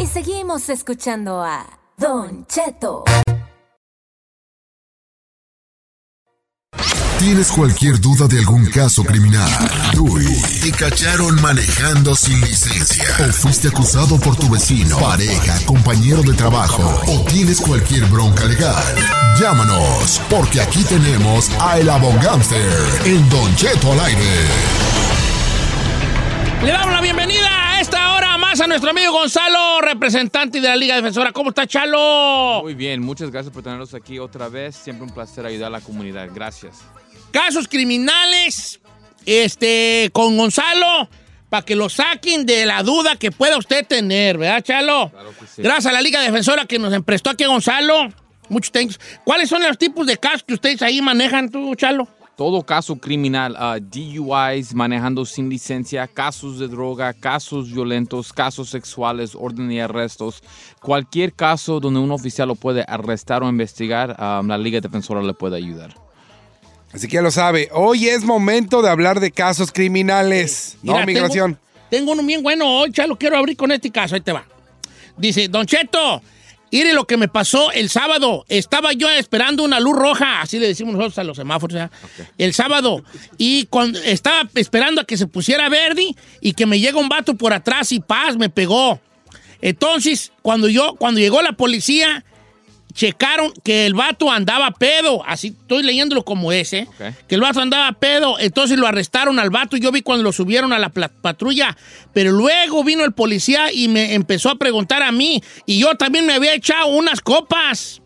Y seguimos escuchando a Don Cheto. ¿Tienes cualquier duda de algún caso criminal? Dui, te cacharon manejando sin licencia. O fuiste acusado por tu vecino, pareja, compañero de trabajo. O tienes cualquier bronca legal. Llámanos, porque aquí tenemos a El Abogánster en Don Cheto al aire. Le damos la bienvenida a esta hora más a nuestro amigo Gonzalo, representante de la Liga Defensora. ¿Cómo está, Chalo? Muy bien, muchas gracias por tenerlos aquí otra vez. Siempre un placer ayudar a la comunidad. Gracias. Casos criminales este, con Gonzalo para que lo saquen de la duda que pueda usted tener, ¿verdad, Chalo? Gracias a la Liga Defensora que nos emprestó aquí a Gonzalo. Muchos thanks. ¿Cuáles son los tipos de casos que ustedes ahí manejan tú, Chalo? Todo caso criminal, ah, DUIs, manejando sin licencia, casos de droga, casos violentos, casos sexuales, orden de arrestos, cualquier caso donde un oficial lo puede arrestar o investigar, ah, la Liga Defensora le puede ayudar. Así que ya lo sabe. Hoy es momento de hablar de casos criminales. No, Mira, migración. Tengo, tengo uno bien bueno hoy, Chalo. Quiero abrir con este caso. Ahí te va. Dice, Don Cheto, mire lo que me pasó el sábado. Estaba yo esperando una luz roja. Así le decimos nosotros a los semáforos. ¿verdad? El sábado. Y cuando estaba esperando a que se pusiera verde y que me llega un vato por atrás y paz, me pegó. Entonces, cuando yo, cuando llegó la policía, checaron que el vato andaba pedo. Así estoy leyéndolo como ese. Que el vato andaba pedo, entonces lo arrestaron al vato. Yo vi cuando lo subieron a la pla- patrulla, pero luego vino el policía y me empezó a preguntar a mí. Y yo también me había echado unas copas.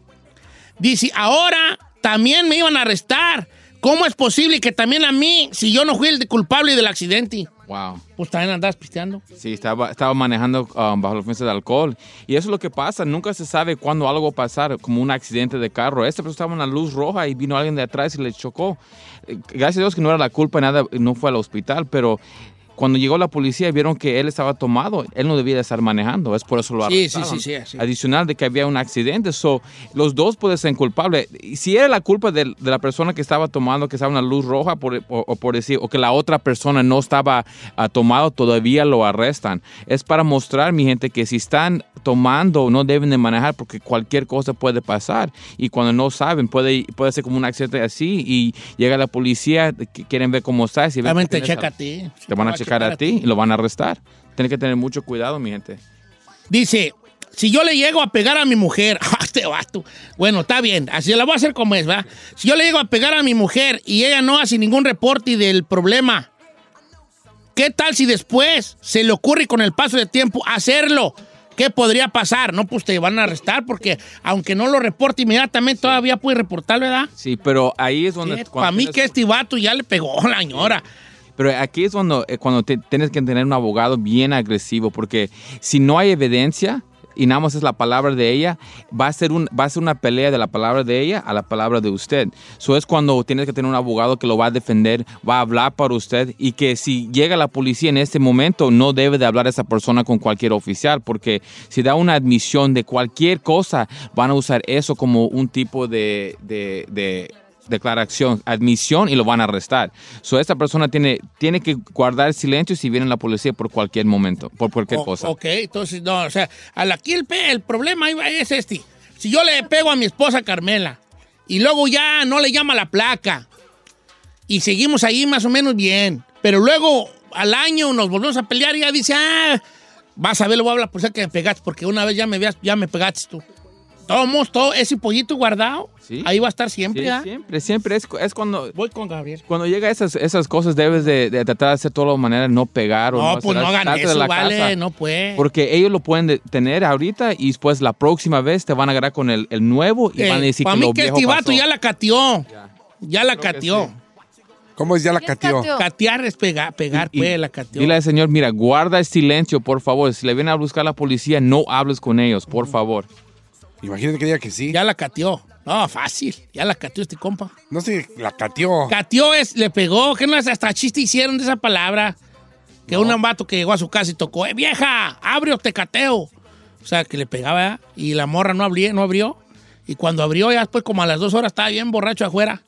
Dice, ahora también me iban a arrestar. ¿Cómo es posible que también a mí, si yo no fui el de- culpable del accidente? Wow. Pues también andabas pisteando. Sí, estaba, estaba manejando um, bajo la influencia de alcohol. Y eso es lo que pasa. Nunca se sabe cuándo algo va a pasar, como un accidente de carro. Esta persona estaba en la luz roja y vino alguien de atrás y le chocó. Eh, Gracias a Dios que no era la culpa, nada, no fue al hospital, pero cuando llegó la policía vieron que él estaba tomado. Él no debía de estar manejando. Es por eso lo Sí, sí, arrestaron sí, sí, sí. adicional de que había un accidente. So, los dos pueden ser culpables. Y Si era la culpa del- de, la persona que estaba tomando, que estaba en la luz roja, por, o, o por decir, o que la otra persona no estaba ah, tomado, todavía lo arrestan. Es para mostrar, mi gente, que si están tomando, no deben de manejar porque cualquier cosa puede pasar. Y cuando no saben, puede, puede ser como un accidente así y llega la policía, que quieren ver cómo estás. y ven que También te tienes checa a al- ti. Te van a checar a ti y lo van a arrestar. Tienen que tener mucho cuidado, mi gente. Dice, si yo le llego a pegar a mi mujer, ¡ah, este vato. Bueno, está bien, así la voy a hacer como es, ¿va? Si yo le llego a pegar a mi mujer y ella no hace ningún reporte del problema, ¿qué tal si después se le ocurre con el paso de tiempo hacerlo? ¿Qué podría pasar? No, pues te van a arrestar porque aunque no lo reporte inmediatamente, todavía puede reportarlo, ¿verdad? Sí, pero ahí es donde... cuando Para mí tienes- que este vato ya le pegó a la señora. Pero aquí es cuando, eh, cuando te- tienes que tener un abogado bien agresivo, porque si no hay evidencia y nada más es la palabra de ella, va a ser, un, va a ser una pelea de la palabra de ella a la palabra de usted. Eso es cuando tienes que tener un abogado que lo va a defender, va a hablar para usted y que si llega la policía en este momento, no debe de hablar esa persona con cualquier oficial, porque si da una admisión de cualquier cosa, van a usar eso como un tipo de- de- de declaración, admisión y lo van a arrestar. So, esta persona tiene, tiene que guardar silencio si viene la policía por cualquier momento, por cualquier O- cosa. Ok, entonces, no, o sea, al- aquí el, pe- el problema ahí va- es este. Si yo le pego a mi esposa Carmela y luego ya no le llama la placa y seguimos ahí más o menos bien, pero luego al año nos volvemos a pelear y ya dice, ah, vas a ver, lo voy a hablar por eso que me pegaste, porque una vez ya me, habías- ya me pegaste tú. Tomos todo ese pollito guardado, Sí. ahí va a estar siempre, Sí, ¿ah? siempre, siempre. Es, cu- es cuando, Voy con Gabriel. cuando llega esas, esas cosas, debes de, de tratar de hacer todas las maneras, no pegar o No, pues hacer- no hagan salte de eso, la vale, casa. no pues. Porque ellos lo pueden detener ahorita y después la próxima vez te van a agarrar con el, el nuevo y van a decir para que mí lo que viejo este vato pasó. ya la cateó. Ya, la Creo que cateó. ¿Cómo es ya la cateó? cateó? Catear es pegar, pegar Y- pues, la cateó. Dile al señor, mira, guarda el silencio, por favor. Si le viene a buscar la policía, no hables con ellos, por favor. Imagínate que diga que sí. Ya la cateó. No, fácil. Ya la cateó este compa. No sé, la cateó. Cateó es, le pegó. Que no, hasta chiste hicieron de esa palabra. Que un vato que llegó a su casa y tocó, ¡eh, vieja! ¡Abre o te cateo! O sea, que le pegaba ¿verdad? y la morra no abrió, no abrió. Y cuando abrió, ya después, como a las dos horas, estaba bien borracho afuera,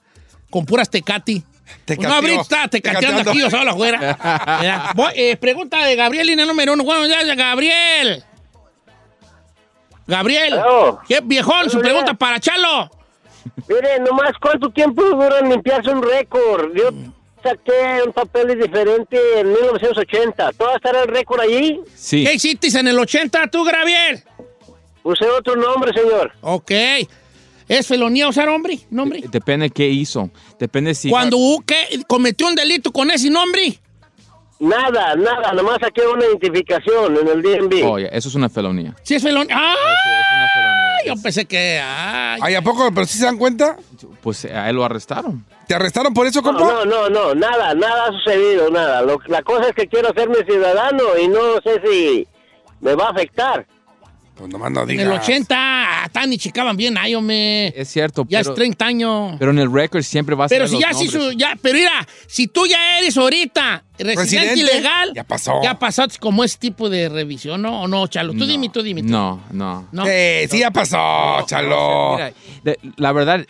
con puras tecati. no cateó. abrí, está tecateando Tecateando. aquí yo solo afuera. ¿Verdad? Voy, eh, pregunta de Gabriel, línea número uno. Bueno, ya, ya, Gabriel. Gabriel. ¿Qué viejón? Su pregunta para Chalo. Mire, nomás cuánto tiempo dura en limpiarse un récord. Yo saqué un papel diferente en 1980. ¿Todavía estará el récord allí? Sí. ¿Qué hiciste en el 80 tú, Gabriel? Usé otro nombre, señor. Ok. ¿Es felonía usar hombre? ¿Nombre? Depende qué hizo. Depende si... Cuando hubo que cometió un delito con ese nombre. Nada, nada, nomás saqué una identificación en el DMV. Oh, ya, eso es una felonía. Sí, es felonía. ¡Ah! Yo pensé que. ¡Ay! ¿Ay, a poco? ¿Pero sí se dan cuenta? Pues a él lo arrestaron. ¿Te arrestaron por eso, compa? No, no, no, nada, nada ha sucedido, nada. Lo- la cosa es que quiero hacerme ciudadano y no sé si me va a afectar. Pues nomás no En el 80, ah, tan y chicaban bien, ay, hombre. Es cierto, Ya pero- es 30 años. Pero en el récord siempre va a Pero ser si los ya se hizo, nombres. ya, pero mira, si tú ya eres ahorita residente, Residente, ilegal, ya pasó. Ya pasó como ese tipo de revisión, ¿no? ¿O no, Chalo? Tú No, dime, tú dime. tú. No, no. No. Eh, sí, ya pasó, O chalo. sea, mira, de- la verdad,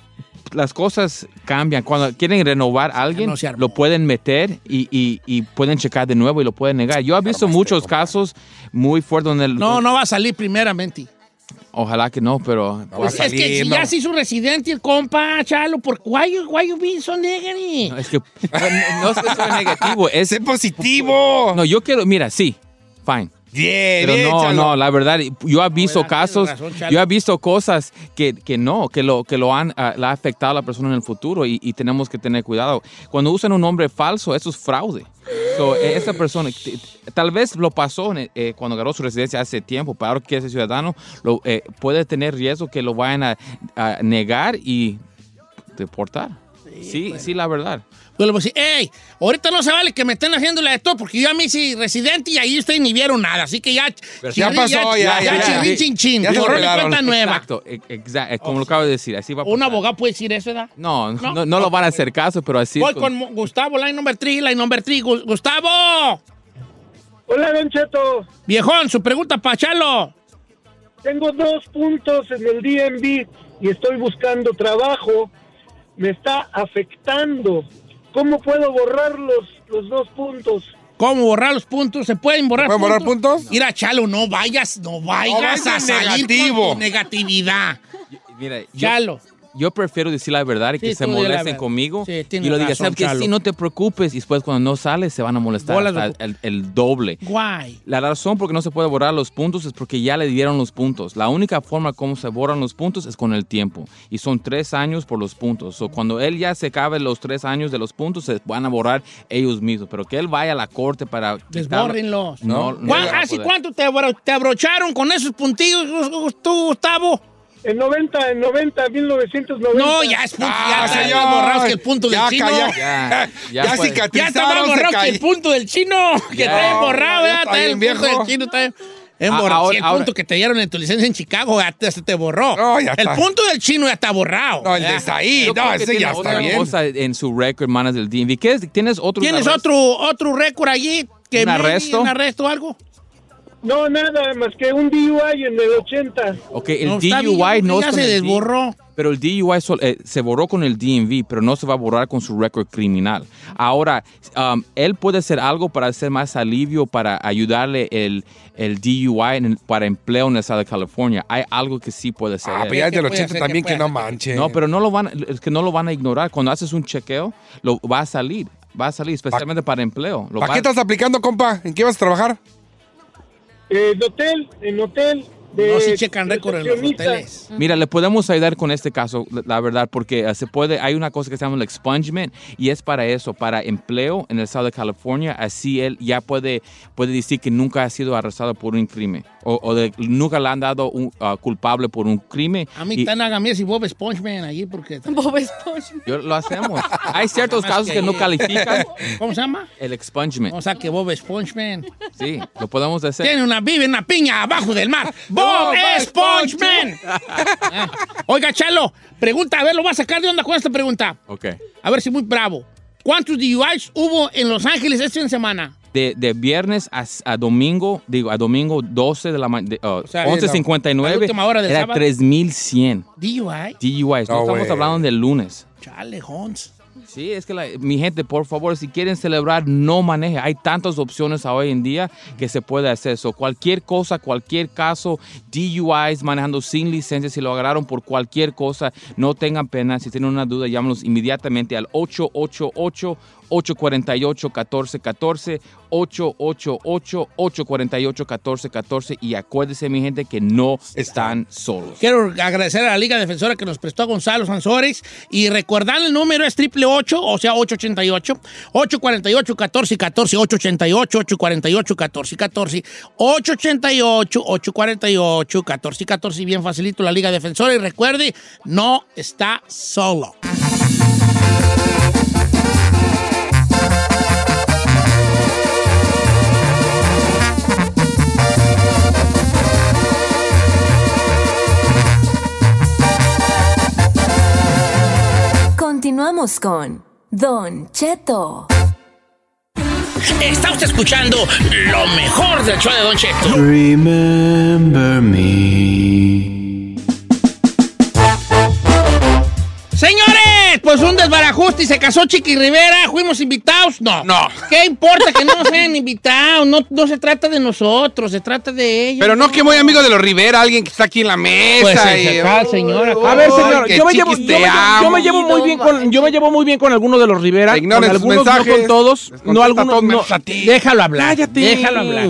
las cosas cambian. Cuando quieren renovar a alguien, lo pueden meter y, y- y pueden checar de nuevo y lo pueden negar. Yo he visto muchos casos muy fuertes donde... No, no va a salir primeramente. Ojalá que no, pero... Pues es que si ya se hizo residente el compa, Chalo, por why you, why you being so negative? No, es que no, no es que sea negativo, es positivo. No, yo quiero, mira, sí, fine. Bien, Pero bien, no, Chalo. no, la verdad, yo he visto casos, razón, Chalo. yo he visto cosas que, que no, que lo que lo han ah, la ha afectado a la persona en el futuro y, y tenemos que tener cuidado. Cuando usan un nombre falso, eso es fraude. So, eh, esa persona, t- t- tal vez lo pasó en, eh, cuando agarró su residencia hace tiempo, pero ahora que ese ciudadano lo, eh, puede tener riesgo que lo vayan a- a negar y deportar. Sí, sí, la verdad. Yo le voy pues. a decir, hey, ahorita no se vale que me estén haciendo la de todo, porque yo a mí hice residente y ahí ustedes ni vieron nada. Así que ya. Pero chirri- Ya, ya, chirri- chin, chin. Ya se Borrón y olvidaron. cuenta nueva. Exacto, e- exacto, como lo acabo de decir, así va. a Un pasar. abogado puede decir eso, ¿verdad? No, No, no, no, no lo van a hacer caso, pero así. es Voy con- con Mo- Gustavo, line number 3, line number 3. ¡Gustavo! Hola, Don Cheto. Viejón, su pregunta para Chalo. Tengo dos puntos en el DMV y estoy buscando trabajo. Me está afectando. ¿Cómo puedo borrar los, los dos puntos? ¿Cómo borrar los puntos? ¿Se pueden borrar pueden borrar puntos? Mira, Chalo, no vayas, no vayas a vayas salir negativo. con tu negatividad. Mira, Eh, yo- Chalo. Yo prefiero decir la verdad y que Sí, se tú di la molesten verdad. conmigo Sí, y tienes lo digas, razón, ¿sabes que Chalo. Sí, no te preocupes. Y después cuando no sales se van a molestar Bolas hasta de el, el doble. Guay. La razón por qué no se puede borrar los puntos es porque ya le dieron los puntos. La única forma como se borran los puntos es con el tiempo. Y son tres años por los puntos. So, cuando él ya se acabe los tres años de los puntos, se van a borrar ellos mismos. Pero que él vaya a la corte para... quitarlo- Desbórrenlos. No, no ¿Cuán- van a hace poder. ah, cuánto te, abro- te abrocharon con esos puntillos, Gus- Gus- tú, Gustavo? En 90, en 90, 1990. No, ya es punto, Ah, ya está señor. más borrado que el punto del Ya, chino. calla. Ya, ya Ya fue. Ya está más borrado que el punto del chino, que Ya. está borrado, Ya ¿verdad? está Está el bien punto viejo. del chino, está bien- bien Ah, borrado. Sí, ahora- el ahora- punto que te dieron en tu licencia en Chicago ya te- se te borró. ya el está. punto del chino ya está borrado. No, el de ¿verdad? Saí, Yo creo no, que ese ya tiene está otra bien. cosa en su récord, manas del DMV. ¿Qué es? ¿Tienes otro? ¿Tienes arresto? otro, otro récord allí? Que ¿Un maybe arresto? ¿Un arresto o algo? No, nada, más que un DUI en el 80. Ok, el No, está DUI bien, no ya es se desborró. Pero el DUI sol- eh, se borró con el DMV, pero no se va a borrar con su récord criminal. Ahora, um, él puede hacer algo para hacer más alivio, para ayudarle el, el DUI en el- para empleo en el estado de California. Hay algo que sí puede ser. Ah, pero ya desde el 80 también que no manche. No, pero no lo van, es que no lo van a ignorar. Cuando haces un chequeo, lo va a salir. Va a salir, especialmente para empleo. Lo ¿Para va- qué estás aplicando, compa? ¿En qué vas a trabajar? Eh, de hotel, en hotel. De No, sí checan récord en los recepcionista. hoteles. Mira, le podemos ayudar con este caso, la- la verdad, porque eh, se puede, hay una cosa que se llama el expungement y es para eso, para empleo en el estado de California, así él ya puede, puede decir que nunca ha sido arrestado por un crimen o, o de- nunca le han dado un, ah, culpable por un crimen. A mí Y- están Agamies y Bob Spongeman allí porque... Bob Esponja. yo- lo hacemos. hay ciertos casos que no califican ¿Cómo se llama? el expungement. O sea que Bob Spongeman Sí, lo podemos hacer. Oh. tiene una vive en una piña abajo del mar. Bob Bob Spongeman. Oiga, Chalo, pregunta, a ver, lo voy a sacar de onda con esta pregunta. Ok. A ver si muy bravo. ¿Cuántos DUIs hubo en Los Ángeles este fin de semana? De, de viernes a, a domingo, digo, a domingo 12 de oh, la mañana, sea, la- la 11.59, última hora del era sábado. 3.100. DUI. DUIs, no No, estamos güey. hablando del lunes. Chale, Hons. Sí, es que la- mi gente, por favor, si quieren celebrar, no maneje. Hay tantas opciones a hoy en día que se puede hacer eso. Cualquier cosa, cualquier caso, DUIs manejando sin licencia, si lo agarraron por cualquier cosa, no tengan pena. Si tienen una duda, llámanos inmediatamente al 888-848-1414, 888-848-1414 y acuérdense, mi gente, que no están solos. Quiero agradecer a la Liga Defensora que nos prestó a Gonzalo Sansores y recordar el número es triple 8, o sea 888 848 1414 888 848 1414 888 848 1414 bien facilito la Liga Defensora y recuerde no está solo. Continuamos con Don Cheto. Está usted escuchando lo mejor del show de Don Cheto. Remember me. Señores, pues un desbarajuste y se casó Chiqui Rivera, fuimos invitados, no. No. ¿Qué importa que no nos hayan invitado? No, no se trata de nosotros, se trata de ellos. Pero no que muy amigo de los Rivera, alguien que está aquí en la mesa. uh, Pues, se acaba el señor acá. Ay, A ver, señor, qué yo me, llevo, yo, chiquis me te llevo- yo me llevo amo. muy bien con, yo me llevo muy bien con algunos de los Rivera, con ignoren sus algunos no mensajes, con todos, les no contesta algunos todos no. menos a ti. Déjalo hablar, Cállate. déjalo hablar.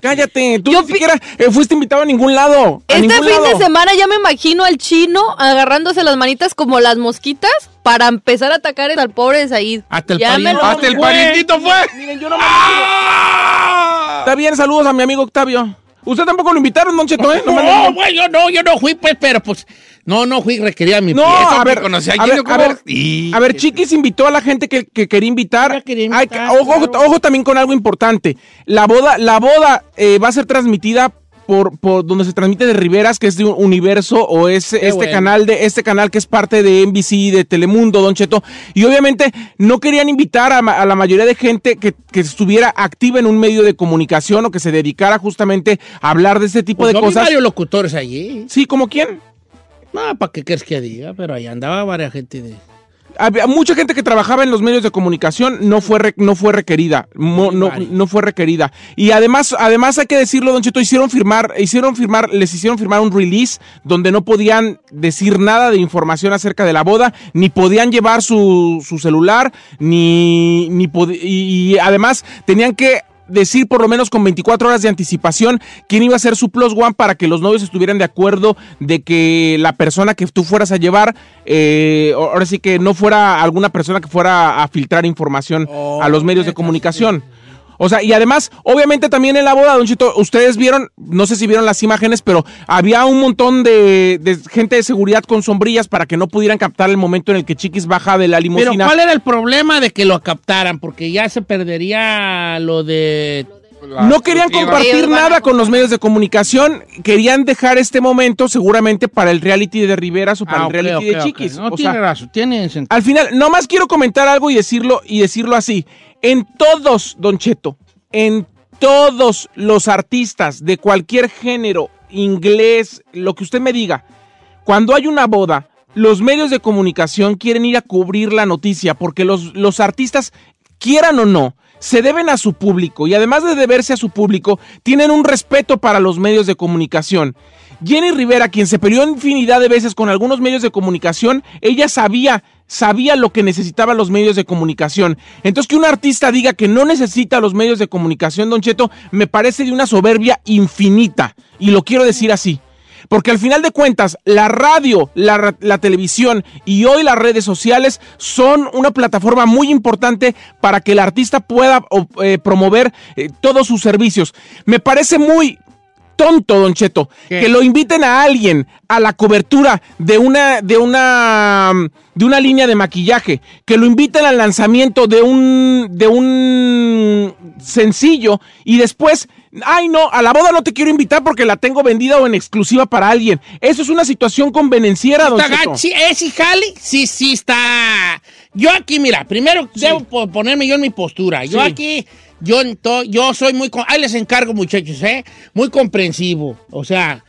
Cállate, tú ni siquiera eh, fuiste invitado a ningún lado. a Este ningún fin lado. de semana ya me imagino al chino agarrándose las manitas como las mosquitas para empezar a atacar al pobre de Said. Hasta Ya me lo- Hasta el parientito fue. Miren, yo no me Está bien, saludos a mi amigo Octavio. Usted tampoco lo invitaron, Don Cheto, ¿eh? me- No, güey, yo no, yo no fui, pues, pero pues, no, no fui, requería mi No, pie. Eso a me ver, conocí a aquí, ver, ¿no? a ¿Cómo? ver, a ver, Chiquis invitó a la gente que, que quería invitar. Ay, que- ojo, ojo- ojo también con algo importante. La boda, la boda eh, va a ser transmitida por, por donde se transmite de Riveras, que es de un universo, o es este bueno. canal de este canal que es parte de NBC y de Telemundo, Don Cheto. Y obviamente no querían invitar a, ma- a la mayoría de gente que, que estuviera activa en un medio de comunicación o que se dedicara justamente a hablar de este tipo Pues de yo vi cosas. varios locutores allí. Sí, ¿como quién? No, ¿para qué quieres que diga? Pero ahí andaba varias gente de... Había mucha gente que trabajaba en los medios de comunicación no fue re- no fue requerida mo- no, no fue requerida y además además hay que decirlo don Cheto hicieron firmar hicieron firmar les hicieron firmar un release donde no podían decir nada de información acerca de la boda ni podían llevar su, su celular ni ni pod- y, y además tenían que decir por lo menos con 24 horas de anticipación quién iba a ser su plus one para que los novios estuvieran de acuerdo de que la persona que tú fueras a llevar, eh, o- ahora sí que no fuera alguna persona que fuera a filtrar información a los Oh, medios de comunicación. O sea, y además, obviamente también en la boda, Don Chito, ustedes vieron, no sé si vieron las imágenes, pero había un montón de, de gente de seguridad con sombrillas para que no pudieran captar el momento en el que Chiquis baja de la Pero limusina. ¿cuál era el problema de que lo captaran? Porque ya se perdería lo de... No querían compartir nada con los medios de comunicación. Querían dejar este momento seguramente para el reality de Riveras o para el Ah, ok, reality ok, de ok. Chiquis. No, tiene razón, tiene sentido. Al final, nomás quiero comentar algo y decirlo, y decirlo así. En todos, Don Cheto, en todos los artistas de cualquier género, inglés, lo que usted me diga, cuando hay una boda, los medios de comunicación quieren ir a cubrir la noticia porque los, los artistas, quieran o no, se deben a su público y además de deberse a su público, tienen un respeto para los medios de comunicación. Jenny Rivera, quien se peleó infinidad de veces con algunos medios de comunicación, ella sabía, sabía lo que necesitaban los medios de comunicación. Entonces, que un artista diga que no necesita los medios de comunicación, Don Cheto, me parece de una soberbia infinita. Y lo quiero decir así. Porque al final de cuentas, la radio, la, ra- la televisión y hoy las redes sociales son una plataforma muy importante para que el artista pueda o- eh, promover eh, todos sus servicios. Me parece muy tonto, Don Cheto, ¿Qué? que lo inviten a alguien a la cobertura de una de una de una línea de maquillaje, que lo inviten al lanzamiento de un de un sencillo y después Ay, no, a la boda no te quiero invitar porque la tengo vendida o en exclusiva para alguien. Eso es una situación convenenciera, don Está Cheto. gachi, ¿Es y jale? Sí, sí, está. Yo aquí, mira, primero debo po- ponerme yo en mi postura. Yo Sí. aquí, yo, en to- yo soy muy... con- Ahí les encargo, muchachos, ¿eh? Muy comprensivo. O sea,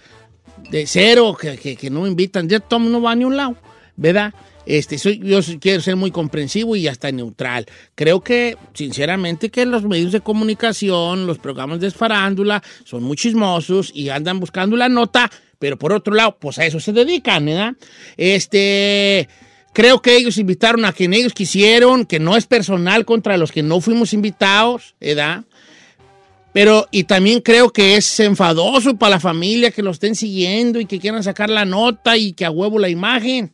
de cero, que, que- que no me invitan. Ya Tom no va a ni un lado, ¿verdad? Este, soy, yo soy- quiero ser muy comprensivo y hasta neutral. Creo que, sinceramente, que los medios de comunicación, los programas de farándula, son muy chismosos y andan buscando la nota, pero por otro lado, pues a eso se dedican, ¿verdad? Este... Creo que ellos invitaron a quien ellos quisieron, que no es personal contra los que no fuimos invitados, ¿verdad? Pero, y también creo que es enfadoso para la familia que lo estén siguiendo y que quieran sacar la nota y que a huevo la imagen.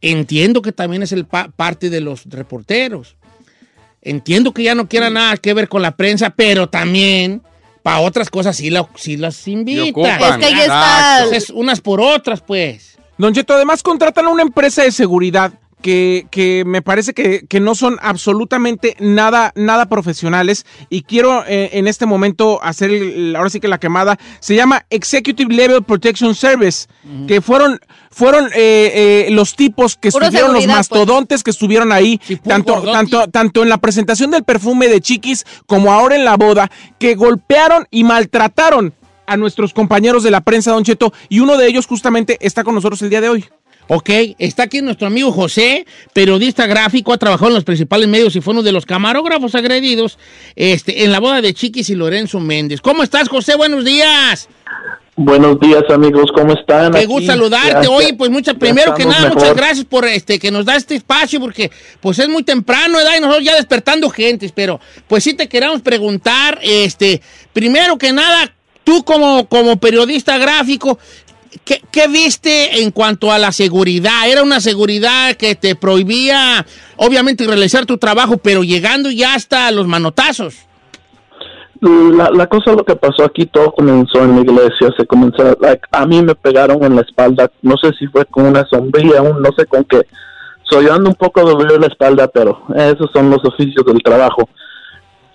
Entiendo que también es el pa- parte de los reporteros. Entiendo que ya no quiera nada que ver con la prensa, pero también para otras cosas sí, la- sí las invitan. Es que ahí está- Entonces, unas por otras, pues. Don Cheto, además contratan a una empresa de seguridad que, que me parece que, que no son absolutamente nada, nada profesionales. Y quiero eh, en este momento hacer el- ahora sí que la quemada. Se llama Executive Level Protection Service, que fueron, fueron eh, eh, los tipos que Puro estuvieron, los seguridad, pues. mastodontes que estuvieron ahí, tanto, gordote. tanto, tanto en la presentación del perfume de Chiquis como ahora en la boda, que golpearon y maltrataron a nuestros compañeros de la prensa, Don Cheto, y uno de ellos justamente está con nosotros el día de hoy. Ok, está aquí nuestro amigo José, periodista gráfico, ha trabajado en los principales medios y fue uno de los camarógrafos agredidos este, en la boda de Chiquis y Lorenzo Méndez. ¿Cómo estás, José? Buenos días. Buenos días, amigos, ¿cómo están? Qué Aquí, gusto saludarte. ya- Oye, pues muchas, ya primero que estamos nada, mejor. muchas gracias por este que nos da este espacio, porque pues es muy temprano, ¿verdad? Y nosotros ya despertando gentes, pero pues sí te queremos preguntar, este, primero que nada, tú como, como periodista gráfico, ¿qué, qué viste en cuanto a la seguridad? ¿Era una seguridad que te prohibía, obviamente, realizar tu trabajo, pero llegando ya hasta los manotazos? La, la cosa, lo que pasó aquí, todo comenzó en la iglesia, se comenzó, like, a mí me pegaron en la espalda, no sé si fue con una sombrilla, un, no sé con qué. So, yo ando un poco dolorido en la espalda, pero esos son los oficios del trabajo.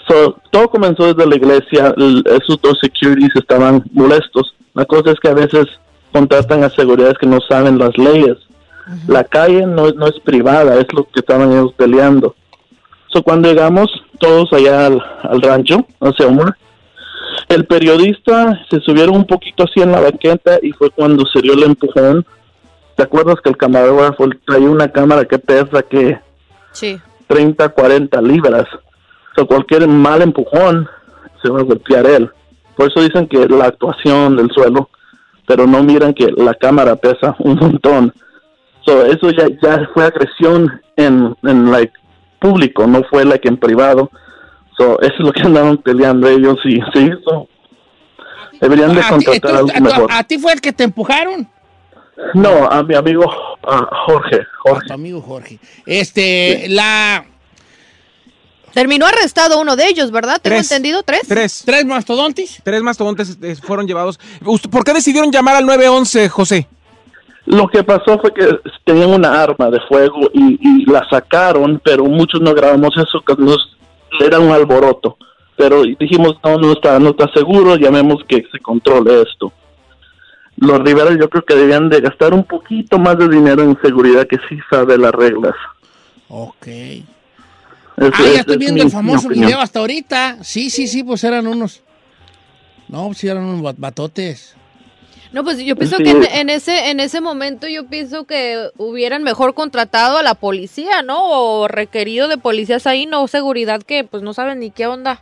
So, todo comenzó desde la iglesia, el- esos dos securities estaban molestos. La cosa es que a veces contratan a seguridades que no saben las leyes. La calle no, no es privada, es lo que estaban ellos peleando. So, cuando llegamos todos allá al, al rancho, hacia Omar, el periodista se subieron un poquito así en la banqueta y fue cuando se dio el empujón. ¿Te acuerdas que el camarógrafo traía una cámara que pesa que Sí. 30, 40 libras? O sea, cualquier mal empujón se va a golpear él. Por eso dicen que la actuación del suelo, pero no miran que la cámara pesa un montón. So, eso ya, ya fue agresión en, en like, público, no fue like, en privado. So, eso es lo que andaban peleando ellos y sí, so, deberían de ¿A ti, contratar algo Ah, entonces, a tu- mejor. a ti fue el que te empujaron? No, a mi amigo a Jorge, Jorge. Tu amigo Jorge. Este, la... Terminó arrestado uno de ellos, ¿verdad? Tengo Tres. entendido tres. Tres. ¿Tres mastodontes? Tres mastodontes eh, fueron llevados. Ust- ¿Por qué decidieron llamar al 911, José? Lo que pasó fue que tenían una arma de fuego y, y la sacaron, pero muchos no grabamos eso, que nos, era un alboroto. Pero dijimos, no, no está, no está seguro, llamemos que se controle esto. Los Rivera yo creo que debían de gastar un poquito más de dinero en seguridad que sí sabe las reglas. Ok. Es- Ah, Pues, es- ya estoy es viendo mi- el famoso mi opinión. video hasta ahorita. Sí, sí, sí, pues eran unos. No, pues sí eran unos bat- batotes. No, pues yo pienso Sí. que en, en ese en ese momento yo pienso que hubieran mejor contratado a la policía, ¿no? O requerido de policías ahí, no seguridad que pues no saben ni qué onda.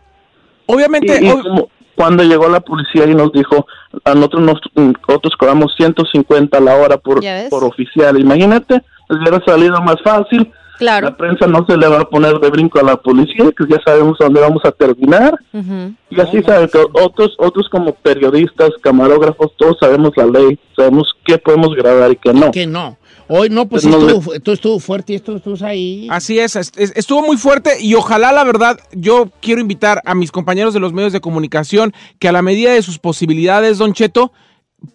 Obviamente, Y- y ob- como cuando llegó la policía y nos dijo, a nosotros nos, nosotros cobramos 150 la hora por, Ya ves. por oficial. Imagínate, les hubiera salido más fácil. Claro. La prensa no se le va a poner de brinco a la policía, que ya sabemos dónde vamos a terminar. Ujú. Y así saben que otros, otros como periodistas, camarógrafos, todos sabemos la ley, sabemos qué podemos grabar y qué no. Que no. Hoy no, pues sí No, estuvo, fu- tú estuvo fuerte y esto estuvo ahí. Así es, est- est- estuvo muy fuerte y ojalá la verdad yo quiero invitar a mis compañeros de los medios de comunicación que a la medida de sus posibilidades, Don Cheto,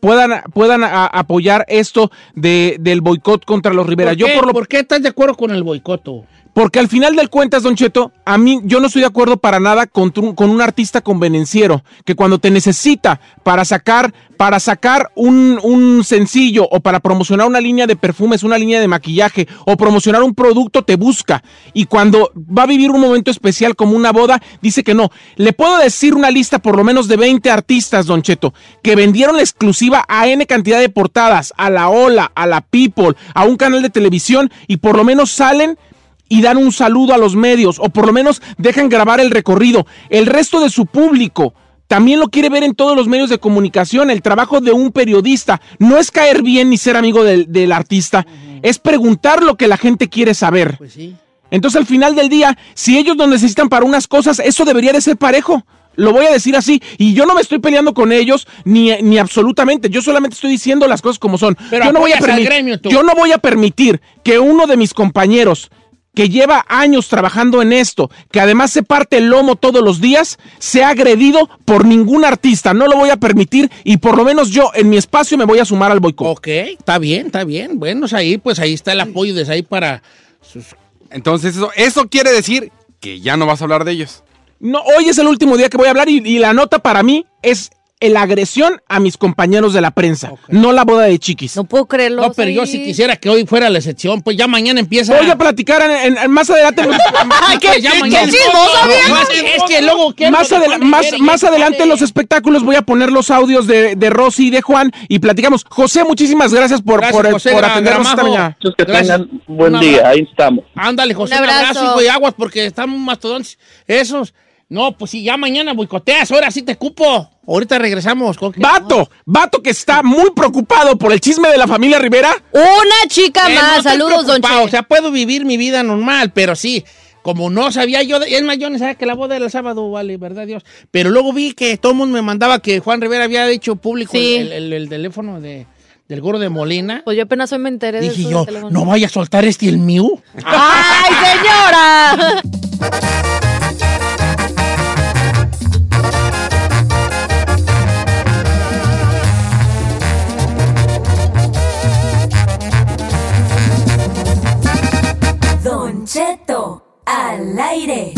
puedan, puedan a- apoyar esto de, del boicot contra los Rivera. ¿Por Yo qué? por lo ¿Por qué estás de acuerdo con el boicoto? porque al final del cuentas, Don Cheto, a mí yo no estoy de acuerdo para nada con, tu- con un artista convenenciero que cuando te necesita para sacar, para sacar un, un sencillo o para promocionar una línea de perfumes, una línea de maquillaje o promocionar un producto, te busca. Y cuando va a vivir un momento especial como una boda, dice que no. Le puedo decir una lista por lo menos de 20 artistas, Don Cheto, que vendieron la exclusiva a N cantidad de portadas, a la Ola, a la People, a un canal de televisión y por lo menos salen y dan un saludo a los medios o por lo menos dejan grabar el recorrido. El resto de su público también lo quiere ver en todos los medios de comunicación. El trabajo de un periodista no es caer bien ni ser amigo del, del artista, es preguntar lo que la gente quiere saber. Entonces al final del día, si ellos lo necesitan para unas cosas, eso debería de ser parejo. Lo voy a decir así, y yo no me estoy peleando con ellos ni, ni absolutamente, yo solamente estoy diciendo las cosas como son. Pero yo, no voy a apoyas al permi- gremio, tú. yo no voy a permitir que uno de mis compañeros que lleva años trabajando en esto, que además se parte el lomo todos los días, sea agredido por ningún artista. No lo voy a permitir y por lo menos yo en mi espacio me voy a sumar al boicot. Ok, está bien, está bien. Bueno, o sea, ahí pues ahí está el apoyo de ahí para Entonces, eso, eso quiere decir que ya no vas a hablar de ellos. No, hoy es el último día que voy a hablar y, y la nota para mí es la agresión a mis compañeros de la prensa, no la boda de chiquis. No puedo creerlo. No, pero yo si quisiera que hoy fuera la excepción, pues ya mañana empieza. Voy a platicar en- en- en- más adelante. ¿Qué- qué- qué chismoso, viejo? No, es que- es que luego, ¿qué es más, lo que adela- van a más, hacer y más qué adelante en los espectáculos voy a poner los audios de, de Rosy y de Juan y platicamos. José, muchísimas gracias por, Gracias, por, José, por gra- atendernos esta gramajo. mañana. Muchos que Gracias. tengan Buen Un día, abrazo. ahí estamos. Ándale, José, Un un abrazo, abrazo. hijo de aguas, porque están mastodontes. Esos. No, pues si ya mañana boicoteas, ahora sí te cupo. Ahorita regresamos. ¿Con qué? Vato, vato que está muy preocupado por el chisme de la familia Rivera. Una chica Eh, no más. estoy Saludos, don preocupado, O Che. sea, puedo vivir mi vida normal, pero sí, como no sabía yo, de- es más, yo no sabía que la boda era el sábado, vale, verdad Dios. Pero luego vi que todo el mundo me mandaba que Juan Rivera había hecho público Sí. el, el- el teléfono de, del gordo de Molina. Pues yo apenas hoy me enteré de Dije eso del yo, teléfono. no vaya a soltar este el mío. ¡Ay, señora! Don Cheto al aire.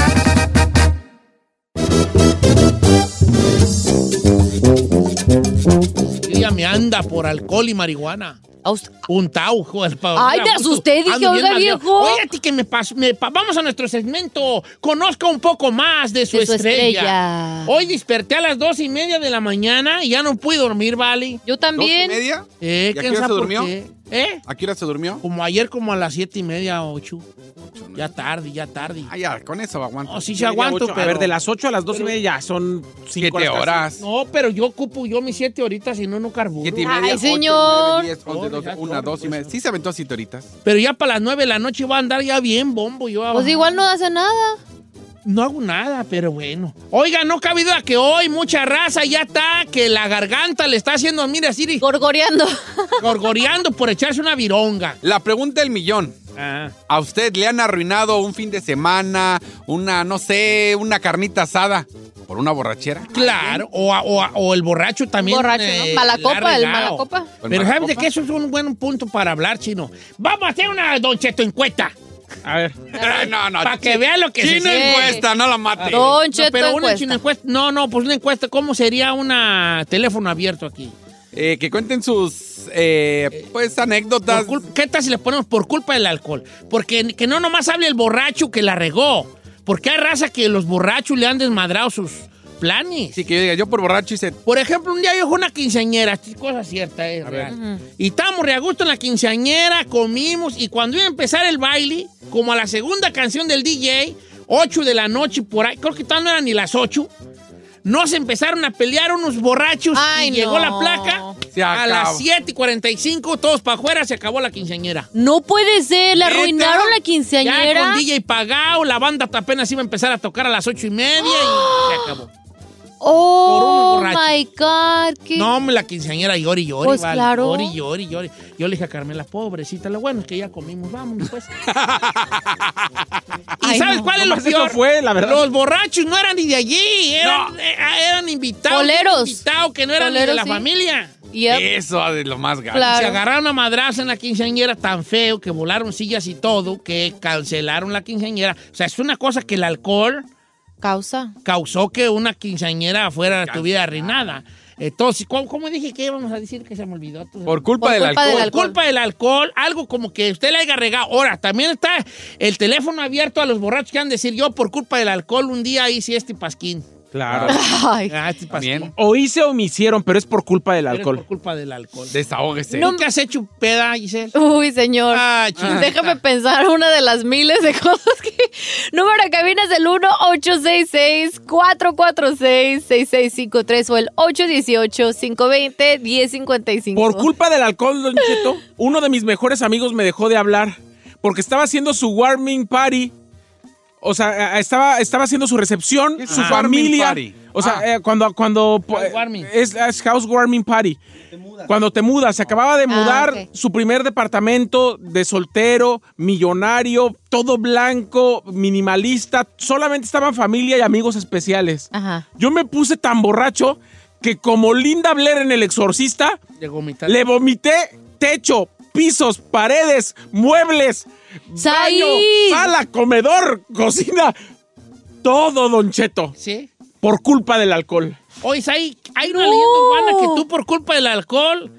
Ella me anda por alcohol y marihuana. Un tau, Ay, me asusté, dije, oiga, viejo. Oye, a ti que me pasó. vamos a nuestro segmento. Conozca un poco más de su, De su estrella. estrella. Hoy desperté a las dos y media de la mañana y ya no pude dormir, ¿vale? Yo también. ¿Dos y media? Eh, ¿Y a ¿quién qué hora se sabe por durmió? qué? ¿Eh? ¿A qué hora se durmió? Como ayer, como a las siete y media, ocho. Ya tarde, ya tarde. Ah, ya, con eso aguanto. No, Oh, sí, sí aguanto, Ocho, pero... A ver, de las 8 a las 2 y media ya son 5 Siete horas. No, pero yo ocupo yo mis siete horitas, si no, no carburo. Siete y media, ocho, nueve, diez, once, doce, una, dos y media. Sí se aventó siete horitas. Pero ya para las nueve de la noche voy a andar ya bien bombo. Yo Pues igual no hace nada. No hago nada, pero bueno. Oiga, no cabe duda que hoy mucha raza ya está, que la garganta le está haciendo, mira, Siri. Gorgoreando. Gorgoreando por echarse una vironga. La pregunta del millón. Ah. ¿A usted le han arruinado un fin de semana, una, no sé, una carnita asada por una borrachera? Claro, o, a- o a- o el borracho también. Borracho, ¿no? eh, Mala la copa, ha el regado. mala copa. ¿El Pero mala ¿sabes de copa? qué? Eso es un buen punto para hablar, chino. Vamos a hacer una Don Cheto encuesta. A ver. no, no. Para que vean lo que se Chino siente. encuesta, no la mate. No, Cheto pero pues, una encuesta. chino encuesta. No, no, pues una encuesta. ¿Cómo sería una teléfono abierto aquí? Eh, que cuenten sus, eh, pues, anécdotas. Por cul- ¿Qué tal si le ponemos por culpa del alcohol? Porque n- que no nomás hable el borracho que la regó. Porque hay raza que los borrachos le han desmadrado sus planes. Sí, que yo diga, yo por borracho hice. Por ejemplo, un día yo fui a una quinceañera, esta es cosa cierta, es real. Y estábamos re a gusto en la quinceañera, comimos, y cuando iba a empezar el baile, como a la segunda canción del DJ, 8 de la noche por ahí, creo que todavía no eran ni las 8, nos empezaron a pelear unos borrachos y llegó la placa. Se A las acabó. 7 y 45, todos para afuera, se acabó la quinceañera. No puede ser, le ¿Neta? arruinaron la Ya quinceañera. con DJ pagado, la banda apenas iba a empezar a tocar a las ocho y media y se acabó. Oh por unos borrachos. my God. qué- No, hombre, la quinceañera llori, llori, Pues vale, claro. llori, llori, llori. Yo le dije a Carmela, pobrecita, lo bueno es que ya comimos, vámonos pues. ¿Y Ay, sabes no. cuál es lo Nomás eso peor? fue, la verdad. Los borrachos no eran ni de allí, eran, eh, eran invitados. Boleros. Invitados que no eran ni de Boleros, la sí. familia. Eso es lo más gacho. Se agarraron a madrazo en la quinceañera tan feo que volaron sillas y todo, que cancelaron la quinceañera. O sea, es una cosa que el alcohol causa causó que una quinceañera fuera tuviera arruinada. Entonces, ¿cómo, cómo dije que íbamos a decir que se me olvidó? Por culpa Por del culpa alcohol. del alcohol. Por culpa del alcohol, algo como que usted le haya regado. Ahora, también está el teléfono abierto a los borrachos que han de decir, yo por culpa del alcohol un día hice este pasquín. Claro. Ah, este pasquín. O hice o me hicieron, pero es por culpa del Pero es alcohol. Por culpa del alcohol. Desahógese. ¿Nunca has hecho peda, Giselle? Uy, señor. Ah, chiquita. Déjame pensar una de las miles de cosas que. Número de cabina es el 1-866-446-6653 o el 818-520-1055. Por culpa del alcohol, Don Cheto, uno de mis mejores amigos me dejó de hablar porque estaba haciendo su warming party. O sea, eh, estaba, estaba haciendo su recepción, es su un warming familia. party? Ah. O sea, eh, cuando, cuando po- Housewarming. es, es housewarming party. Cuando te mudas, se acababa de mudar ok. su primer departamento de soltero, millonario, todo blanco, minimalista, solamente estaban familia y amigos especiales. Yo me puse tan borracho que como Linda Blair en El Exorcista, De vomitar. le vomité techo, pisos, paredes, muebles, ¡Saí! baño, sala, comedor, cocina, todo, Don Cheto. Sí. Por culpa del alcohol. Oye, hay, hay una leyenda urbana que tú por culpa del alcohol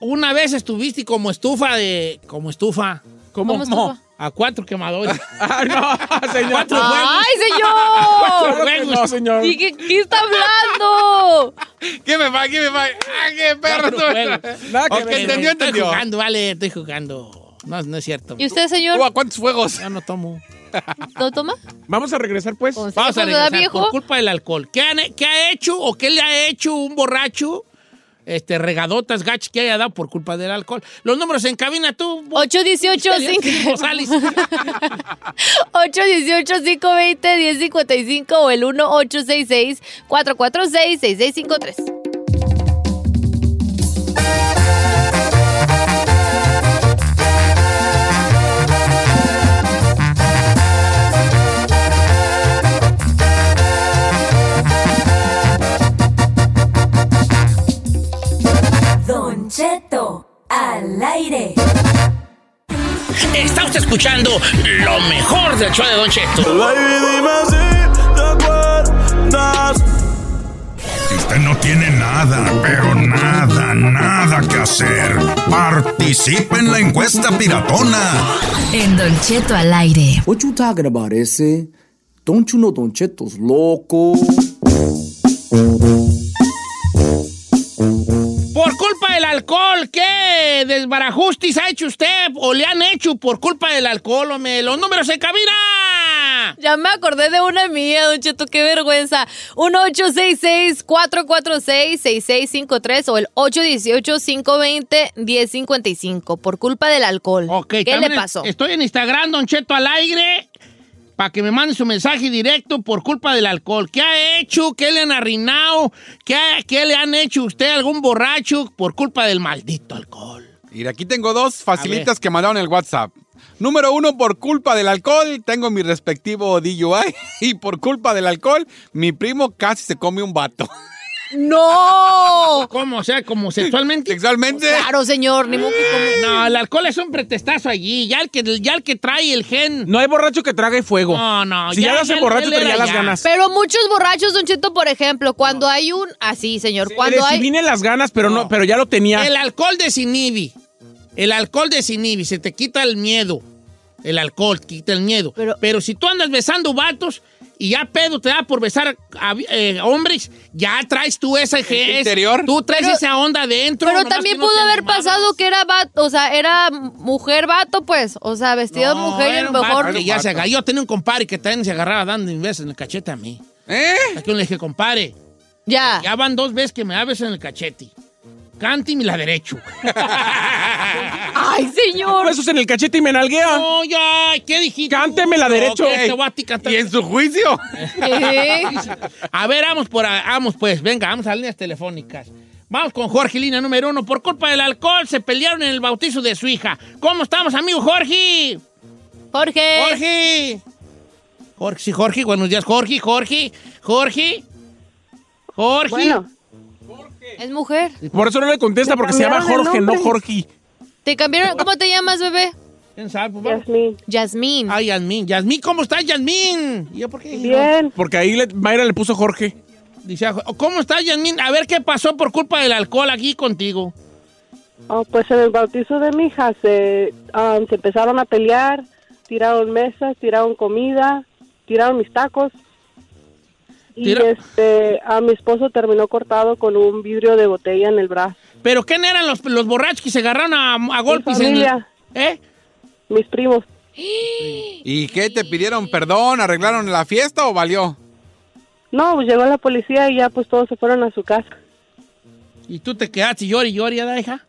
una vez estuviste como estufa de... Como estufa. ¿Cómo? ¿Cómo estufa? A cuatro quemadores. ah, no, señor. Cuatro ¡Ay, Cuatro señor! juegos. No, señor. ¿Y qué, qué está hablando? ¿Qué me va? ¿Qué me va? ¡Ah, qué perro! Cuatro juegos. Nada que Ok, ver. entendió, Estoy entendió. jugando, vale, estoy jugando. No, no es cierto. ¿Y usted, señor? ¿Tú a cuántos fuegos? Yo no tomo. ¿No toma? Vamos a regresar, pues. Vamos a ¿Cuando da regresar viejo? por culpa del alcohol. ¿Qué, han- qué ha hecho o qué le ha hecho un borracho? Este, regadotas, gach que haya dado por culpa del alcohol. Los números en cabina, tú. 818 5 González. 818-520-1055 o el 1-866-446-6653. Don Cheto al aire. Está usted escuchando lo mejor del show de Don Cheto. Usted no tiene nada, pero nada, nada que hacer. Participe en la encuesta piratona. En Don Cheto al aire. What you talking about, ese? Don't you know Don Cheto's loco? Por culpa del alcohol, ¿qué desbarajustis ha hecho usted o le han hecho por culpa del alcohol? Hombre? Los números en cabina. Ya me acordé de una mía, Don Cheto, qué vergüenza. 1-866-446-6653 o el 818-520-1055 por culpa del alcohol. ¿Qué le También pasó? Estoy en Instagram, Don Cheto al aire, para que me mande su mensaje directo por culpa del alcohol. ¿Qué ha hecho? ¿Qué le han arruinado? ¿Qué, ha- qué le han hecho a usted a algún borracho por culpa del maldito alcohol? Y de aquí tengo dos A ver. facilitas que mandaron el WhatsApp. Número uno, por culpa del alcohol, tengo mi respectivo DUI. Y por culpa del alcohol, mi primo casi se come un vato. ¡No! ¿Cómo? O sea, como sexualmente. Sexualmente. Claro, señor, ni modo que como- No, el alcohol es un pretestazo allí. Ya el que, ya el que trae el gen. No hay borracho que trague fuego. No, no. Si ya lo hace él- borracho, él traía era las ya. ganas. Pero muchos borrachos, Don Cheto, por ejemplo, cuando hay un. Así, señor. Cuando Si hay. vine las ganas, pero no, pero ya lo tenía. El alcohol desinhibe. El alcohol desinhibe. Se te quita el miedo. El alcohol quita el miedo. Pero, si tú andas besando vatos y ya pedo te da por besar a- eh, hombres, ya traes tú esa ese- interior? Tú traes esa onda adentro. Pero nomás también que no pudo te haber pasado que era vato, o sea, era mujer vato, pues. O sea, vestido de No, mujer y a era lo un vato mejor. que ya se agarró. Yo tenía un compadre que también se agarraba dando un beso en el cachete a mí. ¿Eh? Aquí le dije, compadre. Ya. Ya van dos veces que me da beso en el cachete. Cante y me la derecho. ¡Ay, señor! Besos Pues, en el cachete y me nalguea. No, ya, ¿qué dijiste? Cánteme la No, derecho. que te voy a ti cantar. ¿Y en su juicio? ¿Qué? A ver, vamos por a- vamos pues, venga, vamos a las líneas telefónicas. Vamos con Jorge, línea número uno. Por culpa del alcohol se pelearon en el bautizo de su hija. ¿Cómo estamos, amigo Jorge? Jorge. Jorge. Jorge, sí, Jorge, buenos días, Jorge, Jorge, Jorge. Jorge. Es mujer. Por eso no le contesta, porque se llama cambiaron el Jorge, no nombre. Jorge. ¿Te cambiaron? ¿Cómo te llamas, bebé? ¿Quién sabe? Yasmín. Yasmín. Ay, Yasmín. Yasmín, ¿cómo estás, Yasmín? ¿Y yo por qué? Porque ahí le- Mayra le puso Jorge. Dice, ¿cómo estás, Yasmín? A ver qué pasó por culpa del alcohol aquí contigo. Oh, pues en el bautizo de mi hija se, ah, se empezaron a pelear, tiraron mesas, tiraron comida, tiraron mis tacos. Y Tira- este, a mi esposo terminó cortado con un vidrio de botella en el brazo. ¿Pero quién eran los, los borrachos que se agarraron a, a golpes? en el- familia. ¿Eh? Mis primos. ¿Y qué? ¿Te pidieron perdón? ¿Arreglaron la fiesta o valió? No, pues llegó la policía y ya pues todos se fueron a su casa. Y tú te quedaste y llori, llori, ¿verdad, hija?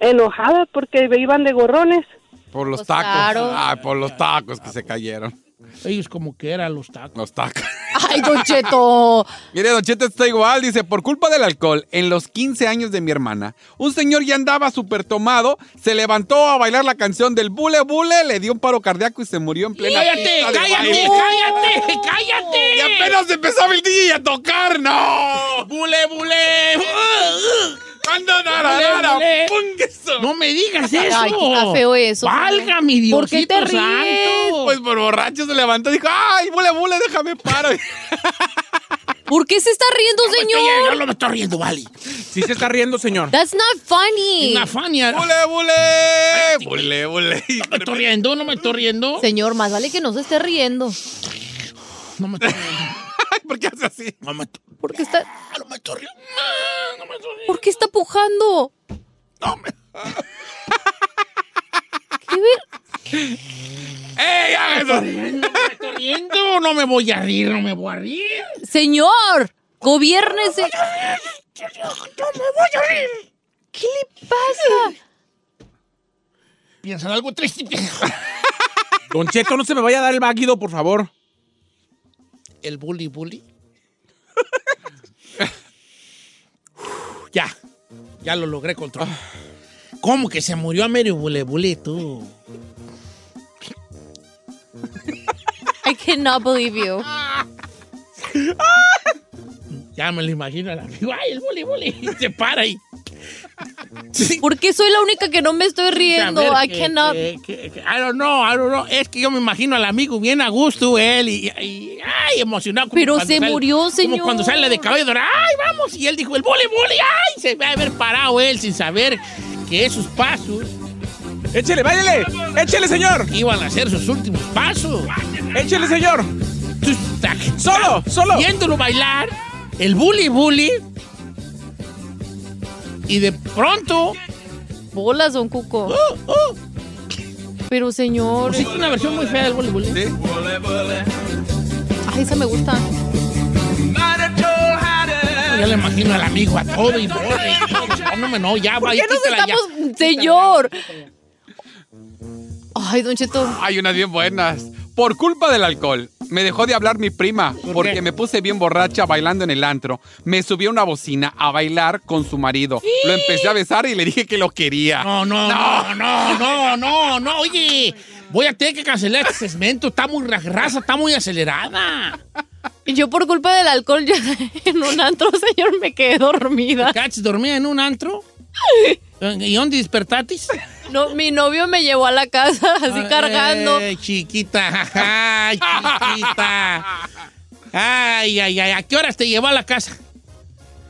Enojada porque iban de gorrones. Por los Pues tacos. claro. Ay, por los tacos que se cayeron. Ellos como que eran los tacos. Los tacos. Ay, Don Cheto. Mire, Don Cheto está igual. Dice, por culpa del alcohol, en los 15 años de mi hermana, un señor ya andaba súper tomado, se levantó a bailar la canción del bule bule, le dio un paro cardíaco y se murió en plena ¡Cállate, pista de cállate, baile. cállate, cállate! Y apenas empezaba el DJ a tocar, ¡no! ¡Bule, bule! ¡Anda, nararara! No me digas eso. Ay, qué está feo eso. Valga mi Diosito ¿Por qué te ríes? santo. Pues por borracho se levantó y dijo, ¡ay, bule bule, déjame paro! ¿Por qué se está riendo, Yo señor? pues, no me estoy riendo, vale. Sí se está riendo, señor. That's not funny. Una fania. ¡Bule bule! ¡Bule bule! No me estoy riendo, no me estoy riendo. Señor, más vale que no se esté riendo. No me estoy riendo. ¿Por qué hace así? No me estoy Porque está, no me estoy riendo. No me estoy riendo. ¿Por qué está pujando? No me- ¿Qué ver- ¡Ey, haga eso! No me estoy riendo, no me voy a rir, no me voy a rir. Señor, gobiérnese. No me voy a rir. ¿Qué le pasa? Piensa en algo triste. Don Cheto, no se me vaya a dar el váguido, por favor. El bully bully. ya, ya lo logré controlar. ¿Cómo que se murió a medio bully bully tú? I cannot believe you. Ya me lo imagino al amigo. ¡Ay, el bully bully! Se para y. ¿Por qué soy la única que no me estoy riendo? A I ver, que- cannot. que- que- que- I don't know, I don't know. Es que yo me imagino al amigo bien a gusto, él, y, y- ay, emocionado. como Pero cuando se murió, señor. Como cuando sale la de cabello dorado, ay, vamos, y él dijo, el boli, boli, ay, se va a haber parado él sin saber que esos pasos Échele, váyale. Échele, señor. iban a ser sus últimos pasos. Échele, señor. Tú estás Solo, solo. Viéndolo bailar, el bully, bully, y de pronto, Bolas, don Cuco. oh, oh, Pero, señor. pusiste una versión muy fea del bully, bully. Ay, esa me gusta. Ya le imagino al amigo a todo y borre. y todo. No, no, no, no, ya va. ¿Por y qué nos quítala ya. estamos. Señor. Ay, don Cheto. Hay unas bien buenas. Por culpa del alcohol, me dejó de hablar mi prima porque me puse bien borracha bailando en el antro. Me subí a una bocina a bailar con su marido. Lo empecé a besar y le dije que lo quería. No, no, no, no, no, no, no, oye. Voy a tener que cancelar este segmento. Está muy ra- raza, está muy acelerada. Yo, por culpa del alcohol, ya en un antro, señor, me quedé dormida. ¿Cachis dormía en un antro? ¿Y dónde despertatis? No, mi novio me llevó a la casa Ah, así cargando. Ay, chiquita, ay, chiquita. Ay, ay, ay. ¿A qué horas te llevó a la casa?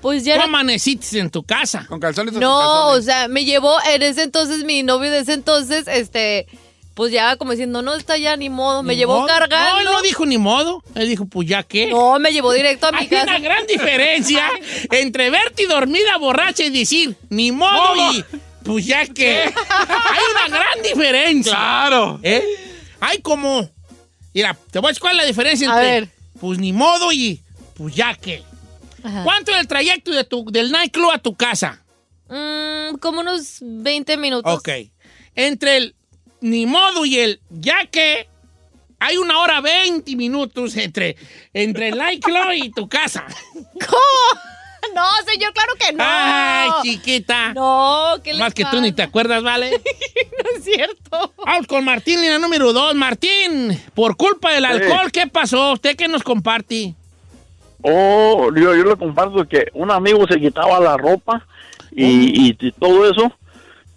Pues ya ¿Cómo era- amaneciste en tu casa? Con calzones o sin No, o calzones? sea, me llevó en ese entonces mi novio de ese entonces, este, pues ya como diciendo, no, está ya ni modo, me llevó modo. cargando. No, él no dijo ni modo. Él dijo, pues ya qué. No, me llevó directo a mi Hay casa. una gran diferencia entre verte dormida, borracha y decir, ni modo, y pues ya que. Hay una gran diferencia. Claro. ¿Eh? Hay como. Mira, te voy a decir cuál es la diferencia A entre. ver. Pues ni modo y pues ya que. Ajá. ¿Cuánto es el trayecto de tu, del nightclub a tu casa? Mm, como unos 20 minutos. Ok. Entre el ni modo y el ya que hay una hora 20 minutos entre, entre el nightclub y tu casa. ¿Cómo? No, señor, claro que no. Ay, chiquita. No, ¿qué les Más que tú pasa? ni te acuerdas, ¿vale? No es cierto. Vamos con Martín, línea número 2. Martín, por culpa del alcohol, ¿qué pasó? ¿Usted qué nos comparte? Oh, yo, yo le comparto que un amigo se quitaba la ropa y, y- y todo eso,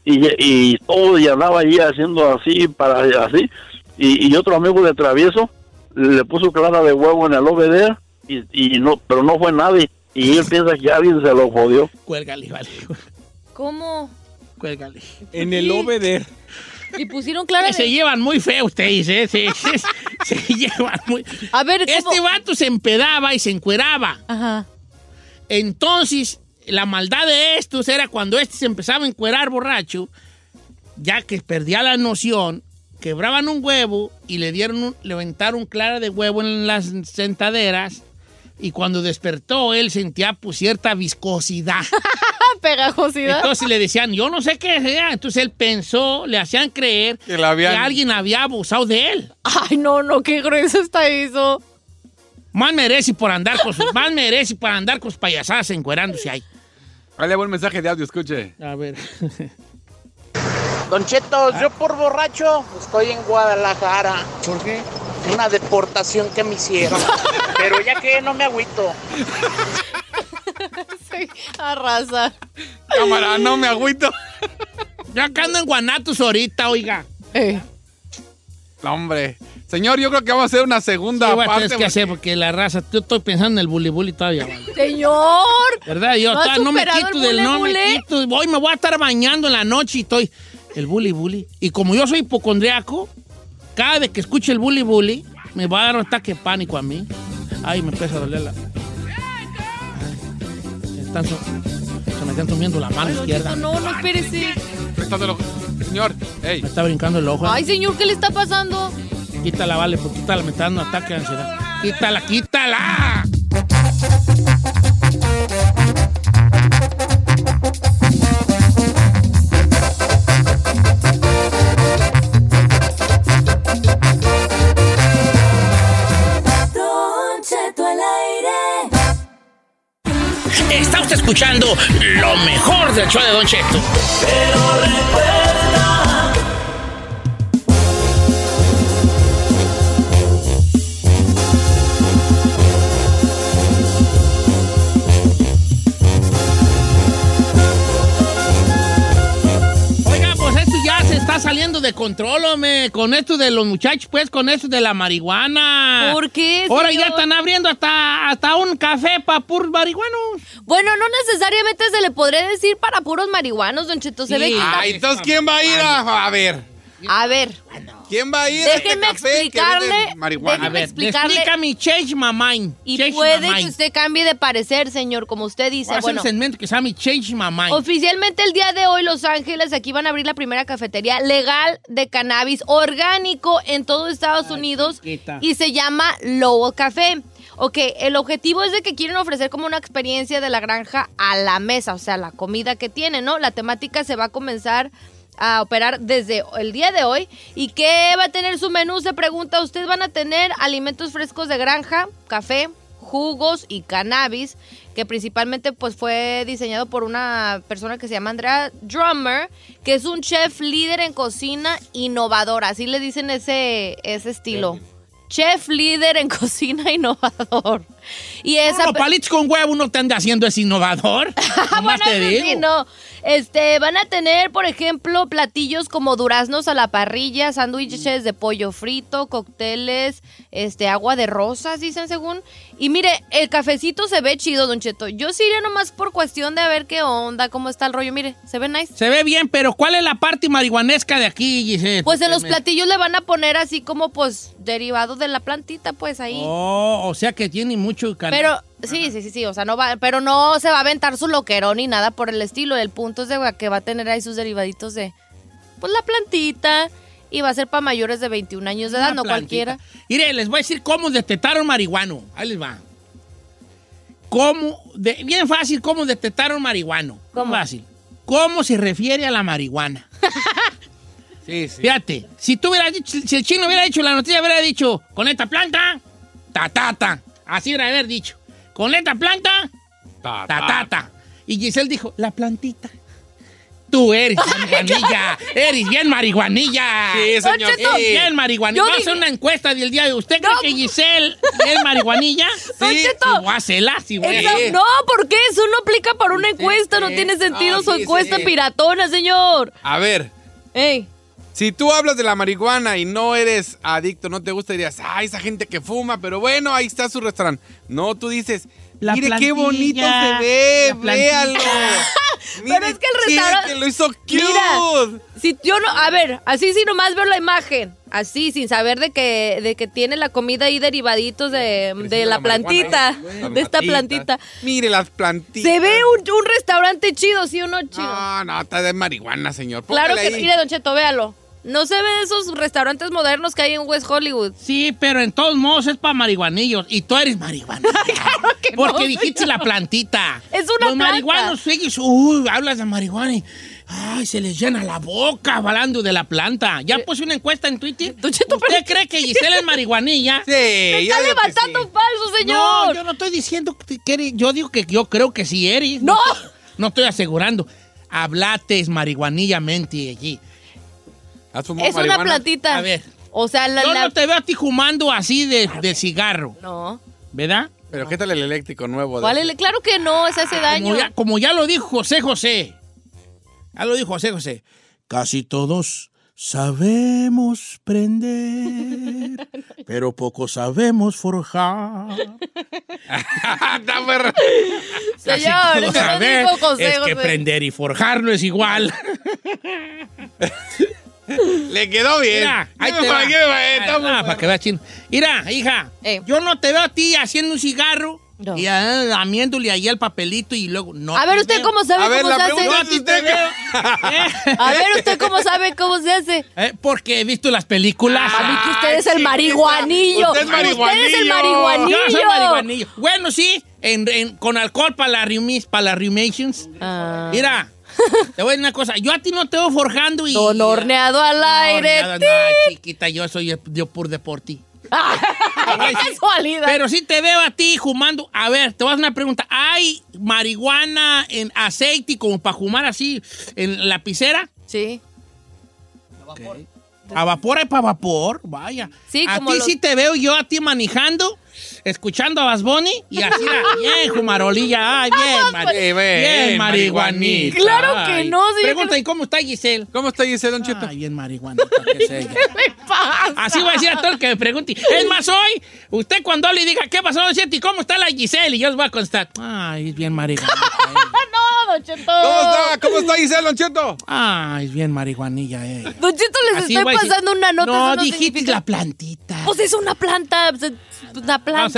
y, y todo, y andaba allí haciendo así, para así, y, y otro amigo de travieso le puso clara de huevo en el obeder, y, y no, pero no fue nadie, y él piensa que alguien se lo jodió. Cuélgale, vale. ¿Cómo? Cuélgale. En el obeder. Y pusieron clara de- Eh, Se llevan muy feo ustedes, ¿eh? Se, se- se llevan muy... A ver, ¿cómo? Este vato se empedaba y se encueraba. Ajá. Entonces, la maldad de estos era cuando este se empezaba a encuerar borracho, ya que perdía la noción, quebraban un huevo y le dieron un- levantaron clara de huevo en las sentaderas. Y cuando despertó, él sentía pues, cierta viscosidad. Pegajosidad. Entonces le decían, yo no sé qué sea. Entonces él pensó, le hacían creer Que la habían- que alguien había abusado de él. Ay, no, no, qué grueso está eso. Más merece por andar con sus, más merece por andar con sus payasadas encuerándose ahí. Dale buen mensaje de audio, escuche. A ver. Don Cheto, Ah. yo por borracho estoy en Guadalajara. ¿Por qué? Una deportación que me hicieron. Pero ya que no me agüito. Sí, arrasa. Cámara, no me agüito. Yo acá ando en Guanatos ahorita, oiga. Eh. No, hombre. Señor, yo creo que vamos a hacer una segunda ¿Qué voy a parte. tener que hacer? Porque la raza, yo estoy pensando en el bully bully todavía. vale. Señor. ¿Verdad? Yo ¿No has ta- no, me superado quito el del bule, no me bule? quito. Hoy me voy a estar bañando en la noche y estoy. El bully bully. Y como yo soy hipocondriaco, cada vez que escucho el bully bully, me va a dar un ataque de pánico a mí. Ay, me empieza a doler la. Ay, se están so- se me están sumiendo la mano Ay, don izquierda. Cheto, no, no, espérese. Señor, Me está brincando el ojo. Ay, señor, ¿qué le está pasando? Quítala, vale, pues quítala, me está dando un ataque de ansiedad. Quítala, quítala. Don Cheto al aire. Está usted escuchando lo mejor del show de Don Cheto. Oiga, pues esto ya se está saliendo de control, hombre. Con esto de los muchachos, pues, con esto de la marihuana. ¿Por qué, Ahora señor? ya están abriendo hasta, hasta un café para puros marihuanos. Bueno, no necesariamente se le podría decir para puros marihuanos, don Cheto. Se ve que está- Ay, Ah, entonces, ¿quién va a ir a, a ver? A ver, ¿Quién va a ir a este déjeme café que explicarle. venden marihuana? déjeme explicarle. explícame, change my mind. Y Change my puede que mind. usted cambie de parecer, señor, como usted dice. Voy a hacer Bueno, un segmento que se llama Change My Mind. Oficialmente el día de hoy Los Ángeles aquí van a abrir la primera cafetería legal de cannabis orgánico en todo Estados Unidos chiquita. y se llama Lowell Café. Ok, el objetivo es de que quieren ofrecer como una experiencia de la granja a la mesa, o sea, la comida que tienen, ¿no? La temática se va a comenzar a operar desde el día de hoy. ¿Y qué va a tener su menú? Se pregunta, ¿ustedes van a tener alimentos frescos de granja, café, jugos y cannabis? Que principalmente pues fue diseñado por una persona que se llama Andrea Drummer, que es un chef líder en cocina innovadora. Así le dicen ese, ese estilo. Chef líder en cocina e innovador. Y esa Ah, Los palitos con huevo no te anda haciendo es innovador. Nomás bueno, te eso sí, digo. no. Este, van a tener, por ejemplo, platillos como duraznos a la parrilla, sándwiches de pollo frito, cócteles, este, agua de rosas, dicen según. Y mire, el cafecito se ve chido, Don Cheto. Yo sí iría nomás por cuestión de a ver qué onda, cómo está el rollo. Mire, se ve nice. Se ve bien, pero ¿cuál es la parte marihuanesca de aquí, Giselle? Pues en los Me- platillos le van a poner así como, pues, derivado de la plantita, pues ahí. Oh, o sea que tiene mucho can- Pero sí, sí, sí, sí, o sea, no va, pero no se va a aventar su loquerón ni nada por el estilo. El punto es de que va a tener ahí sus derivaditos de, pues la plantita y va a ser para mayores de 21 años de edad, Una no plantita. cualquiera. Mire, les voy a decir cómo detectaron marihuano. Ahí les va. ¿Cómo? de- bien fácil, ¿cómo detectaron marihuano? ¿Cómo? Fácil. ¿Cómo se refiere a la marihuana? Sí, sí. Fíjate, si tú hubieras dicho, si el chino hubiera dicho la noticia, hubiera dicho, con esta planta, ta, ta, ta. Así hubiera haber dicho, con esta planta, Ta, ta, ta, ta. Y Giselle dijo, la plantita. Tú eres marihuanilla, eres bien marihuanilla. Sí, señor, Don Cheto, Eres bien marihuanilla. yo Vamos a dije- hacer una encuesta del día de usted. ¿Cree que Giselle es marihuanilla? Don sí, Cheto. sí, voy a hacerla, sí, voy a Esa- hacer. no, ¿por qué? Eso no aplica para una encuesta, no tiene sentido Ah, su sí, encuesta sí. piratona, señor. A ver, Ey, si tú hablas de la marihuana y no eres adicto, no te gusta, dirías, ah, esa gente que fuma, pero bueno, ahí está su restaurante. No, tú dices, La mire qué plantilla, bonito se la ve, plantilla". véalo. pero es que el Mire, restaurante que lo hizo cute. Mira, si yo no, a ver, así si nomás veo la imagen, así sin saber de que de que tiene la comida ahí derivaditos de, de ¿eh? la plantita, de esta plantita. Mire las plantitas. Se ve un, un restaurante chido, sí o no chido. No, no, está de marihuana, señor. claro Póngale que ahí. mire, Don Cheto, véalo. No se ve de esos restaurantes modernos que hay en West Hollywood. Sí, pero en todos modos es para marihuanillos. Y tú eres marihuana. Porque no, dijiste la plantita. Es una Los planta. marihuanos, ellos, uy, hablas de marihuana y, ay, se les llena la boca hablando de la planta. Ya puse una encuesta en Twitter. ¿Usted cree que Gisela es marihuanilla? Sí, Me está levantando falso, señor. No, yo no estoy diciendo que que eres- yo digo que yo creo que sí eres. No. No estoy asegurando. Hablates marihuanillamente allí. es una plantita. A ver. O sea, la, Yo la- no te veo a ti fumando así de, de cigarro, No. ¿verdad? Pero ¿qué tal el eléctrico nuevo? de- ¿Cuál es? Claro que no, se hace daño. Como ya, como ya lo dijo José José. Ya lo dijo José José. Casi todos sabemos prender, pero poco sabemos forjar. Está perro. Casi Señor, todos eso no saben dijo José Pues, es José. que prender y forjar no es igual. Le quedó bien. Mira, ahí Ahí te va. eh, Estamos Ah, para que veas chino. Mira, hija, Eh. yo no te veo a ti haciendo un cigarro y ah, lamiéndole ahí el papelito y luego no. A ver, ¿usted cómo sabe A ver, cómo la se hace? pregunta Yo a es ti te usted, veo. A ver, ¿usted cómo sabe cómo se hace? Eh, porque he visto las películas. A mí Ah, que usted es el marihuanillo. Usted es marihuanillo. Usted es el marihuanillo. Yo soy marihuanillo. Bueno, sí, en- en- con alcohol para las reumis- para las reumations. Ah. Mira, te voy a decir una cosa. Yo a ti no te veo forjando y... Don horneado al aire. No, chiquita, yo soy yo por deporte. ¡Qué casualidad! Pero sí te veo a ti fumando. A ver, te voy a hacer una pregunta. ¿Hay marihuana en aceite como para fumar así en la lapicera? Sí. A vapor hay para vapor, vaya. Sí, a como ti los- sí te veo yo a ti manejando, escuchando a Bad Bunny y así, ah, bien, jumarolilla, ay, pues. bien, mari- Sí, bien, bien, marihuanita. Claro que ay. no, sí, yo Pregunta, ¿y cómo está Giselle? ¿Cómo está Giselle, Don Cheto? Ay, bien marihuanita, que es ella. Así va a decir a todo el que me pregunte. Es más, hoy, usted cuando le diga, ¿qué pasó, Don Cheto, y cómo está la Giselle? Y yo os voy a constar, ay, es bien marihuanita. no, Don Cheto. ¿Cómo está? ¿Cómo está Giselle, Don Cheto? Ay, es bien marihuanilla eh. ella. Don Cheto, les Así estoy voy a decir, pasando una nota. No, eso no dijiste significa- la plantita. Pues es una planta. pues, es Una planta.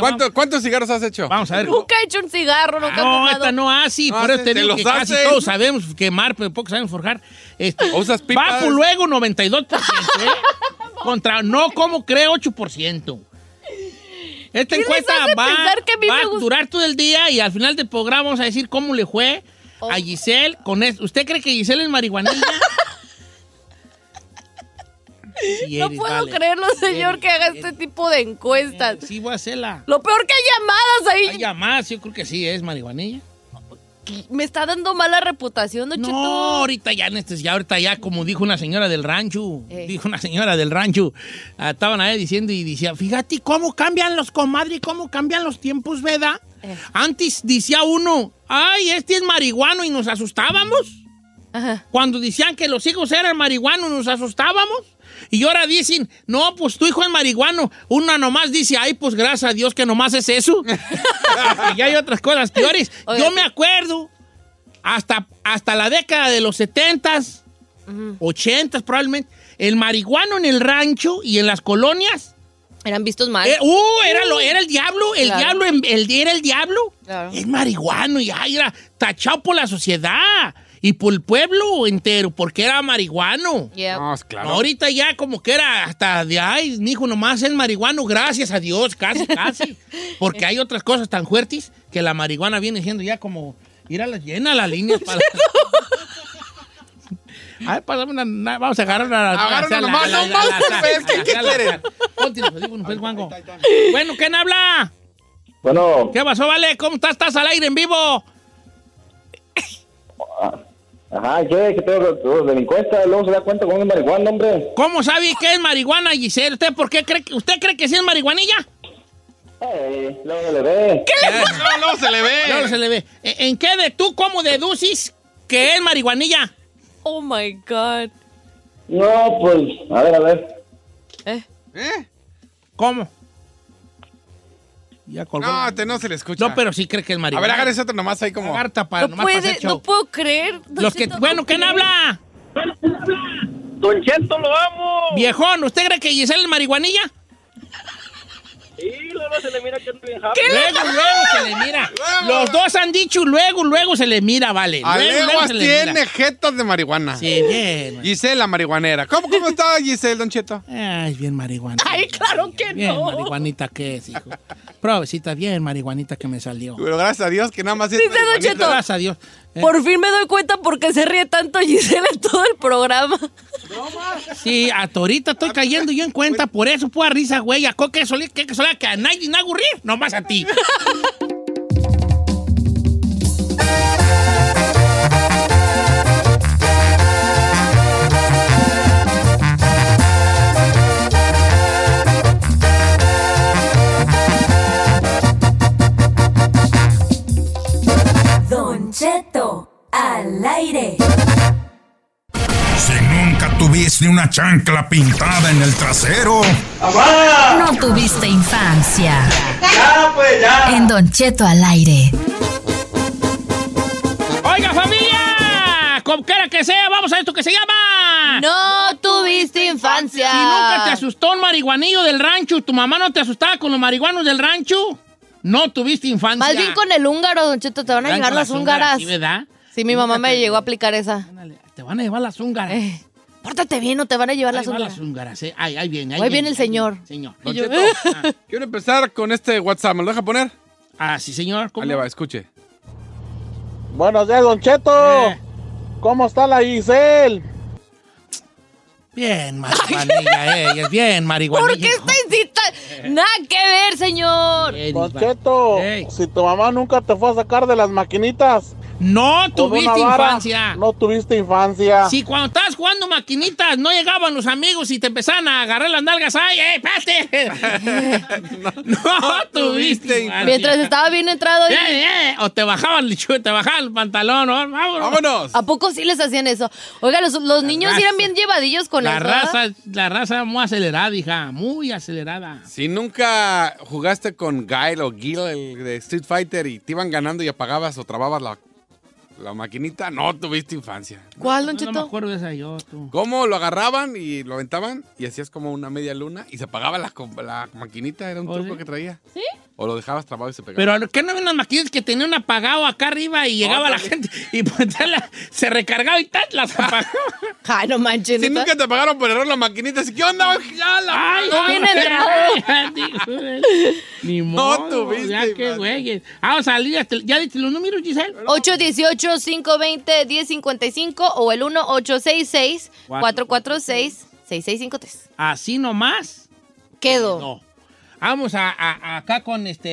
¿Cuánto- ¿Cuántos cigarros has hecho? Vamos a ver. Nunca he hecho un cigarro, nunca No, he fumado. esta no así, No, por eso se- te se digo los que casi hacen. todos sabemos quemar, pero pocos saben forjar. Este, Usas pipas. Vapo luego 92%, ¿eh? Contra no como creo 8%. Esta ¿Qué les encuesta hace va, pensar que a mí va me a gusta? durar todo el día y al final del programa vamos a decir cómo le fue Oh. a Giselle con esto. ¿Usted cree que Giselle es marihuanilla? Sí No eres, puedo vale. creerlo, señor, que haga este tipo de encuestas. Sí, voy a hacerla. Lo peor que hay llamadas ahí. Hay llamadas, yo creo que sí, es marihuanilla. me está dando mala reputación, Don Cheto. No, ahorita ya, en este- ya, ahorita ya, como dijo una señora del rancho, Eh. dijo una señora del rancho, ah, estaban ahí diciendo y decía, fíjate cómo cambian los comadres, cómo cambian los tiempos, ¿verdad? Antes decía uno, ay, este es marihuano y nos asustábamos. Cuando decían que los hijos eran marihuanos, nos asustábamos. Y ahora dicen, no, pues tu hijo es marihuano. Una nomás dice, ay, pues gracias a Dios que nomás es eso. y hay otras cosas peores. Yo me acuerdo, hasta, hasta la década de los 70s, 80s probablemente, el marihuano en el rancho y en las colonias. Eran vistos mal. eh, ¡Uh! Era, lo, era el diablo, el Claro. diablo, en- el, era el diablo. Claro. Es marihuano y ay, era tachado por la sociedad y por el pueblo entero porque era marihuano. Yep. No, es claro. No, ahorita ya como que era hasta de, ay, mijo, nomás es marihuano, gracias a Dios, casi, casi. Porque hay otras cosas tan fuertes que la marihuana viene siendo ya como, ir a la llena las líneas para... A ver, pásame una, una- vamos a agarrar una... Agarra una- una nomás, la- la- nomás, la- la- pues, ¿qué- la- qué la- la- quieren? Ponte los audífonos, pues, guango. Bueno, ¿quién habla? Bueno, ¿Qué pasó, Vale? ¿Cómo estás? ¿Estás al aire en vivo? ajá, ¿qué? Que todos los- los delincuentes luego se da cuenta con un marihuana, hombre. ¿Cómo sabe que es marihuana, Giselle? ¿Usted por qué cree que, usted cree que sí es marihuanilla? Eh, luego se le ve. ¿Qué Eh, le pasa? No, no, se le ve. No, no se le ve. ¿E, ¿En en qué de tú cómo deduces que es marihuanilla? Oh my God. No, pues, a ver, a ver. ¿Eh? ¿Cómo? No, te- no se le escucha. No, pero sí cree que es A marihuana. ver, agarra ese otro nomás ahí como. Carta para, No, nomás para hacer puede, show. no puedo creer. Don Los que, Cheto. bueno, ¿quién habla? Don Cheto, lo amo. Viejón, ¿usted cree que Giselle es marihuanilla? Sí, luego se le mira que es bien ¿Qué luego, luego se le mira. Los dos han dicho luego, luego se le mira, vale. A Luego, luego leguas se le mira. tiene jetas de marihuana. Sí, bien. Giselle, la marihuanera. ¿Cómo, cómo está Giselle, Don Cheto? Ay, bien marihuana. Ay, claro que Bien no. marihuanita que es, hijo. Provecita, bien marihuanita que me salió. Pero gracias a Dios que nada más es Dice Don marihuanita. Cheto. Gracias a Dios. Eh, Por fin me doy cuenta por qué se ríe tanto Gisela en todo el programa. Sí, hasta ahorita estoy cayendo yo en cuenta. Por eso, pues, risa, güey. ¿A qué solía que, que, solía que a nadie me hago rir? Nomás a ti. Don Cheto al aire. Si nunca tuviste una chancla pintada en el trasero, No tuviste infancia. Ya, pues, ya. En Don Cheto al aire. Oiga, familia, como quiera que sea, vamos a esto que se llama. No tuviste infancia. Si nunca te asustó un marihuanillo del rancho, tu mamá no te asustaba con los marihuanos del rancho, no tuviste infancia. Más bien con el húngaro, Don Cheto, te van a Van llegar con las húngaras. Sí, ¿verdad? Sí, mi mamá me llegó a aplicar esa. Eh, Te van a llevar las húngaras. Pórtate bien o te van a llevar Ahí las van húngaras. las húngaras, eh. Ahí, ahí viene. Ahí viene el señor. Señor. Y Don yo- Cheto, ah, quiero empezar con este WhatsApp. ¿Me lo deja poner? Ah, sí, señor. ¿Cómo? Ahí le va, escuche. Buenos días, Don Cheto. Eh. ¿Cómo está la Giselle? Bien, marihuanilla, eh, ella es bien, marihuanilla. ¿Por qué está incita- Nada que ver, señor. Don Cheto, si tu mamá nunca te fue a sacar de las maquinitas. No con tuviste una vara, infancia. No tuviste infancia. Si cuando estabas jugando maquinitas no llegaban los amigos y te empezaban a agarrar las nalgas, ¡ay, eh, espérate! no, tuviste. infancia. Mientras estaba bien entrado. ahí. Ah, Eh, eh, O te bajaban, el chu- te bajaban el pantalón, ¿no? vámonos. ¿A poco sí les hacían eso? Oiga, los, los niños raza. eran bien llevadillos con La eso. ¿eh? ¿verdad? raza, la raza muy acelerada, hija, muy acelerada. Si nunca jugaste con Guile o Gil, el de Street Fighter, y te iban ganando y apagabas o trababas la, la maquinita, no tuviste infancia. ¿Cuál, Don No, Cheto? No me acuerdo de esa yo, tú. ¿Cómo lo agarraban y lo aventaban y hacías como una media luna y se apagaba la, com- la maquinita? Era un truco que traía. ¿Sí? O lo dejabas trabado y se pegaba. Pero ¿qué no había unas maquinitas que tenían apagado acá arriba y llegaba la gente y pues, la- se recargaba y tal, las apagaba? Ay, no manches. Si neta. nunca te apagaron por error la maquinita, ¿sí? ¿qué onda? Ya la Ay, apagó. bien entrado. Ni modo. tuviste, Ya qué güeyes. Vamos a salir hasta el- ¿Ya diste los números, Giselle? 818-520-1055 o el 1-866-446-6653. Así nomás. Quedo. No. Vamos a, a- acá con este.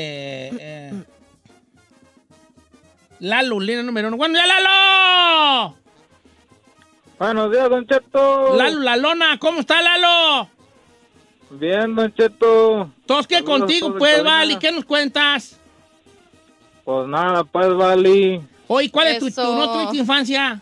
eh, Lalo, línea número uno. ¡Bueno, ya Lalo! Buenos días, Don Cheto. Lalo, la lona, ¿cómo está Lalo? Bien, Don Cheto. Todos que Saludos a contigo, todos en pues, cabina. Vali, ¿qué nos cuentas? Pues nada, pues, Vali. Oye, ¿cuál es tu, tu- no tuviste infancia?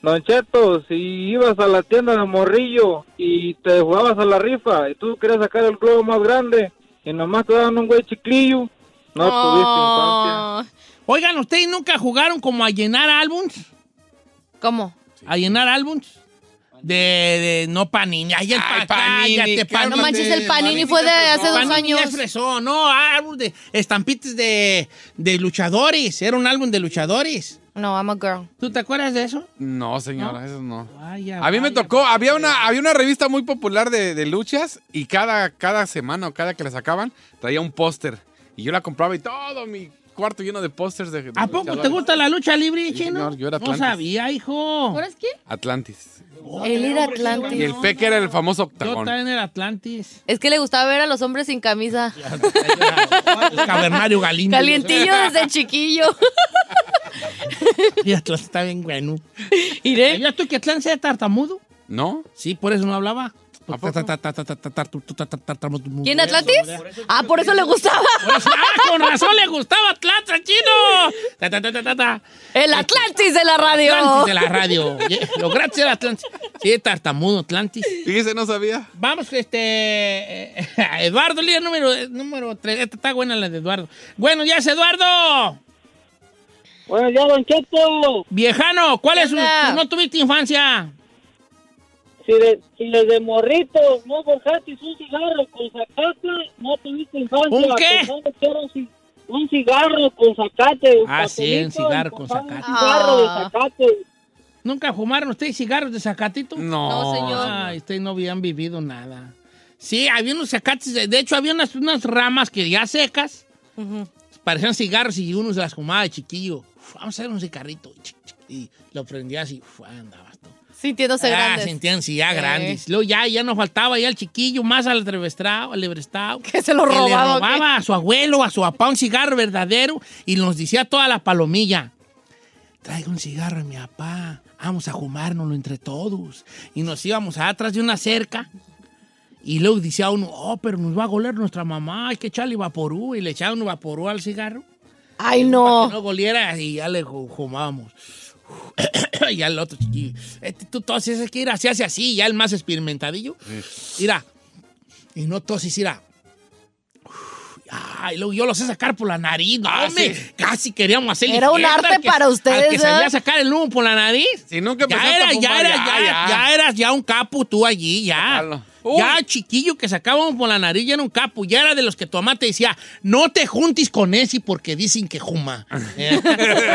Don Cheto, si ibas a la tienda de Morrillo y te jugabas a la rifa y tú querías sacar el globo más grande y nomás te daban un güey chiclillo, no infancia. Oigan, ¿ustedes nunca jugaron como a llenar álbums? ¿Cómo? ¿A llenar álbums? De, de no panini. Ay, el pa- Panini, cállate, cálmate. No manches, el Panini fue de hace dos Panini años. es fresón, no, álbum de estampitas de, de luchadores. Era un álbum de luchadores. No, I'm a girl. ¿Tú te acuerdas de eso? No, señora, eso no. Vaya, A mí me tocó, había una, había una revista muy popular de, de luchas y cada, cada semana o cada que la sacaban traía un póster. Y yo la compraba y todo mi cuarto lleno de pósters de, de ¿A poco te luchadores. gusta la lucha libre, chino? señor, yo era no Atlantis. sabía, hijo. ¿Ahora es quién? Atlantis. Él era Atlantis. Y el peque era el famoso octagón. en el Atlantis. Es que le gustaba ver a los hombres sin camisa. El cavernario Galindo. Calientillo desde chiquillo. Y Atlán está bien bueno. ¿Iré? ¿Ya tú que Atlán sea tartamudo? ¿No? Sí, por eso no hablaba. ¿Quién ¿Quién Atlantis? Ah, por eso le gustaba. ¡Ah, con razón le gustaba Atlanta, chino! Ta, ta, ta, ta, ta, ta. El Atlantis de la radio. Atlantis de la radio. Lo gratis era Atlantis. Sí, tartamudo Atlantis. Fíjese, no sabía. Vamos, este. eh, Eduardo, líder número, eh, número 3. Esta está buena la de Eduardo. Bueno, ya es Eduardo. Bueno, ya, Don Cheto. Viejano, ¿cuál es su. Hola. tu- no tuviste infancia? Si, de, si desde morrito no forjaste un cigarro con zacate, no tuviste infancia. ¿Un qué? Pensando que era Un, ci- un cigarro con zacate. un Ah, sí, papelito, un cigarro con pensando en zacate. Un cigarro de Ah. zacate. ¿Nunca fumaron ustedes cigarros de zacatito? No. No, señor. Ay, ustedes no habían vivido nada. Sí, había unos zacates. De de hecho, había unas, unas ramas que ya secas parecían cigarros y uno se las fumaba de chiquillo. Uf, vamos a hacer un cigarrito. chic, chic, Y lo prendías y uf, andabas tú. Sintiéndose ah, grandes. sentían sí, ya Eh. grandes. Luego ya, ya nos faltaba ya el chiquillo más al atrevestrado, al lebrestado. Que se lo Le robaba, ¿o qué? robaba a su abuelo, a su papá un cigarro verdadero y nos decía toda la palomilla. Traigo un cigarro de mi papá, vamos a fumárnoslo entre todos. Y nos íbamos atrás de una cerca. Y luego decía uno, oh, pero nos va a goler nuestra mamá, hay que echarle vaporú. Y le echaba un vaporú al cigarro. Ay, Para que no. no goliera y ya le ju- fumábamos. y ya el otro chiquillo. Este, tú toses, es que ir así, hace así, ya el más experimentadillo. Mira. Y no toses, mira. Uf, Ay, luego yo lo sé sacar por la nariz. No, hombre, casi queríamos hacer Ah, Era un izquierda al arte que- para ustedes, Al que sabía ¿eh? sacar el humo por la nariz. Si nunca ya empezaste a era, ya fumar, era, ya, ya, ya. ya eras ya un capo tú allí, ya. Ya chiquillo que sacábamos por la nariz, ya era un capo. Ya era de los que tu mamá te decía, no te juntes con ese porque dicen que juma. Eh,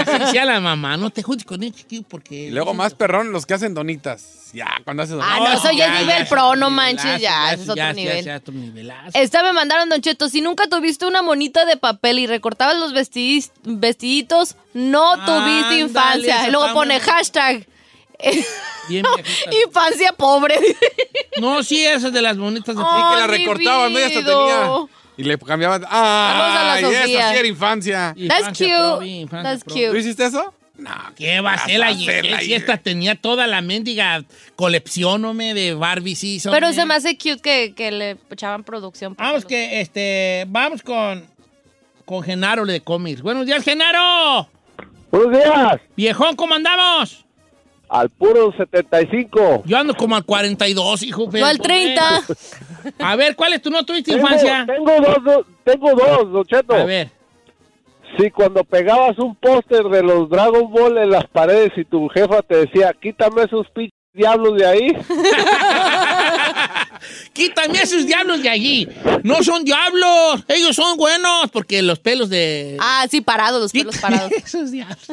Así decía la mamá, no te juntes con ese chiquillo porque... Y luego más perrón los que hacen donitas. Ya, cuando hacen Ah, donitas. no, eso ya ya, es ya, nivel es pro, no otro manches, nivelazo, ya, ya, ese es otro ya, ya, nivel. ya, otro Ah, nivelazo. Esta me mandaron, Don Cheto, si nunca tuviste una monita de papel y recortabas los vestidis- vestiditos, no tuviste Ándale, infancia. esa Y luego está pone muy- hashtag. Bien viejita. infancia pobre. No, sí, esas de las bonitas de Ay, Y que la mi recortaban, ¿no? Y hasta tenía. vida. Y le cambiaban. ¡Ah! Saludos a la y Sofía. esa sí era infancia. That's cute. That's ¿Tú cute. hiciste eso? ¿Qué va a ser la Vas a hacer la Giselle? Si esta tenía toda la mendiga colección, hombre, de Barbie, sí. son- Pero se me hace cute que, que le echaban producción. Vamos que, este, vamos con, con Genaro de cómics. Buenos días, Genaro. Buenos días. Viejón, ¿cómo andamos? Al puro 75. Yo ando como al 42, hijo. pero- al 30. A ver, ¿cuál es tu no tuviste Tengo- infancia? Tengo, dos, do- tengo dos, Don Cheto. A ver. Si cuando pegabas un póster de los Dragon Ball en las paredes y tu jefa te decía, quítame esos pinches diablos de ahí. Quítame esos diablos de allí. No son diablos. Ellos son buenos porque los pelos de... Ah, sí, parados, los pelos parados. Esos diablos.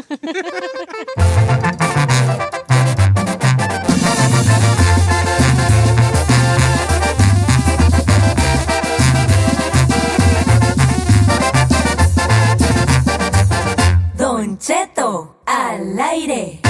Don Cheto al aire.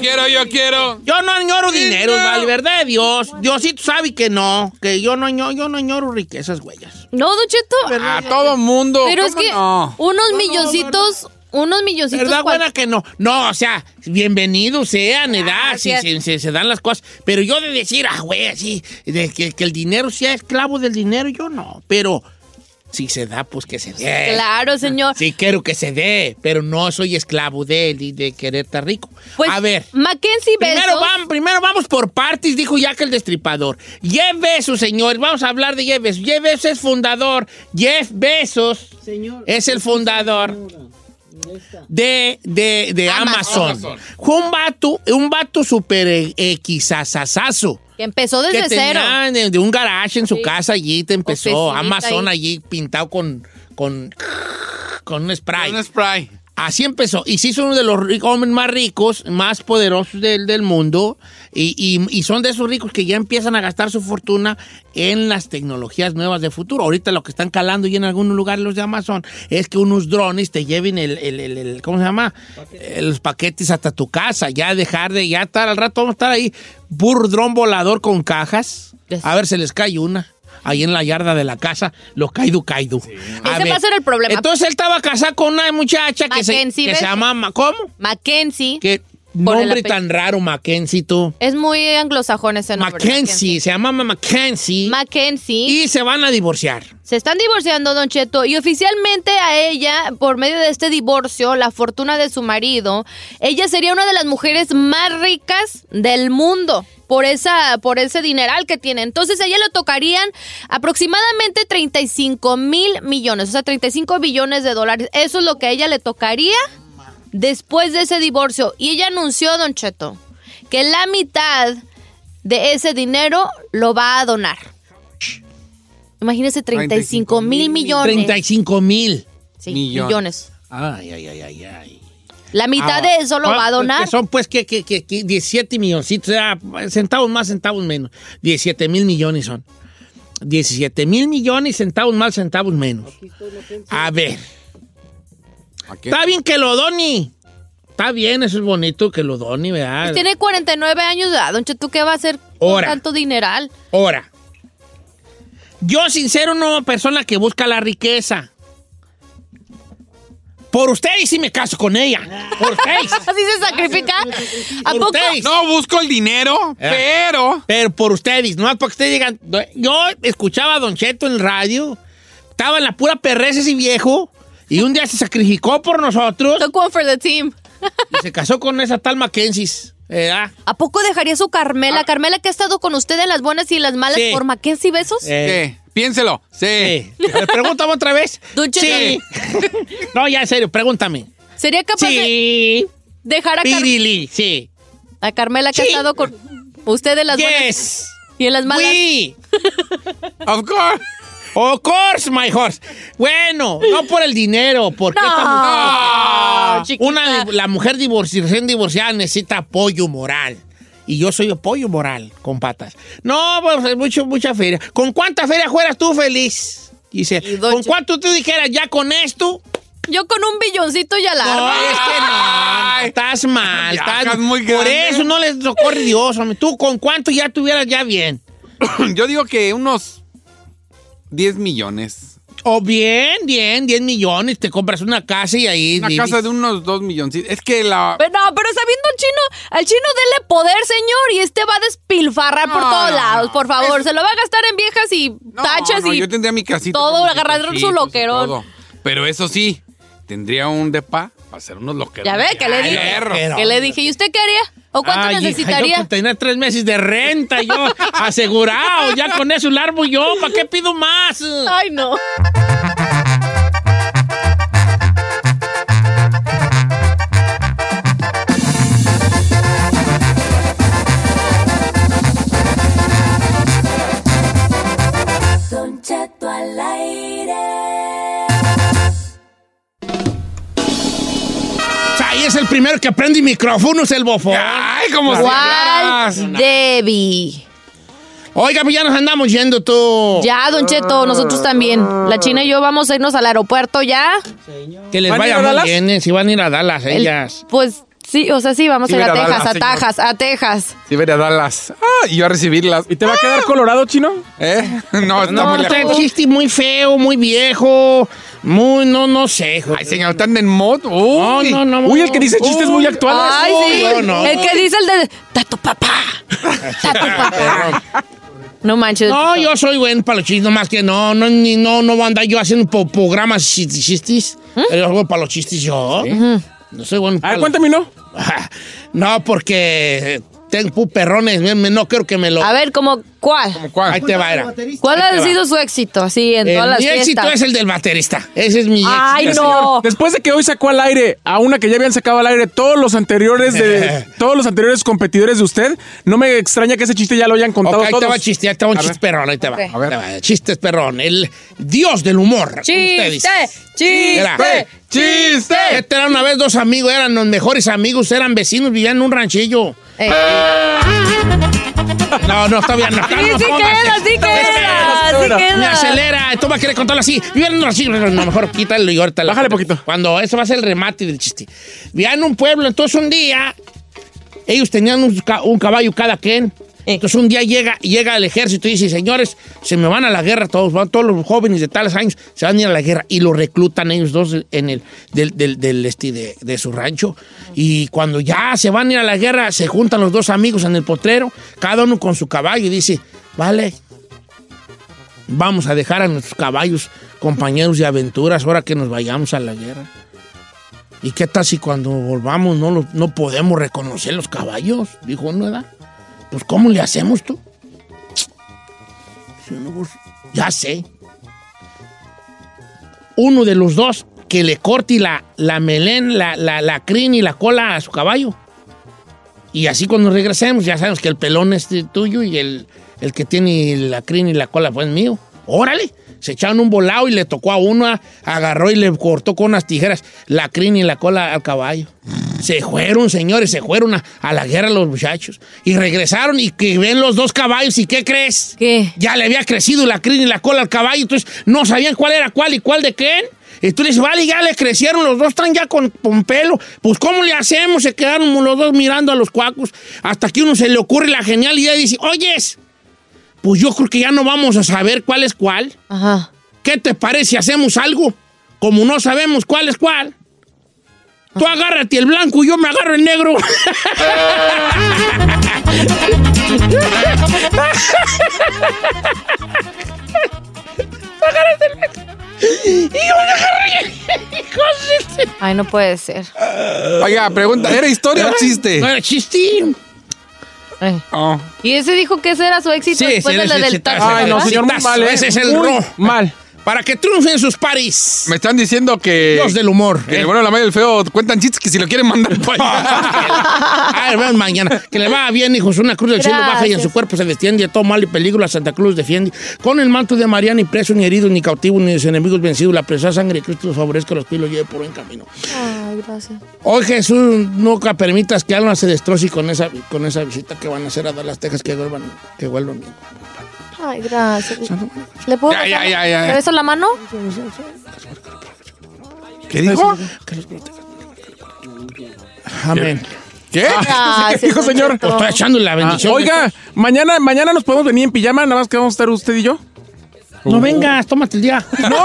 quiero, yo quiero. Yo no añoro dinero, vale, verdad de Dios. Diosito sabe que no, que yo no añoro, yo no añoro riquezas, güeyas. No, Don Cheto. A todo mundo. Pero es ¿cómo que no? unos milloncitos, unos milloncitos. ¿Verdad, cual- buena que no? No, o sea, bienvenidos sean, edad, si Gracias. si- si se dan las cosas. Pero yo de decir, ah, güey, así, de que, que el dinero sea esclavo del dinero, yo no. Pero si se da, pues que se dé. Claro, señor. Sí, quiero que se dé, pero no soy esclavo de él y de querer estar rico. Pues, a ver. Mackenzie Bezos. Primero, vam- primero vamos por partes, dijo Jack el Destripador. Jeff Bezos, señor, vamos a hablar de Jeff Bezos. Jeff Bezos es fundador. Jeff Bezos es el fundador de, de, de Amazon. Amazon. Fue un vato, un vato super equisasasazo. Que empezó desde que cero. tenía de, de un garage en su casa allí, te empezó Oficinita Amazon ahí. allí pintado con, con, con un spray. un spray. Así empezó. Y sí son uno de los ri- hombres más ricos, más poderosos del, del mundo. Y, y- y son de esos ricos que ya empiezan a gastar su fortuna en las tecnologías nuevas de futuro. Ahorita lo que están calando y en algunos lugares los de Amazon es que unos drones te lleven el, el- el- el- ¿cómo se llama? Eh, los paquetes hasta tu casa. Ya dejar de, ya estar al rato vamos a estar ahí. Burro dron volador con cajas. A ver, se les cae una. Ahí en la yarda de la casa, los caidu caidu. A Ese ver. va a ser el problema. Entonces él estaba casado con una muchacha que se, Mackenzie que se Bezos. llama. Ma- ¿Cómo? Mackenzie. Que Por el nombre apellido. tan raro, Mackenzie, tú. Es muy anglosajón ese nombre. Mackenzie, se llama Mackenzie. Mackenzie. Y se van a divorciar. Se están divorciando, Don Cheto, y oficialmente a ella, por medio de este divorcio, la fortuna de su marido, ella sería una de las mujeres más ricas del mundo por esa por ese dineral que tiene. Entonces a ella le tocarían aproximadamente 35 mil millones, o sea, 35 billones de dólares. Eso es lo que a ella le tocaría después de ese divorcio. Y ella anunció, Don Cheto, que la mitad de ese dinero lo va a donar. Imagínese 35 mil millones. 35 mil Sí, millones. Ay, ay, ay, ay, ay. La mitad Ah, de eso lo va a ¿cuánto? donar. Que son pues que, que, que, que 17 milloncitos, o sea, centavos más, centavos menos. 17 mil millones son. 17 mil millones, centavos más, centavos menos. A ver. Está bien que lo doni. Está bien, eso es bonito que lo doni, ¿verdad? Tiene 49 años de edad. Don Cheto, ¿qué va a hacer con Ahora. tanto dineral? Ahora, yo sincero no persona que busca la riqueza. Por ustedes sí me caso con ella. Por ustedes. ¿Así se sacrifica? ¿A Por poco? ustedes. No busco el dinero, pero. Pero por ustedes, no porque ustedes digan. Yo escuchaba a Don Cheto en el radio, estaba en la pura perreza ese viejo, y un día se sacrificó por nosotros. Took one for the team. Y se casó con esa tal Mackenzie. ¿verdad? ¿A poco dejaría su Carmela? Carmela que ha estado con usted en las buenas y en las malas Ah. Sí. Eh. por Mackenzie Besos. Sí. Piénselo. Sí. Le preguntamos otra vez. Don Cheto. Sí. no, ya en serio, pregúntame. ¿Sería capaz Sí. de dejar a, Car- Pirili, sí. a Carmela que ha estado con usted en las Yes. buenas y en las malas? Sí. Of course. Of course, my horse. Bueno, no por el dinero, porque No, esta mujer- no, chiquita. una, la mujer divorci- recién divorciada necesita apoyo moral. Y yo soy apoyo moral, con patas. No, pues es mucho, mucha feria. ¿Con cuánta feria fueras tú feliz? Dice, ¿con cuánto tú dijeras ya con esto? Yo con un billoncito y alarma. No, es que no, estás mal. Viajas estás- muy por grande. eso no les socorre Dios. hombre. Tú con cuánto ya tuvieras ya bien. Yo digo que unos 10 millones. O bien, bien, 10 millones, te compras una casa y ahí... Una casa de unos 2 milloncitos. Es que la... Pero no, pero sabiendo al chino, al chino dele poder, señor, y este va a despilfarrar por No, todos no, lados, por favor. Se lo va a gastar en viejas y tachas No, no, y. yo tendría mi casita. todo, con mis agarrar su cochitos y loquerón. todo. Pero eso sí, tendría un depa para hacer unos loqueros. Ya ve, que le Ay, dije. perro. Que le dije, ¿y usted qué haría? ¿O cuánto Ay, hija, yo necesitaría? con tener tres meses de renta, yo asegurado, ya con eso largo yo, ¿para qué pido más? Ay, no. Don Cheto al aire. Ahí es el primero que prende micrófonos, el bofón. Ay, como ¿Cuál Debbie? Oiga, pues ya nos andamos yendo tú. Ya, Don Cheto, nosotros también. La China y yo vamos a irnos al aeropuerto ya. Que les ¿Van a ir vaya a muy Dallas? bien, eh, si van a ir a Dallas ellas. Pues Sí, o sea, sí, vamos Sí, a ir a mira, Texas, dale, a señor. Texas, a Texas. Sí, ven a darlas. Ah, y yo a recibirlas. ¿Y te va a Ah. quedar colorado, chino? ¿Eh? No, está No, muy está lejos. chiste muy feo, muy viejo, muy, no, no sé. Ay, señor, están en mod. no, no, no. Uy, el que dice chistes muy actuales. Ay, sí. No, no. El que dice el de está tu papá. Está tu papá. No manches. No, yo soy buen para los chistes, nomás que no, no, ni, no, no voy a andar yo haciendo po- programas chi- chistes. ¿Mm? Yo hago para los chistes yo. No soy bueno. A ver, cuéntame, ¿no? No, porque tengo perrones, me- me- no creo que me lo... A ver, ¿cómo cuál? Ahí te va, era. ¿Cuál Ahí ha te va. sido su éxito así en El- todas las Eh, mi fiestas? éxito es el del baterista. Ese es mi éxito. Ay, Mira, no. señor, después de que hoy sacó al aire a una que ya habían sacado al aire todos los anteriores de todos los anteriores competidores de usted, no me extraña que ese chiste ya lo hayan contado Ok, ahí te todos. va chiste, ahí te va un A ver. chiste perrón, ahí te va. Ok. A ver. Ahí te va, Chistes perrón, el dios del humor. Chiste, Era, chiste. ¡Chiste! Este era una vez dos amigos, eran los mejores amigos, eran vecinos, vivían en un ranchillo. Eh. No, no, todavía no. Sí, sí queda, sí queda, sí queda. Me acelera, esto va a querer contarlo así. Vivían en un ranchillo, no, mejor quítalo y ahorita. Bájale poquito. Cuando eso va a ser el remate del chiste. Vivían en un pueblo, entonces un día ellos tenían un, ca- un caballo cada quien. Eh. Entonces un día llega, llega el ejército y dice, señores, se me van a la guerra todos, van todos los jóvenes de tales años, se van a ir a la guerra. Y lo reclutan ellos dos en el, del, del- del este, de, de su rancho. Y cuando ya se van a ir a la guerra, se juntan los dos amigos en el potrero, cada uno con su caballo y dice, vale, vamos a dejar a nuestros caballos compañeros de aventuras ahora que nos vayamos a la guerra. ¿Y qué tal si cuando volvamos no, los- no podemos reconocer los caballos? Dijo uno, ¿verdad? Pues ¿cómo le hacemos tú? Dice uno, pues, Ya sé. Uno de los dos que le corte la, la melena, la, la, la crin y la cola a su caballo. Y así cuando regresemos ya sabemos que el pelón es de- tuyo y el, el que tiene la crin y la cola fue el mío. ¡Órale! Se echaron un volado y le tocó a uno, a- agarró y le cortó con unas tijeras la crin y la cola al caballo. Se fueron, señores, se fueron a, a la guerra los muchachos. Y regresaron y que ven los dos caballos y ¿qué crees? ¿Qué? Ya le había crecido la crin y la cola al caballo, entonces no sabían cuál era cuál y cuál de quién. Y tú le dices, vale, ya le crecieron, los dos están ya con, con pelo. Pues, ¿cómo le hacemos? Se quedaron los dos mirando a los cuacos. Hasta que uno se le ocurre la genial idea y dice, oyes, pues yo creo que ya no vamos a saber cuál es cuál. Ajá. ¿Qué te parece si hacemos algo? Como no sabemos cuál es cuál, tú agárrate el blanco y yo me agarro el negro. Y una Ay, no puede ser. Oiga, pregunta, ¿era historia o chiste? No, era chiste. Oh. Y ese dijo que ese era su éxito después de la del taxi. ¿verdad? ¿eh? Ese es el ro. Mal. Para que triunfen sus paris. Me están diciendo que. Dios del humor. Que el bueno, la madre del feo cuentan chistes que si lo quieren mandar para A ver, ven Ah, mañana. Que le va bien, hijos. Una cruz del cielo baja y en Gracias. su cuerpo se destiende. A todo mal y peligro la Santa Cruz defiende. Con el manto de María, ni preso, ni herido, ni cautivo, ni sus enemigos vencidos. La preciosa sangre de Cristo los favorezca, los pies los lleve por buen camino. Ay, gracias. Hoy Jesús, nunca permitas que alma se destroce con esa, con esa visita que van a hacer a Dallas, Texas, que vuelvan, que vuelvan bien. Ay, gracias. ¿Le puedo Ya, besar- ya, ya, ya, ya. ¿Le beso la mano? ¿Qué dijo? Amén. ¿Qué? ¿Qué dijo, señor? Pues estoy echando la bendición. Ah, oiga, mañana, mañana nos podemos venir en pijama, nada más que vamos a estar usted y yo. Uh. No vengas, tómate el día. ¡No!